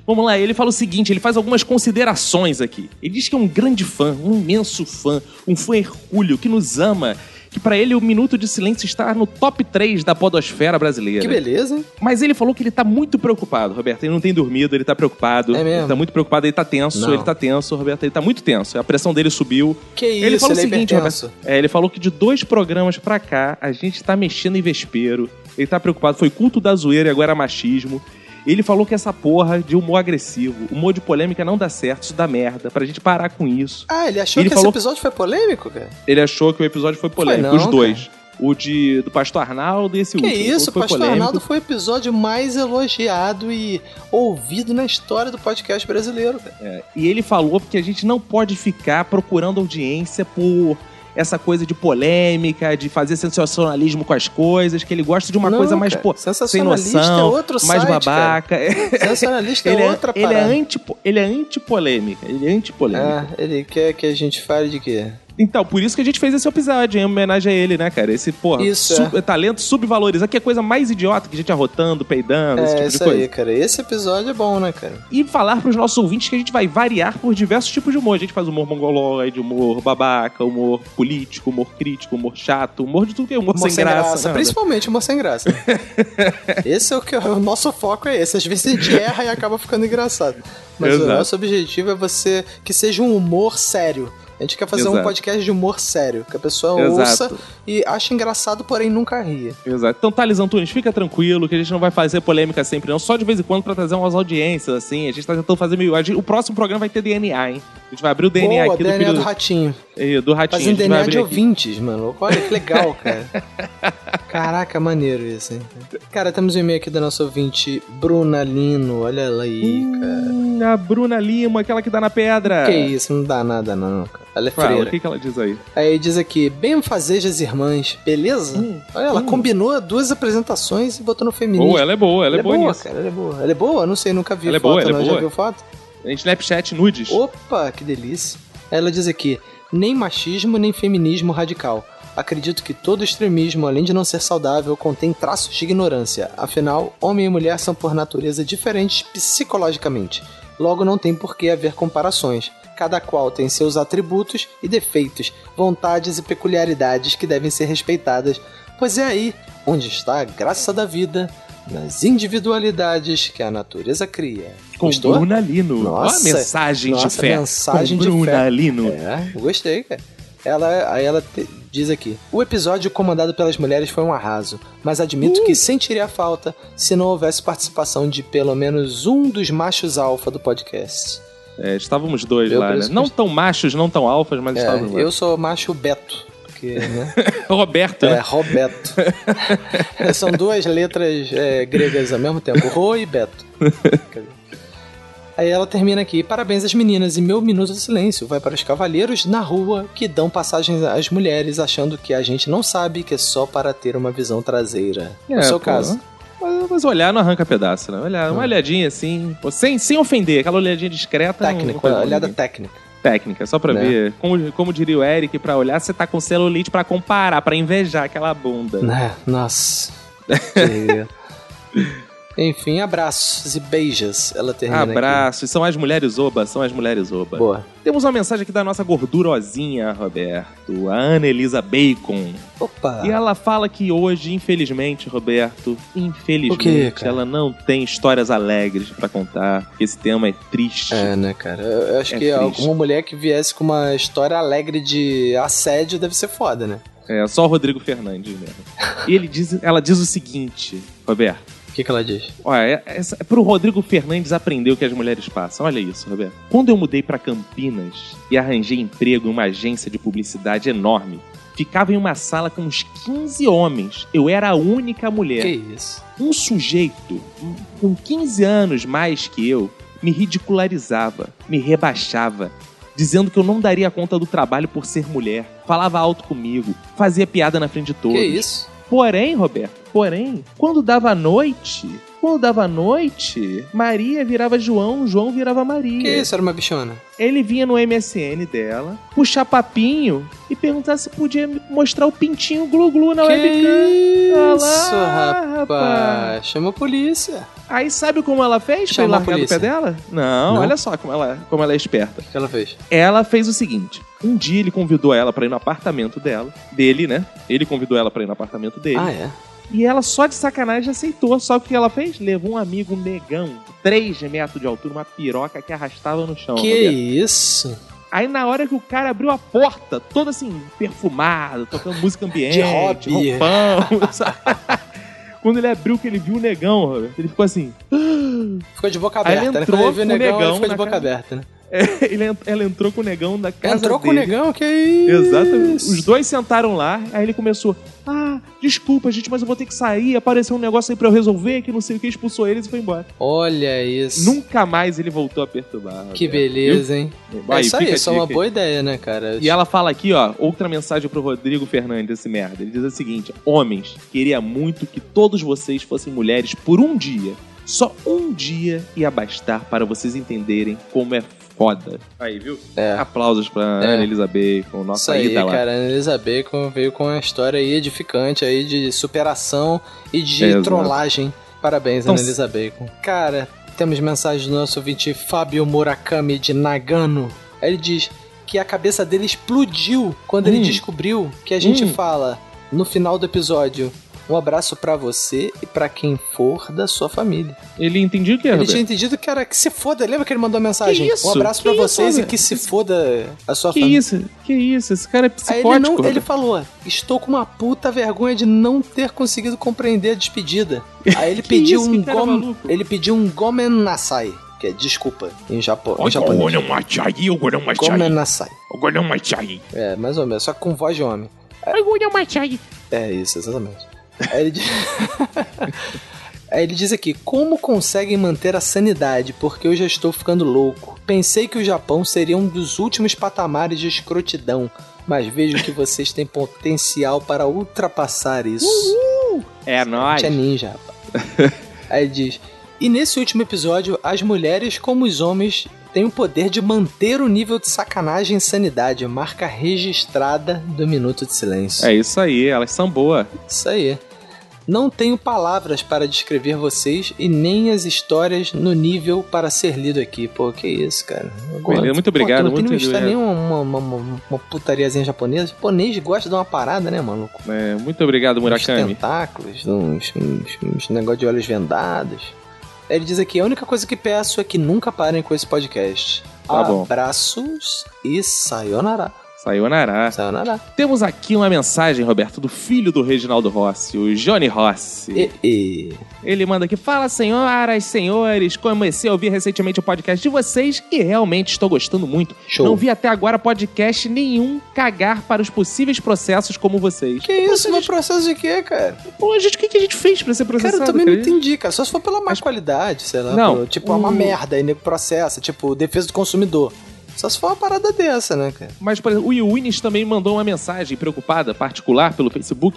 [SPEAKER 1] Vamos lá, ele fala o seguinte, ele faz algumas considerações aqui. Ele diz que é um grande fã, um imenso fã, um fã hercúleo que nos ama que pra ele o minuto de silêncio está no top 3 da podosfera brasileira.
[SPEAKER 2] Que beleza, hein?
[SPEAKER 1] Mas ele falou que ele tá muito preocupado, Roberto. Ele não tem dormido, ele tá preocupado.
[SPEAKER 2] É mesmo?
[SPEAKER 1] Ele tá muito preocupado, ele tá tenso,
[SPEAKER 2] Não.
[SPEAKER 1] ele tá tenso, Roberto. Ele tá muito tenso. A pressão dele subiu.
[SPEAKER 2] Que isso,
[SPEAKER 1] ele falou
[SPEAKER 2] ele é
[SPEAKER 1] o seguinte,
[SPEAKER 2] hipertenso.
[SPEAKER 1] Roberto. É, ele falou que de dois programas pra cá, a gente tá mexendo em vespeiro. Ele tá preocupado. Foi culto da zoeira e agora é machismo. Ele falou que essa porra de humor agressivo, humor de polêmica não dá certo, isso dá merda, pra gente parar com isso.
[SPEAKER 2] Ah, ele achou
[SPEAKER 1] Ele
[SPEAKER 2] que
[SPEAKER 1] falou-
[SPEAKER 2] esse episódio foi polêmico, cara?
[SPEAKER 1] Ele achou que o episódio foi polêmico,
[SPEAKER 2] não,
[SPEAKER 1] os dois. O de do Pastor Arnaldo e esse
[SPEAKER 2] Que
[SPEAKER 1] último.
[SPEAKER 2] isso,
[SPEAKER 1] foi
[SPEAKER 2] Pastor
[SPEAKER 1] polêmico.
[SPEAKER 2] Arnaldo foi o episódio mais elogiado e ouvido na história do podcast brasileiro, cara.
[SPEAKER 1] E ele falou que a gente não pode ficar procurando audiência por essa coisa de polêmica, de fazer sensacionalismo com as coisas, que ele gosta de uma
[SPEAKER 2] Não,
[SPEAKER 1] coisa mais
[SPEAKER 2] cara.
[SPEAKER 1] pô, sem
[SPEAKER 2] Sensacionalista
[SPEAKER 1] noção,
[SPEAKER 2] é outro
[SPEAKER 1] mais
[SPEAKER 2] site,
[SPEAKER 1] babaca.
[SPEAKER 2] Sensacionalista
[SPEAKER 1] ele
[SPEAKER 2] é
[SPEAKER 1] é,
[SPEAKER 2] outra
[SPEAKER 1] ele é
[SPEAKER 2] parada.
[SPEAKER 1] anti ele é antipolêmica, ele é antipolêmica.
[SPEAKER 2] Ah, ele quer que a gente fale de quê?
[SPEAKER 1] Então, por isso que a gente fez esse episódio em homenagem a ele, né, cara? Esse, porra,
[SPEAKER 2] Isso, é.
[SPEAKER 1] sub- talento subvalorizado, que é coisa mais idiota que a gente arrotando, peidando, esse
[SPEAKER 2] é,
[SPEAKER 1] tipo de
[SPEAKER 2] isso
[SPEAKER 1] coisa.
[SPEAKER 2] aí, cara. Esse episódio é bom, né, cara?
[SPEAKER 1] e falar pros nossos ouvintes que a gente vai variar por diversos tipos de humor. A gente faz humor mongoloide, humor babaca, humor político, humor crítico, humor chato, humor de tudo que é humor,
[SPEAKER 2] Humor
[SPEAKER 1] sem graça. né?
[SPEAKER 2] Principalmente humor sem graça. esse é o que o nosso foco é esse. Às vezes a gente erra e acaba ficando engraçado. Mas o
[SPEAKER 1] Exato.
[SPEAKER 2] nosso objetivo é você que seja um humor sério. A gente quer fazer um
[SPEAKER 1] Exato.
[SPEAKER 2] podcast de humor sério, que a pessoa
[SPEAKER 1] Exato.
[SPEAKER 2] ouça e ache engraçado, porém nunca ria.
[SPEAKER 1] Exato. Então, Thales Antunes, fica tranquilo que a gente não vai fazer polêmica sempre, não. Só de vez em quando pra trazer umas audiências, assim. A gente tá tentando fazer meio. a gente- O próximo programa vai ter DNA, hein? A gente vai abrir o DNA
[SPEAKER 2] Boa,
[SPEAKER 1] aqui
[SPEAKER 2] DNA do
[SPEAKER 1] do,
[SPEAKER 2] Ratinho.
[SPEAKER 1] filho, do, do Ratinho. a
[SPEAKER 2] Fazendo
[SPEAKER 1] gente vai
[SPEAKER 2] DNA de
[SPEAKER 1] abrir aqui.
[SPEAKER 2] ouvintes, mano. Olha que legal, cara. Caraca, maneiro isso, hein? Cara, temos um e-mail aqui da nossa ouvinte Bruna Lino. Olha ela aí, cara.
[SPEAKER 1] Hum, a Bruna Lima, aquela que dá na pedra.
[SPEAKER 2] Que isso, não dá nada não, cara. Ela é
[SPEAKER 1] Fala, o
[SPEAKER 2] freira.
[SPEAKER 1] que, que ela diz aí?
[SPEAKER 2] Aí diz aqui, bem fazejas irmãs, beleza? Olha, ela combinou duas apresentações e botou no feminino.
[SPEAKER 1] Ou ela é boa, ela, é boa, nisso.
[SPEAKER 2] cara, ela é boa. Ela é boa? Não sei, nunca vi
[SPEAKER 1] Ela é
[SPEAKER 2] foto,
[SPEAKER 1] boa, ela é
[SPEAKER 2] não. Já
[SPEAKER 1] boa.
[SPEAKER 2] viu foto?
[SPEAKER 1] Snapchat nudes.
[SPEAKER 2] Opa, que delícia. Ela diz aqui: nem machismo nem feminismo radical. Acredito que todo extremismo, além de não ser saudável, contém traços de ignorância. Afinal, homem e mulher são por natureza diferentes psicologicamente. Logo, não tem por que haver comparações. Cada qual tem seus atributos e defeitos, vontades e peculiaridades que devem ser respeitadas, pois é aí onde está a graça da vida, nas individualidades que a natureza cria.
[SPEAKER 1] Com
[SPEAKER 2] Gostou?
[SPEAKER 1] Bruna Lino. Olha
[SPEAKER 2] Nossa.
[SPEAKER 1] a mensagem de
[SPEAKER 2] Nossa,
[SPEAKER 1] fé.
[SPEAKER 2] mensagem
[SPEAKER 1] Com
[SPEAKER 2] de
[SPEAKER 1] Bruna
[SPEAKER 2] fé.
[SPEAKER 1] Lino.
[SPEAKER 2] É, eu gostei, cara. Ela, aí ela te- diz aqui: O episódio comandado pelas mulheres foi um arraso, mas admito que sentiria falta se não houvesse participação de pelo menos um dos machos alfa do podcast.
[SPEAKER 1] É, estávamos dois
[SPEAKER 2] Eu
[SPEAKER 1] lá, né?
[SPEAKER 2] penso que-
[SPEAKER 1] Não tão machos, não tão alfas, mas
[SPEAKER 2] É,
[SPEAKER 1] estávamos lá.
[SPEAKER 2] eu sou macho Beto. Porque, né?
[SPEAKER 1] Roberto,
[SPEAKER 2] É,
[SPEAKER 1] né?
[SPEAKER 2] Roberto. São duas letras é, gregas ao mesmo tempo, Ro e Beto. Aí ela termina aqui, parabéns às meninas e meu minuto de silêncio vai para os cavalheiros na rua que dão passagens às mulheres achando que a gente não sabe que é só para ter uma visão traseira. É,
[SPEAKER 1] É,
[SPEAKER 2] o seu
[SPEAKER 1] pô.
[SPEAKER 2] caso.
[SPEAKER 1] Mas, mas olhar não arranca pedaço, né? Olhar, uma olhadinha assim, pô, sem, sem ofender, aquela olhadinha discreta. não-
[SPEAKER 2] Técnica,
[SPEAKER 1] não faz mal
[SPEAKER 2] é, olhada
[SPEAKER 1] ninguém.
[SPEAKER 2] técnica.
[SPEAKER 1] técnica, só pra
[SPEAKER 2] Né?
[SPEAKER 1] ver. Como, como diria o Eric, pra olhar, você tá com celulite pra comparar, pra invejar aquela bunda.
[SPEAKER 2] Né? Nossa. Que- Enfim, abraços e beijas. Ela termina aqui.
[SPEAKER 1] Abraços, são as mulheres oba, são as mulheres oba.
[SPEAKER 2] Boa.
[SPEAKER 1] Temos uma mensagem aqui da nossa gordurosinha, Roberto, a Ana Elisa Bacon.
[SPEAKER 2] Opa.
[SPEAKER 1] E ela fala que hoje, infelizmente, Roberto,
[SPEAKER 2] O quê,
[SPEAKER 1] infelizmente,
[SPEAKER 2] cara?
[SPEAKER 1] ela não tem histórias alegres pra contar, porque esse tema é triste.
[SPEAKER 2] É, né, cara? Eu eu acho
[SPEAKER 1] É
[SPEAKER 2] que
[SPEAKER 1] triste.
[SPEAKER 2] alguma mulher que viesse com uma história alegre de assédio deve ser foda, né?
[SPEAKER 1] É, só o Rodrigo Fernandes mesmo. E ele diz, ela diz o seguinte, Roberto.
[SPEAKER 2] O que, que ela diz?
[SPEAKER 1] Olha, é, essa, pro Rodrigo Fernandes aprender o que as mulheres passam. Olha isso, Roberto. Quando eu mudei pra Campinas e arranjei emprego em uma agência de publicidade enorme, ficava em uma sala com uns 15 homens. Eu era a única mulher.
[SPEAKER 2] Que isso?
[SPEAKER 1] um sujeito um- com 15 anos mais que eu me ridicularizava, me rebaixava, dizendo que eu não daria conta do trabalho por ser mulher, falava alto comigo, fazia piada na frente de todos.
[SPEAKER 2] Que isso?
[SPEAKER 1] Porém, Roberto, porém, quando dava noite, quando dava noite, Maria virava João, João virava Maria.
[SPEAKER 2] Que isso? Era uma bichona.
[SPEAKER 1] Ele vinha no MSN dela, puxar papinho e perguntar se podia me mostrar o pintinho glu-glu na
[SPEAKER 2] que
[SPEAKER 1] webcam. Olha lá,
[SPEAKER 2] isso, rapaz? Chama a polícia.
[SPEAKER 1] Aí sabe como ela fez pra
[SPEAKER 2] Chamou
[SPEAKER 1] ele
[SPEAKER 2] a
[SPEAKER 1] largar do
[SPEAKER 2] polícia.
[SPEAKER 1] pé dela? Não,
[SPEAKER 2] Não?
[SPEAKER 1] olha só como ela, como ela é esperta.
[SPEAKER 2] O que ela fez?
[SPEAKER 1] Ela fez o seguinte: Um dia ele convidou ela pra ir no apartamento dela, dele, né? Ele convidou ela pra ir no apartamento dele.
[SPEAKER 2] Ah, é?
[SPEAKER 1] E ela só de sacanagem aceitou. Só que o que ela fez? Levou um amigo negão, 3 metros de altura, uma piroca que arrastava no chão.
[SPEAKER 2] que
[SPEAKER 1] Roberto.
[SPEAKER 2] isso?
[SPEAKER 1] Aí na hora que o cara abriu a porta, todo assim, perfumado, tocando música ambiente,
[SPEAKER 2] De hobby.
[SPEAKER 1] roupão, sabe? Quando ele abriu, que ele viu o negão, Roberto, ele ficou assim.
[SPEAKER 2] Ficou de boca
[SPEAKER 1] Aí ele
[SPEAKER 2] aberta, né?
[SPEAKER 1] entrou
[SPEAKER 2] Quando ele viu
[SPEAKER 1] com o
[SPEAKER 2] o negão, ele
[SPEAKER 1] negão
[SPEAKER 2] ficou de
[SPEAKER 1] na
[SPEAKER 2] boca
[SPEAKER 1] casa.
[SPEAKER 2] aberta, né?
[SPEAKER 1] Ele, en- ela entrou com o negão da casa
[SPEAKER 2] Entrou com o
[SPEAKER 1] dele.
[SPEAKER 2] negão, que isso?
[SPEAKER 1] Exatamente. Os dois sentaram lá, aí ele começou. Ah, desculpa, gente, mas eu vou ter que sair. Apareceu um negócio aí pra eu resolver, que não sei o que, expulsou eles e foi embora.
[SPEAKER 2] Olha isso.
[SPEAKER 1] Nunca mais ele voltou a perturbar.
[SPEAKER 2] Que
[SPEAKER 1] Roberto,
[SPEAKER 2] beleza, hein?
[SPEAKER 1] viu?
[SPEAKER 2] É isso
[SPEAKER 1] fica
[SPEAKER 2] aí,
[SPEAKER 1] a
[SPEAKER 2] isso é uma
[SPEAKER 1] dica aí.
[SPEAKER 2] boa ideia, né, cara?
[SPEAKER 1] E ela fala aqui, ó, outra mensagem pro Rodrigo Fernandes, esse merda. Ele diz o seguinte: Homens, queria muito que todos vocês fossem mulheres por um dia. Só um dia ia bastar para vocês entenderem como é foda. Aí, viu?
[SPEAKER 2] É.
[SPEAKER 1] Aplausos pra
[SPEAKER 2] É.
[SPEAKER 1] Ana Elizabeth, com
[SPEAKER 2] Isso
[SPEAKER 1] nossa
[SPEAKER 2] aí,
[SPEAKER 1] ida tá lá.
[SPEAKER 2] cara, a Annalisa Bacon veio com uma história aí edificante aí de superação e de
[SPEAKER 1] Exato.
[SPEAKER 2] trollagem. Parabéns,
[SPEAKER 1] Então,
[SPEAKER 2] Annalisa Bacon. Cara, temos mensagem do nosso ouvinte Fábio Murakami de Nagano. Ele diz que a cabeça dele explodiu quando
[SPEAKER 1] Hum.
[SPEAKER 2] ele descobriu que a gente fala no final do episódio um abraço pra você e pra quem for da sua família.
[SPEAKER 1] Ele entendia o que,
[SPEAKER 2] Ele
[SPEAKER 1] Roberto?
[SPEAKER 2] tinha entendido que era que se foda. Lembra que ele mandou mensagem?
[SPEAKER 1] Que isso?
[SPEAKER 2] Um abraço
[SPEAKER 1] Que
[SPEAKER 2] pra
[SPEAKER 1] isso,
[SPEAKER 2] vocês e
[SPEAKER 1] Roberto?
[SPEAKER 2] que se foda a sua
[SPEAKER 1] Que
[SPEAKER 2] família.
[SPEAKER 1] isso? Que isso? Esse cara é
[SPEAKER 2] Aí
[SPEAKER 1] psicótico.
[SPEAKER 2] ele, não, ele
[SPEAKER 1] Roberto.
[SPEAKER 2] falou: Estou com uma puta vergonha de não ter conseguido compreender a despedida. Aí ele pediu
[SPEAKER 1] isso,
[SPEAKER 2] um
[SPEAKER 1] que cara
[SPEAKER 2] gom-
[SPEAKER 1] maluco.
[SPEAKER 2] ele pediu um gomen nasai, que é desculpa em, japo, em japonês. Gomen nasai. É, mais ou menos, só que com voz de homem. É isso, exatamente. Aí ele, di- Aí ele diz aqui: Como conseguem manter a sanidade? Porque eu já estou ficando louco. Pensei que o Japão seria um dos últimos patamares de escrotidão. Mas vejo que vocês têm potencial para ultrapassar isso.
[SPEAKER 1] É nóis.
[SPEAKER 2] Tinha ninja, rapaz. Aí diz. E nesse último episódio, as mulheres, como os homens, têm o poder de manter o nível de sacanagem e insanidade, marca registrada do Minuto de Silêncio.
[SPEAKER 1] É isso aí, elas são boas.
[SPEAKER 2] Isso aí. Não tenho palavras para descrever vocês e nem as histórias no nível para ser lido aqui. Pô, que isso, cara.
[SPEAKER 1] Beleza, muito obrigado,
[SPEAKER 2] Pô, tu
[SPEAKER 1] muito
[SPEAKER 2] não tem nem uma história,
[SPEAKER 1] obrigado.
[SPEAKER 2] nem uma, uma, uma, uma putariazinha japonesa. Japonês gosta de uma parada, né, maluco?
[SPEAKER 1] É, muito obrigado,
[SPEAKER 2] Uns
[SPEAKER 1] Murakami.
[SPEAKER 2] tentáculos, uns, uns, uns negócio de olhos vendados. Ele diz aqui: a única coisa que peço é que nunca parem com esse podcast.
[SPEAKER 1] Tá bom.
[SPEAKER 2] Abraços e sayonara.
[SPEAKER 1] Saiu Nará.
[SPEAKER 2] Sayonara.
[SPEAKER 1] Temos aqui uma mensagem, Roberto, do filho do Reginaldo Rossi, o Johnny Rossi.
[SPEAKER 2] E, e...
[SPEAKER 1] Ele manda aqui: Fala, senhoras, senhores. Comecei a ouvir recentemente o podcast de vocês e realmente estou gostando muito.
[SPEAKER 2] Show.
[SPEAKER 1] Não vi até agora podcast nenhum cagar para os possíveis processos como vocês.
[SPEAKER 2] Que isso? Meu processo de quê, cara?
[SPEAKER 1] Pô, gente, o que que a gente fez para ser
[SPEAKER 2] Cara,
[SPEAKER 1] processado?
[SPEAKER 2] eu também não
[SPEAKER 1] cara?
[SPEAKER 2] entendi, cara. Só se for pela má qualidade, sei lá.
[SPEAKER 1] Não,
[SPEAKER 2] pelo- tipo, é uma
[SPEAKER 1] o-
[SPEAKER 2] merda, aí nego processa. Tipo, defesa do consumidor. Só se for uma parada dessa, né, cara?
[SPEAKER 1] Mas, por exemplo, o Iunis também mandou uma mensagem preocupada, particular, pelo Facebook.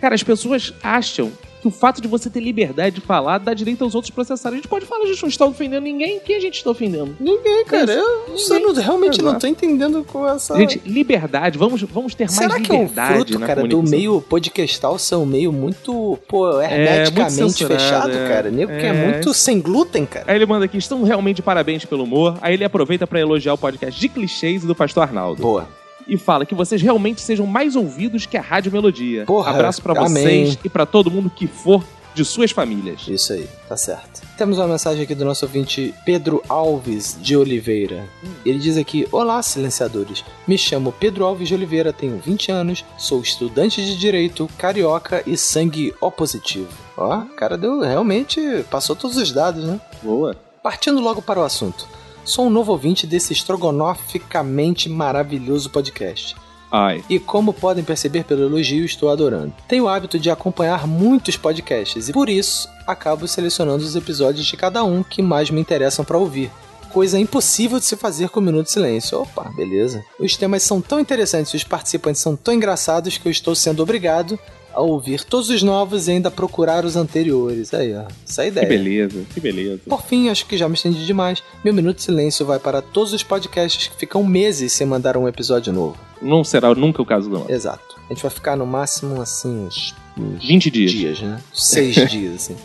[SPEAKER 1] Cara, as pessoas acham que o fato de você ter liberdade de falar dá direito aos outros processarem. A gente pode falar, a gente não está ofendendo ninguém. Quem a gente está ofendendo?
[SPEAKER 2] Ninguém, cara. Eu, eu não- realmente não tô entendendo com essa.
[SPEAKER 1] Gente, liberdade. Vamos, vamos ter mais
[SPEAKER 2] Será que é um
[SPEAKER 1] liberdade
[SPEAKER 2] fruto,
[SPEAKER 1] na
[SPEAKER 2] cara, do
[SPEAKER 1] comunicação.
[SPEAKER 2] meio podcastal ser um meio muito, pô, hermeticamente
[SPEAKER 1] censurado,
[SPEAKER 2] fechado,
[SPEAKER 1] é.
[SPEAKER 2] cara? Nego que é
[SPEAKER 1] É,
[SPEAKER 2] muito sem glúten, cara.
[SPEAKER 1] Aí ele manda aqui, estão realmente de parabéns pelo humor. Aí ele aproveita para elogiar o podcast de clichês do Pastor Arnaldo.
[SPEAKER 2] Boa.
[SPEAKER 1] E fala que vocês realmente sejam mais ouvidos que a Rádio Melodia.
[SPEAKER 2] Porra,
[SPEAKER 1] Abraço para
[SPEAKER 2] amém.
[SPEAKER 1] vocês e para todo mundo que for de suas famílias.
[SPEAKER 2] Isso aí, tá certo. Temos uma mensagem aqui do nosso ouvinte Pedro Alves de Oliveira. Ele diz aqui: Olá, silenciadores. Me chamo Pedro Alves de Oliveira, tenho 20 anos, sou estudante de direito, carioca e sangue O positivo. Ó, o cara deu realmente passou todos os dados, né?
[SPEAKER 1] Boa.
[SPEAKER 2] Partindo logo para o assunto. Sou um novo ouvinte desse estrogonoficamente maravilhoso podcast.
[SPEAKER 1] Ai.
[SPEAKER 2] E como podem perceber pelo elogio, estou adorando. Tenho o hábito de acompanhar muitos podcasts e por isso acabo selecionando os episódios de cada um que mais me interessam para ouvir. Coisa impossível de se fazer com o Minuto de Silêncio. Opa, beleza. Os temas são tão interessantes e os participantes são tão engraçados que eu estou sendo obrigado a ouvir todos os novos e ainda procurar os anteriores. Aí, ó. Essa é a
[SPEAKER 1] Que
[SPEAKER 2] ideia.
[SPEAKER 1] beleza, que beleza.
[SPEAKER 2] Por fim, acho que já me estendi demais. Meu Minuto de Silêncio vai para todos os podcasts que ficam meses sem mandar um episódio novo.
[SPEAKER 1] Não será nunca o caso do nosso.
[SPEAKER 2] Exato. A gente vai ficar no máximo assim uns, uns
[SPEAKER 1] 20 dias.
[SPEAKER 2] né? Seis dias, assim.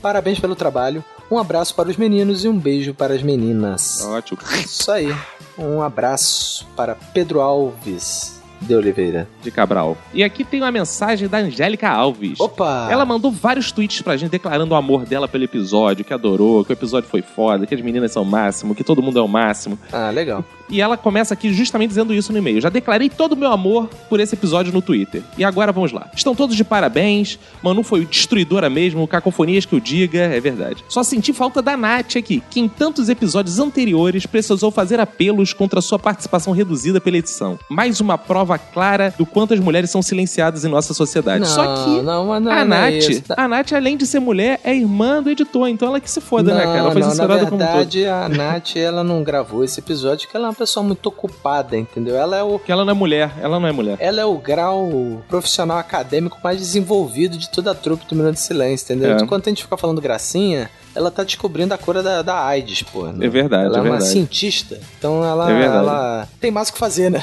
[SPEAKER 2] Parabéns pelo trabalho. Um abraço para os meninos e um beijo para as meninas.
[SPEAKER 1] Ótimo.
[SPEAKER 2] Isso aí. Um abraço para Pedro Alves de Oliveira.
[SPEAKER 1] De Cabral. E aqui tem uma mensagem da Angélica Alves.
[SPEAKER 2] Opa!
[SPEAKER 1] Ela mandou vários tweets pra gente declarando o amor dela pelo episódio, que adorou, que o episódio foi foda, que as meninas são o máximo, que todo mundo é o máximo.
[SPEAKER 2] Ah, legal.
[SPEAKER 1] E ela começa aqui justamente dizendo isso no e-mail. Já declarei todo o meu amor por esse episódio no Twitter. E agora vamos lá. Estão todos de parabéns. Manu foi destruidora mesmo, cacofonias que eu diga, é verdade. Só senti falta da Nath aqui, que em tantos episódios anteriores precisou fazer apelos contra sua participação reduzida pela edição. Mais uma prova clara do quanto as mulheres são silenciadas em nossa sociedade.
[SPEAKER 2] Não,
[SPEAKER 1] Só que
[SPEAKER 2] não, mas
[SPEAKER 1] a
[SPEAKER 2] não, não é
[SPEAKER 1] Ah, Nath,
[SPEAKER 2] isso.
[SPEAKER 1] a Nath, além de ser mulher, é irmã do editor, então ela que se foda, né, cara? Ela faz
[SPEAKER 2] não,
[SPEAKER 1] isso
[SPEAKER 2] na
[SPEAKER 1] errado como um todo.
[SPEAKER 2] verdade, a Nath, ela não gravou esse episódio porque ela é uma pessoa muito ocupada, entendeu? Ela é o
[SPEAKER 1] Porque ela não é mulher, ela não é mulher.
[SPEAKER 2] Ela é o grau profissional acadêmico mais desenvolvido de toda a trupe do Minuto de Silêncio, entendeu?
[SPEAKER 1] É.
[SPEAKER 2] Enquanto a gente fica falando gracinha, ela tá descobrindo a cura da, da AIDS, pô. né?
[SPEAKER 1] É verdade,
[SPEAKER 2] Ela
[SPEAKER 1] é
[SPEAKER 2] é uma
[SPEAKER 1] verdade.
[SPEAKER 2] cientista, então ela,
[SPEAKER 1] É verdade.
[SPEAKER 2] ela tem mais o que fazer, né?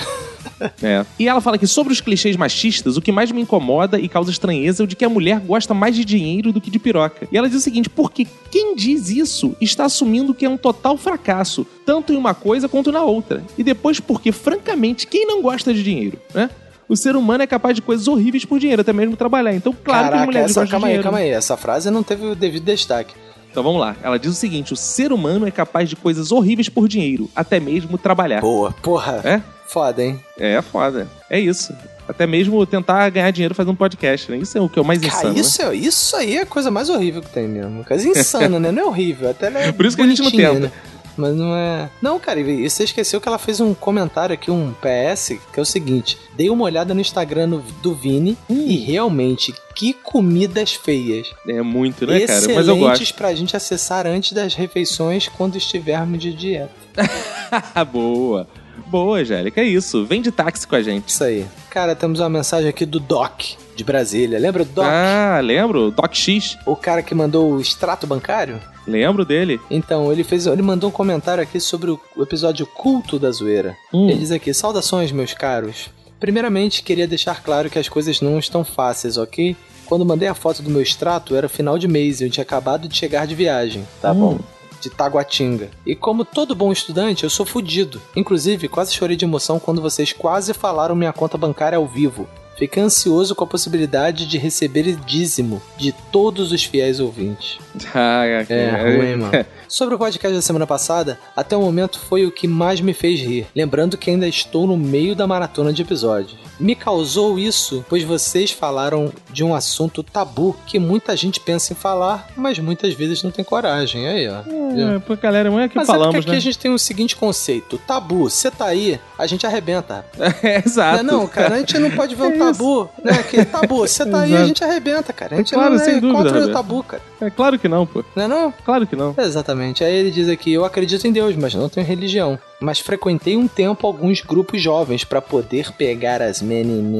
[SPEAKER 1] É. E ela fala que sobre os clichês machistas, o que mais me incomoda e causa estranheza é o de que a mulher gosta mais de dinheiro do que de piroca. E ela diz o seguinte: porque quem diz isso está assumindo que é um total fracasso, tanto em uma coisa quanto na outra. E depois, porque, francamente, quem não gosta de dinheiro, né? O ser humano é capaz de coisas horríveis por dinheiro, até mesmo trabalhar. Então, claro que
[SPEAKER 2] Caraca,
[SPEAKER 1] as mulheres
[SPEAKER 2] essa,
[SPEAKER 1] gostam de
[SPEAKER 2] calma aí,
[SPEAKER 1] dinheiro.
[SPEAKER 2] calma aí. Essa frase não teve o devido destaque.
[SPEAKER 1] Então vamos lá. Ela diz o seguinte: o ser humano é capaz de coisas horríveis por dinheiro, até mesmo trabalhar.
[SPEAKER 2] Boa, porra.
[SPEAKER 1] É?
[SPEAKER 2] Foda, hein?
[SPEAKER 1] É foda. É isso. Até mesmo tentar ganhar dinheiro fazendo podcast, né? Isso é o que é o mais
[SPEAKER 2] Cara,
[SPEAKER 1] insano. né?
[SPEAKER 2] isso, é, isso aí é a coisa mais horrível que tem mesmo. Coisa insana, né? Não é horrível, até ela é
[SPEAKER 1] Por isso que a gente não
[SPEAKER 2] bonitinha,
[SPEAKER 1] tenta.
[SPEAKER 2] Né? Mas não é. Não, cara, e você esqueceu que ela fez um comentário aqui, um PS, que é o seguinte: dei uma olhada no Instagram no- do Vini e
[SPEAKER 1] Hum.
[SPEAKER 2] realmente, que comidas feias.
[SPEAKER 1] É muito, né,
[SPEAKER 2] Excelentes
[SPEAKER 1] cara? Mas eu gosto.
[SPEAKER 2] pra gente acessar antes das refeições quando estivermos de dieta.
[SPEAKER 1] Ah, boa. Boa, Angélica. É isso. Vem de táxi com a gente.
[SPEAKER 2] Isso aí. Cara, temos uma mensagem aqui do Doc, de Brasília. Lembra do Doc?
[SPEAKER 1] Ah, lembro? Doc X.
[SPEAKER 2] O cara que mandou o extrato bancário?
[SPEAKER 1] Lembro dele.
[SPEAKER 2] Então, ele fez, ele mandou um comentário aqui sobre o o episódio culto da zoeira. Ele diz aqui: "Saudações, meus caros. Primeiramente, queria deixar claro que as coisas não estão fáceis, OK? Quando mandei a foto do meu extrato, era final de mês e eu tinha acabado de chegar de viagem, tá bom? De Taguatinga. E como todo bom estudante, eu sou fudido. Inclusive, quase chorei de emoção quando vocês quase falaram minha conta bancária ao vivo. Fiquei ansioso com a possibilidade de receber dízimo de todos os fiéis ouvintes.
[SPEAKER 1] Ah, é,
[SPEAKER 2] É, ruim, mano. Sobre o podcast da semana passada, até o momento foi o que mais me fez rir. Lembrando que ainda estou no meio da maratona de episódios. Me causou isso, pois vocês falaram de um assunto tabu que muita gente pensa em falar, mas muitas vezes não tem coragem. Aí, ó.
[SPEAKER 1] É, pô, galera, não é que
[SPEAKER 2] mas é
[SPEAKER 1] falamos,
[SPEAKER 2] porque aqui a gente tem o seguinte conceito: tabu, você tá aí, a gente arrebenta, rapaz.
[SPEAKER 1] né?
[SPEAKER 6] Ah,
[SPEAKER 1] Exato.
[SPEAKER 2] Não, é não, cara, a gente não pode ver um tabu, né? Que tabu, você tá aí, a gente arrebenta, cara. A gente
[SPEAKER 1] Claro,
[SPEAKER 2] não é
[SPEAKER 1] sem dúvida,
[SPEAKER 2] contra o
[SPEAKER 1] Roberto.
[SPEAKER 2] tabu, cara.
[SPEAKER 1] É claro que não, pô.
[SPEAKER 2] Não é não?
[SPEAKER 1] Claro que não.
[SPEAKER 2] Exatamente. Aí ele diz aqui: Eu acredito em Deus, mas não tenho religião. Mas frequentei um tempo alguns grupos jovens pra poder pegar as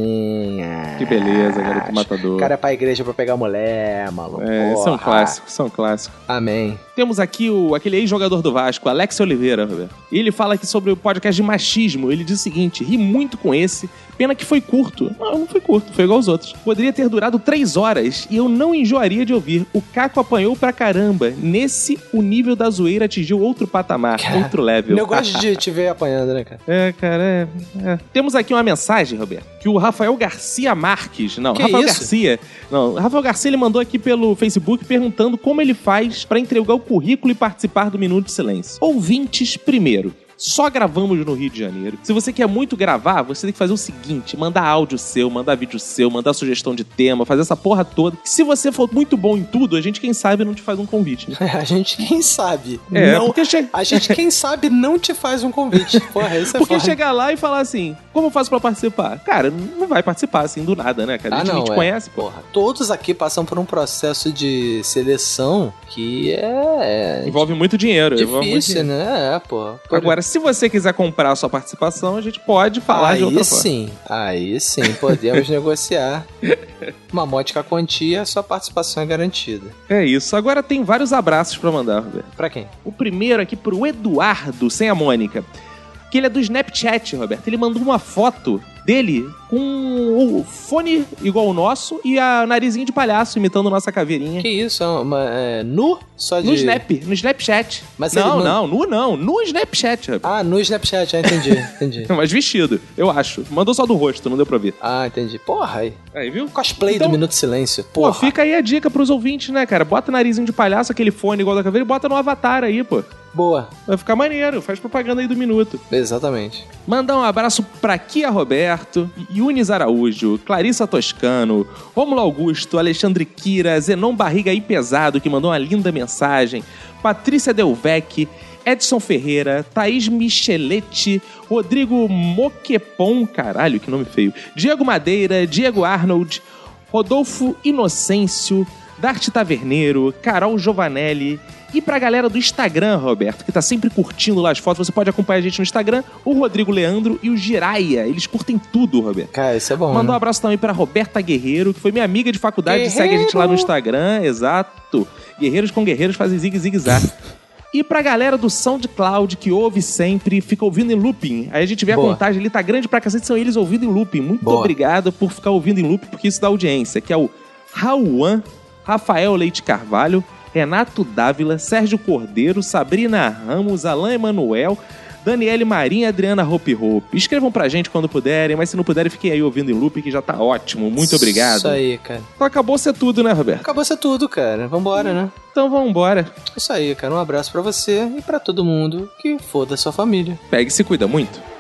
[SPEAKER 2] menininhas.
[SPEAKER 1] Que beleza, garoto
[SPEAKER 2] O
[SPEAKER 1] matador.
[SPEAKER 2] cara é pra igreja pra pegar mulher, maluco.
[SPEAKER 1] é,
[SPEAKER 2] porra.
[SPEAKER 1] são clássicos, são clássicos.
[SPEAKER 2] Amém.
[SPEAKER 1] Temos aqui o, aquele ex-jogador do Vasco, Alex Oliveira, Roberto. E ele fala aqui sobre o podcast de machismo. Ele diz o seguinte: ri muito com esse. Pena que foi curto. Não, não foi curto, foi igual aos outros. Poderia ter durado três horas e eu não enjoaria de ouvir. O Caco apanhou pra caramba. Nesse, o nível da zoeira atingiu outro patamar, outro level.
[SPEAKER 2] Eu gosto de te ver apanhando, né, cara?
[SPEAKER 1] É, cara, é, é. Temos aqui uma mensagem, Roberto, que o Rafael Garcia Marques. Não,
[SPEAKER 2] Que
[SPEAKER 1] Rafael
[SPEAKER 2] isso?
[SPEAKER 1] Garcia. Não, Rafael Garcia ele mandou aqui pelo Facebook perguntando como ele faz pra entregar o currículo e participar do Minuto de Silêncio. Ouvintes, primeiro. Só gravamos no Rio de Janeiro. Se você quer muito gravar, você tem que fazer o seguinte: mandar áudio seu, mandar vídeo seu, mandar sugestão de tema, fazer essa porra toda. Se você for muito bom em tudo, a gente, quem sabe, não te faz um convite. né?
[SPEAKER 2] A gente, quem sabe?
[SPEAKER 1] É,
[SPEAKER 2] não.
[SPEAKER 1] porque chega.
[SPEAKER 2] A gente, quem sabe, não te faz um convite. Porra, isso é
[SPEAKER 6] Tá
[SPEAKER 1] Porque
[SPEAKER 2] foda.
[SPEAKER 1] chegar lá e falar assim, como eu faço pra participar? Cara, não vai participar assim do nada, né, cara? A
[SPEAKER 2] Ah,
[SPEAKER 1] gente
[SPEAKER 2] não,
[SPEAKER 1] nem te
[SPEAKER 2] é.
[SPEAKER 1] conhece, pô.
[SPEAKER 2] Porra, todos aqui passam por um processo de seleção que é. é
[SPEAKER 1] Envolve muito dinheiro. envolve muito
[SPEAKER 2] Difícil,
[SPEAKER 1] dinheiro.
[SPEAKER 2] né? É, pô. Por-
[SPEAKER 1] Agora, se você quiser comprar a sua participação, a gente pode falar
[SPEAKER 2] aí
[SPEAKER 1] de outra forma.
[SPEAKER 2] sim, aí sim, podemos negociar. Uma módica quantia, sua participação é garantida.
[SPEAKER 1] É isso. Agora tem vários abraços pra mandar, Roberto.
[SPEAKER 2] Pra quem?
[SPEAKER 1] O primeiro aqui pro Eduardo, sem a Mônica. que ele é do Snapchat, Roberto. Ele mandou uma foto dele com o fone igual o nosso e a narizinho de palhaço imitando nossa caveirinha.
[SPEAKER 14] Que isso? É uma, é, nu? Só de...
[SPEAKER 1] No Snap, no Snapchat.
[SPEAKER 14] Mas ele
[SPEAKER 1] não,
[SPEAKER 14] manda-
[SPEAKER 1] não, nu não, no Snapchat, Roberto.
[SPEAKER 14] Ah, no Snapchat, ah, entendi, entendi.
[SPEAKER 1] Mas vestido, eu acho. Mandou só do rosto, não deu pra ver.
[SPEAKER 14] Ah, entendi. Porra, aí.
[SPEAKER 1] Aí, viu?
[SPEAKER 14] Cosplay
[SPEAKER 1] Então-
[SPEAKER 14] do Minuto de Silêncio.
[SPEAKER 1] Pô,
[SPEAKER 14] Porra.
[SPEAKER 1] fica aí a dica pros ouvintes, né, cara? Bota narizinho de palhaço, aquele fone igual da caveira e bota no avatar aí, pô.
[SPEAKER 14] Boa.
[SPEAKER 1] Vai ficar maneiro, faz propaganda aí do minuto.
[SPEAKER 14] Exatamente.
[SPEAKER 1] Mandar um abraço pra Kia Roberto, Yunis Araújo, Clarissa Toscano, Rômulo Augusto, Alexandre Kira, Zenon Barriga e Pesado, que mandou uma linda mensagem, Patrícia Delvec, Edson Ferreira, Thaís Micheletti, Rodrigo Moquepon, caralho, que nome feio, Diego Madeira, Diego Arnold, Rodolfo Inocêncio, Dart Taverneiro, Carol Giovanelli. E pra galera do Instagram, Roberto, que tá sempre curtindo lá as fotos, você pode acompanhar a gente no Instagram, o Rodrigo Leandro e o Giraia. Eles curtem tudo, Roberto.
[SPEAKER 14] Cara, isso é bom.
[SPEAKER 1] Mandar um
[SPEAKER 14] né?
[SPEAKER 1] abraço também pra Roberta Guerreiro, que foi minha amiga de faculdade,
[SPEAKER 14] Guerreiro!
[SPEAKER 1] segue a gente lá no Instagram, exato. Guerreiros com guerreiros fazem zigue-zigue-zag. E pra galera do SoundCloud que ouve sempre, fica ouvindo em looping. Aí a gente vê
[SPEAKER 14] Boa.
[SPEAKER 1] a contagem ali, tá grande pra cacete, são eles ouvindo em looping. Muito
[SPEAKER 14] Boa.
[SPEAKER 1] obrigado por ficar ouvindo em looping, porque isso dá audiência, que é o Rauan, Rafael Leite Carvalho, Renato Dávila, Sérgio Cordeiro, Sabrina Ramos, Alain Emanuel, Daniele Marinha e Adriana Hope Hope. Escrevam pra gente quando puderem, mas se não puderem, fiquem aí ouvindo em looping, que já tá ótimo. Muito obrigado.
[SPEAKER 14] Isso aí, cara.
[SPEAKER 1] Então acabou ser tudo, né, Roberto?
[SPEAKER 14] Acabou ser tudo, cara. Vambora, né?
[SPEAKER 1] Então vambora.
[SPEAKER 2] É
[SPEAKER 14] Isso aí, cara. Um abraço pra você e pra todo mundo que for da sua família.
[SPEAKER 1] Pega e se cuida muito.